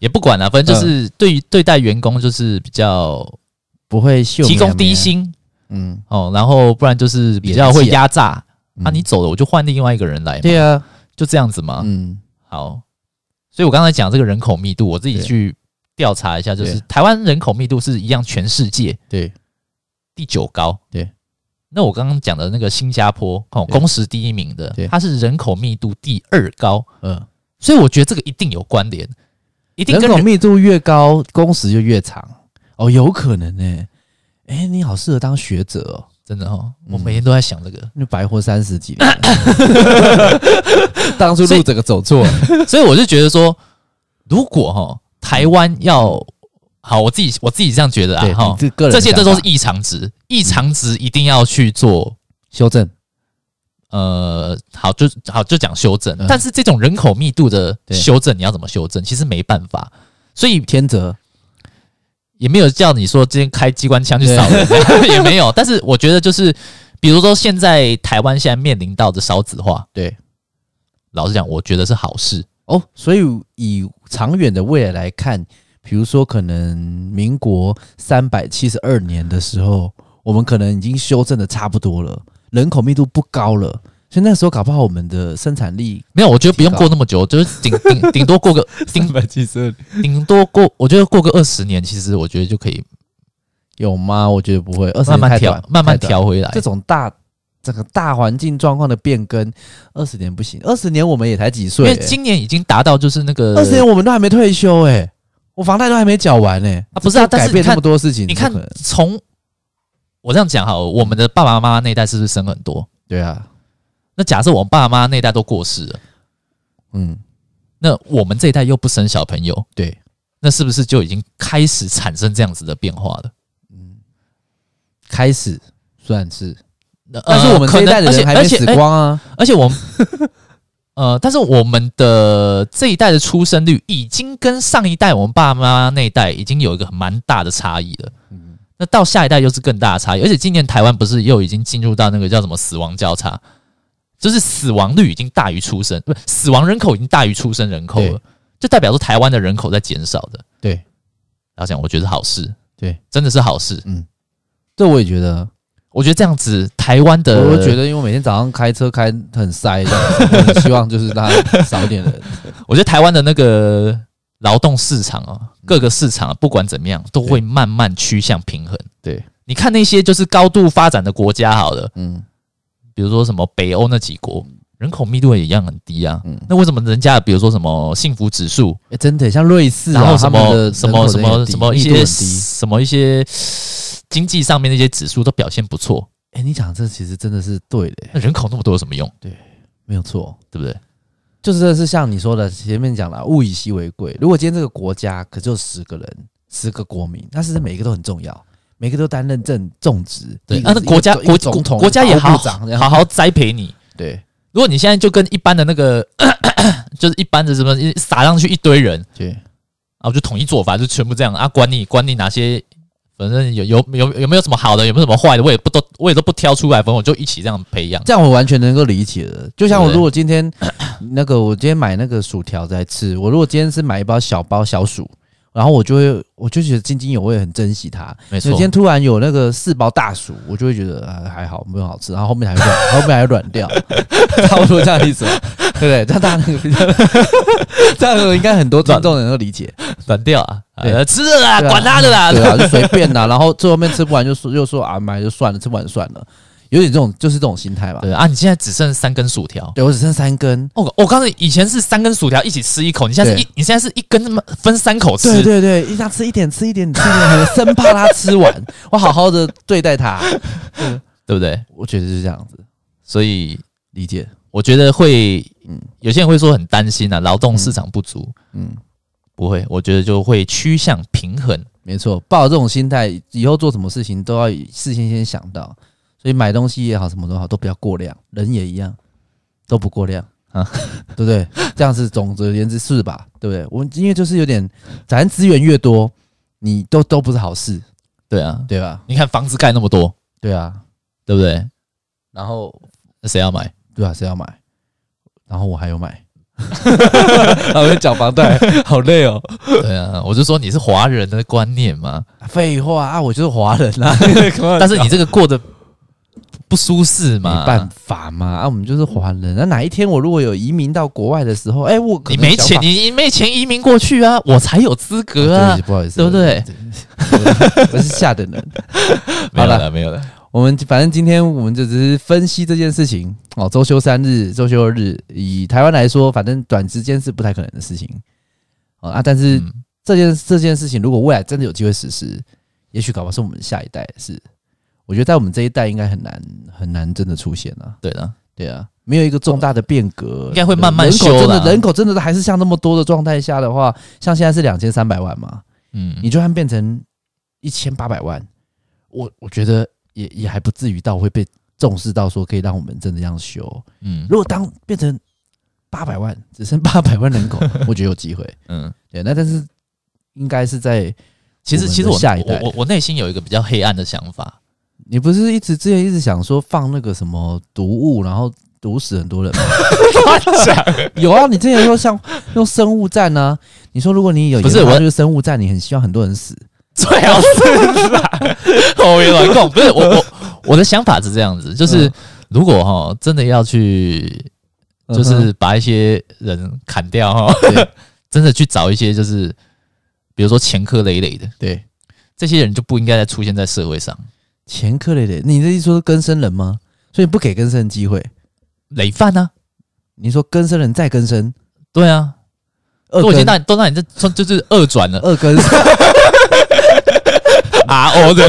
[SPEAKER 1] 也不管了、反正
[SPEAKER 2] 嗯
[SPEAKER 1] 就是对于对待员工就是比较
[SPEAKER 2] 不会秀。啊
[SPEAKER 1] 提供低，薪
[SPEAKER 2] 嗯，
[SPEAKER 1] 哦，然后不然就是比较会压榨
[SPEAKER 2] 嗯
[SPEAKER 1] 啊，你走了我就换另外一个人来嘛，
[SPEAKER 2] 对啊，
[SPEAKER 1] 就这样子嘛。
[SPEAKER 2] 嗯，
[SPEAKER 1] 好，所以我刚才讲这个人口密度，我自己
[SPEAKER 2] 对
[SPEAKER 1] 去调查一下，就是
[SPEAKER 2] 对
[SPEAKER 1] 台湾人口密度是一样全世界
[SPEAKER 2] 对，
[SPEAKER 1] 第九高。
[SPEAKER 2] 对，
[SPEAKER 1] 那我刚刚讲的那个新加坡哦，
[SPEAKER 2] 对
[SPEAKER 1] 工时第一名的
[SPEAKER 2] 对，
[SPEAKER 1] 它是人口密度第二高，
[SPEAKER 2] 嗯，
[SPEAKER 1] 所以我觉得这个一定有关联，一定
[SPEAKER 2] 人
[SPEAKER 1] 跟
[SPEAKER 2] 口
[SPEAKER 1] 人
[SPEAKER 2] 密度越高，工时就越长。哦，有可能呢、哎、你好适合当学者哦，
[SPEAKER 1] 真的哦，我
[SPEAKER 2] 嗯
[SPEAKER 1] 每天都在想这个。
[SPEAKER 2] 你白活三十几 年了，当初
[SPEAKER 1] 所以
[SPEAKER 2] 路整个走错了。
[SPEAKER 1] 所以我就觉得说，如果哈台湾要好，我自己我自己这样觉得啊
[SPEAKER 2] 对，
[SPEAKER 1] 哈
[SPEAKER 2] 你，这个人
[SPEAKER 1] 这
[SPEAKER 2] 的
[SPEAKER 1] 些这
[SPEAKER 2] 想
[SPEAKER 1] 都
[SPEAKER 2] 法
[SPEAKER 1] 是异常值，异常值一定要去做。
[SPEAKER 2] 修正，
[SPEAKER 1] 呃，好，就好就讲修正，
[SPEAKER 2] 嗯
[SPEAKER 1] 但是这种人口密度的
[SPEAKER 2] 对
[SPEAKER 1] 修正，你要怎么修正？其实没办法，所以
[SPEAKER 2] 天择
[SPEAKER 1] 也没有叫你说今天开机关枪去扫人， 也没有。但是我觉得就是，比如说现在台湾现在面临到的少子化，
[SPEAKER 2] 对
[SPEAKER 1] 老实讲，我觉得是好事。
[SPEAKER 2] 哦，所以以长远的未来来看，比如说可能民国三百七十二年的时候，我们可能已经修正的差不多了，人口密度不高了，所以那时候搞不好我们的生产 力
[SPEAKER 1] 没有，我觉得不用过那么久，就是顶顶 顶多过个顶
[SPEAKER 2] 百七十二
[SPEAKER 1] 顶多过，我觉得过个二十年，其实我觉得就可以
[SPEAKER 2] 有吗？我觉得不会，二十
[SPEAKER 1] 慢
[SPEAKER 2] 年
[SPEAKER 1] 慢
[SPEAKER 2] 太
[SPEAKER 1] 调
[SPEAKER 2] 短，
[SPEAKER 1] 慢慢
[SPEAKER 2] 太短
[SPEAKER 1] 调回来
[SPEAKER 2] 这。种大整个大环境状况的变更，二十年不行，二十年我们也才几
[SPEAKER 1] 因
[SPEAKER 2] 岁、
[SPEAKER 1] 为
[SPEAKER 2] 欸，
[SPEAKER 1] 今年已经达到就是那个
[SPEAKER 2] 二十年我们都还没退休哎、我房贷都还没缴完呢、
[SPEAKER 1] 啊，不是啊，
[SPEAKER 2] 这
[SPEAKER 1] 但
[SPEAKER 2] 改
[SPEAKER 1] 是你
[SPEAKER 2] 变那
[SPEAKER 1] 看
[SPEAKER 2] 么多事情，
[SPEAKER 1] 你看
[SPEAKER 2] 怎么可能，
[SPEAKER 1] 从我这样讲哈，我们的爸爸妈妈那一代是不是生很多？
[SPEAKER 2] 对啊，
[SPEAKER 1] 那假设我们爸爸妈妈那一代都过世了，
[SPEAKER 2] 嗯，
[SPEAKER 1] 那我们这一代又不生小朋友，
[SPEAKER 2] 对，
[SPEAKER 1] 那是不是就已经开始产生这样子的变化了？
[SPEAKER 2] 开始算是，
[SPEAKER 1] 那
[SPEAKER 2] 但是我们
[SPEAKER 1] 呃
[SPEAKER 2] 这一代的
[SPEAKER 1] 可
[SPEAKER 2] 人
[SPEAKER 1] 能
[SPEAKER 2] 还
[SPEAKER 1] 而
[SPEAKER 2] 没
[SPEAKER 1] 且
[SPEAKER 2] 死
[SPEAKER 1] 而且
[SPEAKER 2] 光啊，
[SPEAKER 1] 哎而且我们 呃，但是我们的这一代的出生率已经跟上一代我们爸妈妈那一代已经有一个蛮大的差异了。
[SPEAKER 2] 嗯
[SPEAKER 1] 那到下一代又是更大的差异，而且今年台湾不是又已经进入到那个叫什么死亡交叉，就是死亡率已经大于出生，不是死亡人口已经大于出生人口了
[SPEAKER 2] 对，
[SPEAKER 1] 就代表说台湾的人口在减少的。
[SPEAKER 2] 对，
[SPEAKER 1] 老实讲我觉得是好事，
[SPEAKER 2] 对，
[SPEAKER 1] 真的是好事。
[SPEAKER 2] 这我也觉得，
[SPEAKER 1] 我觉得这样子台湾的，
[SPEAKER 2] 我就觉，得，因为我每天早上开车开很塞的，我很希望就是大家少一 点人，
[SPEAKER 1] 我觉得台湾的那个劳动市场啊，
[SPEAKER 2] 嗯
[SPEAKER 1] 各个市场、啊、不管怎么样都会慢慢趋向平衡。
[SPEAKER 2] 对，
[SPEAKER 1] 你看那些就是高度发展的国家好了。
[SPEAKER 2] 嗯，
[SPEAKER 1] 比如说什么北欧那几国，人口密度也一样很低啊。
[SPEAKER 2] 嗯
[SPEAKER 1] 那为什么人家比如说什么幸福指数，
[SPEAKER 2] 哎，真的像瑞士啊，
[SPEAKER 1] 然后什
[SPEAKER 2] 他们的
[SPEAKER 1] 么什么什
[SPEAKER 2] 人口
[SPEAKER 1] 么
[SPEAKER 2] 很低
[SPEAKER 1] 什么一
[SPEAKER 2] 密度
[SPEAKER 1] 些
[SPEAKER 2] 很低
[SPEAKER 1] 什么一些经济上面那些指数都表现不错，
[SPEAKER 2] 哎、你讲这其实真的是对的、
[SPEAKER 1] 那人口那么多有什么用？
[SPEAKER 2] 没有错，
[SPEAKER 1] 对不对？
[SPEAKER 2] 就是真的是像你说的前面讲了，物以稀为贵。如果今天这个国家可就十个人，十个国民，那是每一个都很重要，每个都担任正重职。
[SPEAKER 1] 对，
[SPEAKER 2] 一个
[SPEAKER 1] 啊，那
[SPEAKER 2] 一个
[SPEAKER 1] 国家
[SPEAKER 2] 总
[SPEAKER 1] 国
[SPEAKER 2] 一个总统
[SPEAKER 1] 国国家也好
[SPEAKER 2] 法务部长这样
[SPEAKER 1] 好好栽培你。
[SPEAKER 2] 对
[SPEAKER 1] 如果你现在就跟一般的那个， 就是一般的什么一撒上去一堆人
[SPEAKER 2] 对，
[SPEAKER 1] 啊，我就统一做法，就全部这样啊，管你管你哪些，反正有有有有没有什么好的，有没有什么坏的，我也不都我也都不挑出来，反正我就一起这样培 养。
[SPEAKER 2] 这样我完全能够理解的。就像我
[SPEAKER 1] 对
[SPEAKER 2] 如果今天 那个我今天买那个薯条在吃，我如果今天是买一包小包小薯。然后我就会，我就觉得津津有味，很珍惜它。
[SPEAKER 1] 没
[SPEAKER 2] 所以
[SPEAKER 1] 错
[SPEAKER 2] 今，天突然有那个四包大薯，我就会觉得、啊、还好，没有好吃，然后后面还软， 后面还软掉，差不多这样的意思吧，对不对？这样大家那个，这样应该很多听众能够理 解，
[SPEAKER 1] 软掉啊，
[SPEAKER 2] 对
[SPEAKER 1] 呃，吃了啦，
[SPEAKER 2] 对啊
[SPEAKER 1] 管他的啦，
[SPEAKER 2] 对啊，就随便啦，然后最后面吃不完就说又说啊买就算了，吃不完就算了，有点这种就是这种心 态吧。
[SPEAKER 1] 对啊，你现在只剩三根薯条。
[SPEAKER 2] 对，我只剩三根，
[SPEAKER 1] 哦，我刚才以前是三根薯条一起吃一口，你现在是
[SPEAKER 2] 对
[SPEAKER 1] 一，你现在是一根那么分三口吃，
[SPEAKER 2] 对对对，一下吃一点，吃一点，吃一点，很生怕他吃完，我好好的对待他，
[SPEAKER 1] 对不对？
[SPEAKER 2] 我觉得是这样子
[SPEAKER 1] 所以
[SPEAKER 2] 理解，
[SPEAKER 1] 我觉得会
[SPEAKER 2] 嗯，
[SPEAKER 1] 有些人会说很担心啊，劳动市场不足，
[SPEAKER 2] 嗯。
[SPEAKER 1] 不会，我觉得就会趋向平衡。
[SPEAKER 2] 没错，抱这种心态，以后做什么事情都要事先先想到，所以买东西也好，什么都好，都不要过量，人也一样，都不过量
[SPEAKER 1] 啊
[SPEAKER 2] 啊， 对不对？这样是总而言之是吧？对不对？我们因为就是有点，反正资源越多，你都都不是好事，
[SPEAKER 1] 对啊，
[SPEAKER 2] 对吧？
[SPEAKER 1] 你看房子盖那么多，
[SPEAKER 2] 对啊，
[SPEAKER 1] 对不对？
[SPEAKER 2] 然后
[SPEAKER 1] 那谁要买？
[SPEAKER 2] 对啊，谁要买？然后我还有买，然后缴房贷，好累哦。
[SPEAKER 1] 对啊，我就说你是华人的观念嘛，
[SPEAKER 2] 废话啊，我就是华人 啊，
[SPEAKER 1] 但是你这个过得不舒适嘛，
[SPEAKER 2] 没办法嘛，啊，我们就是华人。那哪一天我如果有移民到国外的时候，哎、我可
[SPEAKER 1] 你
[SPEAKER 2] 能
[SPEAKER 1] 没
[SPEAKER 2] 想
[SPEAKER 1] 钱，
[SPEAKER 2] 法哦
[SPEAKER 1] 你你没钱移民过去啊，我才有资格
[SPEAKER 2] 啊
[SPEAKER 1] 啊
[SPEAKER 2] 对不起，不好意思，
[SPEAKER 1] 对不对？
[SPEAKER 2] 我？我是下等人。
[SPEAKER 1] 没
[SPEAKER 2] 好
[SPEAKER 1] 有
[SPEAKER 2] 了
[SPEAKER 1] 了，没有了。
[SPEAKER 2] 我们反正今天我们就只是分析这件事情哦。周休三日、周休二日，以台湾来说，反正短时间是不太可能的事情哦、啊。但是
[SPEAKER 1] 嗯，
[SPEAKER 2] 这件这件事情，如果未来真的有机会实施，也许搞不好是我们下一代是。我觉得在我们这一代应该很难很难真的出现啊。
[SPEAKER 1] 对了，
[SPEAKER 2] 对啊，没有一个重大的变革，
[SPEAKER 1] 应该会慢慢
[SPEAKER 2] 人口真
[SPEAKER 1] 修啦
[SPEAKER 2] 的人口真的还是像那么多的状态下的话，像现在是两千三百万嘛，
[SPEAKER 1] 嗯，
[SPEAKER 2] 你就算变成一千八百万，我我觉得也也还不至于到会被重视到说可以让我们真的这样修。
[SPEAKER 1] 嗯
[SPEAKER 2] 如果当变成八百万， 只剩八百万人口，我觉得有机会。
[SPEAKER 1] 嗯，
[SPEAKER 2] 对，那但是应该是在
[SPEAKER 1] 其实，
[SPEAKER 2] 我们的
[SPEAKER 1] 其实我
[SPEAKER 2] 下一代
[SPEAKER 1] 我我我内心有一个比较黑暗的想法，
[SPEAKER 2] 你不是一直之前一直想说放那个什么毒物，然后毒死 很多人吗？ 有啊，你之前说像用生物战呢、你说如果你有
[SPEAKER 1] 不是
[SPEAKER 2] 研发
[SPEAKER 1] 我
[SPEAKER 2] 就是生物战，你很希望很多人死，
[SPEAKER 1] 最好是啦，
[SPEAKER 2] 啊
[SPEAKER 1] 我没乱讲，不是我我我的想法是这样子，就是、
[SPEAKER 2] 嗯
[SPEAKER 1] 如果哈真的要去，就
[SPEAKER 2] 嗯
[SPEAKER 1] 是
[SPEAKER 2] 哼
[SPEAKER 1] 把一些人砍掉哈， 真的去找一些就是比如说前科累累的
[SPEAKER 2] 对
[SPEAKER 1] 这些人就不应该再出现在社会上，
[SPEAKER 2] 前科累累。你的意思说是更生人吗？所以不给更生人机会，
[SPEAKER 1] 累犯啊，
[SPEAKER 2] 你说更生人再更生，
[SPEAKER 1] 对啊，
[SPEAKER 2] 二
[SPEAKER 1] 都已经
[SPEAKER 2] 更
[SPEAKER 1] 让都让你这就是二转了
[SPEAKER 2] 二 更
[SPEAKER 1] 啊，哦的，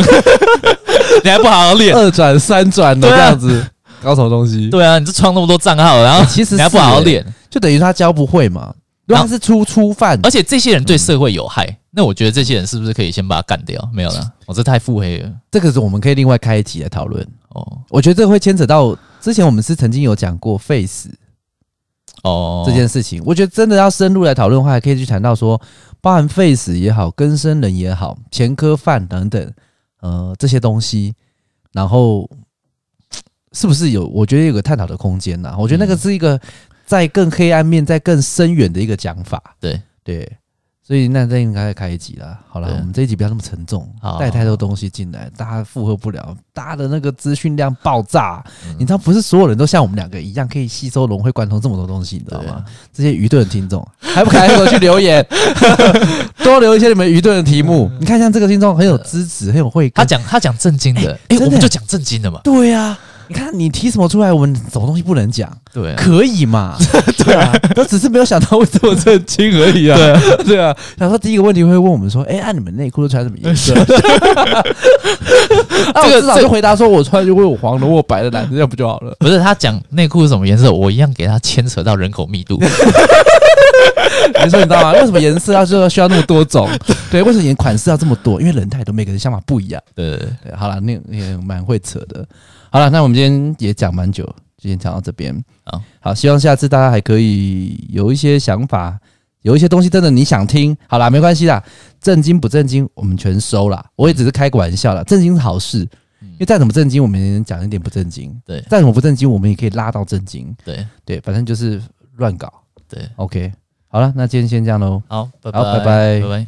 [SPEAKER 1] 你还不好好练，
[SPEAKER 2] 二转三转的
[SPEAKER 1] 对
[SPEAKER 2] 这
[SPEAKER 1] 啊
[SPEAKER 2] 样子，搞什么东西？
[SPEAKER 1] 对啊，你这创那么多账号，然后
[SPEAKER 2] 其实
[SPEAKER 1] 你还不好好
[SPEAKER 2] 是欸
[SPEAKER 1] 练，
[SPEAKER 2] 就等于他教不会嘛。如
[SPEAKER 1] 然后哎
[SPEAKER 2] 果他是初初犯，
[SPEAKER 1] 而且这些人对社会有害，那我觉得这些人是不是可以先把他干掉？没有啦，我、这太腹黑了
[SPEAKER 2] 这个是我们可以另外开一集来讨论。
[SPEAKER 1] 哦
[SPEAKER 2] 我觉得这会牵扯到之前我们是曾经有讲过 face
[SPEAKER 1] 哦，
[SPEAKER 2] 这件事情，我觉得真的要深入来讨论的话，还可以去谈到说，包含 face 也好，更生人也好，前科犯等等，呃，这些东西，然后是不是有？我觉得有个探讨的空间呐、我觉得那
[SPEAKER 1] 嗯
[SPEAKER 2] 个是一个在更黑暗面、在更深远的一个讲法。
[SPEAKER 1] 对
[SPEAKER 2] 对，所以那这应该开一集啦。好了，
[SPEAKER 1] 对啊
[SPEAKER 2] 我们这一集不要那么沉重
[SPEAKER 1] 好，
[SPEAKER 2] 带太多东西进来，大家负荷不了，大家的那个资讯量爆炸。
[SPEAKER 1] 嗯
[SPEAKER 2] 你知道，不是所有人都像我们两个一样可以吸收融会贯通这么多东西，你知道
[SPEAKER 1] 对啊
[SPEAKER 2] 吗？这些愚钝的听众还不赶快给我去 留言，多留一些你们愚钝的题目。你看，像这个听众很有资质，很有慧
[SPEAKER 1] 啊他啊
[SPEAKER 2] 根。
[SPEAKER 1] 讲他讲正经的，哎、
[SPEAKER 2] 真的
[SPEAKER 1] 我们就讲正经的嘛，
[SPEAKER 2] 对呀、你看你提什么出来，我们什么东西不能讲？
[SPEAKER 1] 对啊、
[SPEAKER 2] 可 以嘛？对啊，他只是没有想到会这么震惊而已啊。对啊，对啊。想说第一个问题会问我们说，哎、按、你们内裤都穿什么颜色？ 啊，我
[SPEAKER 1] 这个
[SPEAKER 2] 至少就回答说我穿就会有黄的，我有白的，蓝的，这样不就好了？
[SPEAKER 1] 不是他讲内裤是什么颜色，我一样给他牵扯到人口密度，
[SPEAKER 2] 没错，你知道吗？为什么颜色要就要需要那么多 种？对，为什么颜款式要这么多？因为人太多，每个人想法不一样。
[SPEAKER 1] 对，
[SPEAKER 2] 对，好了，那也蛮会扯的。好了，那我们今天也讲蛮久，就先讲到这边。
[SPEAKER 1] 好，
[SPEAKER 2] 好，希望下次大家还可以有一些想法，有一些东西真的你想听。好啦，没关系啦，正经不正经我们全收啦。我也只是开个玩笑啦，正经是好事，因为再怎么正经，我们也能讲一点不正经；
[SPEAKER 1] 嗯对
[SPEAKER 2] 再怎么不正经，我们也可以拉到正经。
[SPEAKER 1] 对
[SPEAKER 2] 对，反正就是乱搞。
[SPEAKER 1] 对，
[SPEAKER 2] OK，好了，那今天先这样喽。
[SPEAKER 1] 好，拜
[SPEAKER 2] 好拜拜
[SPEAKER 1] 拜拜。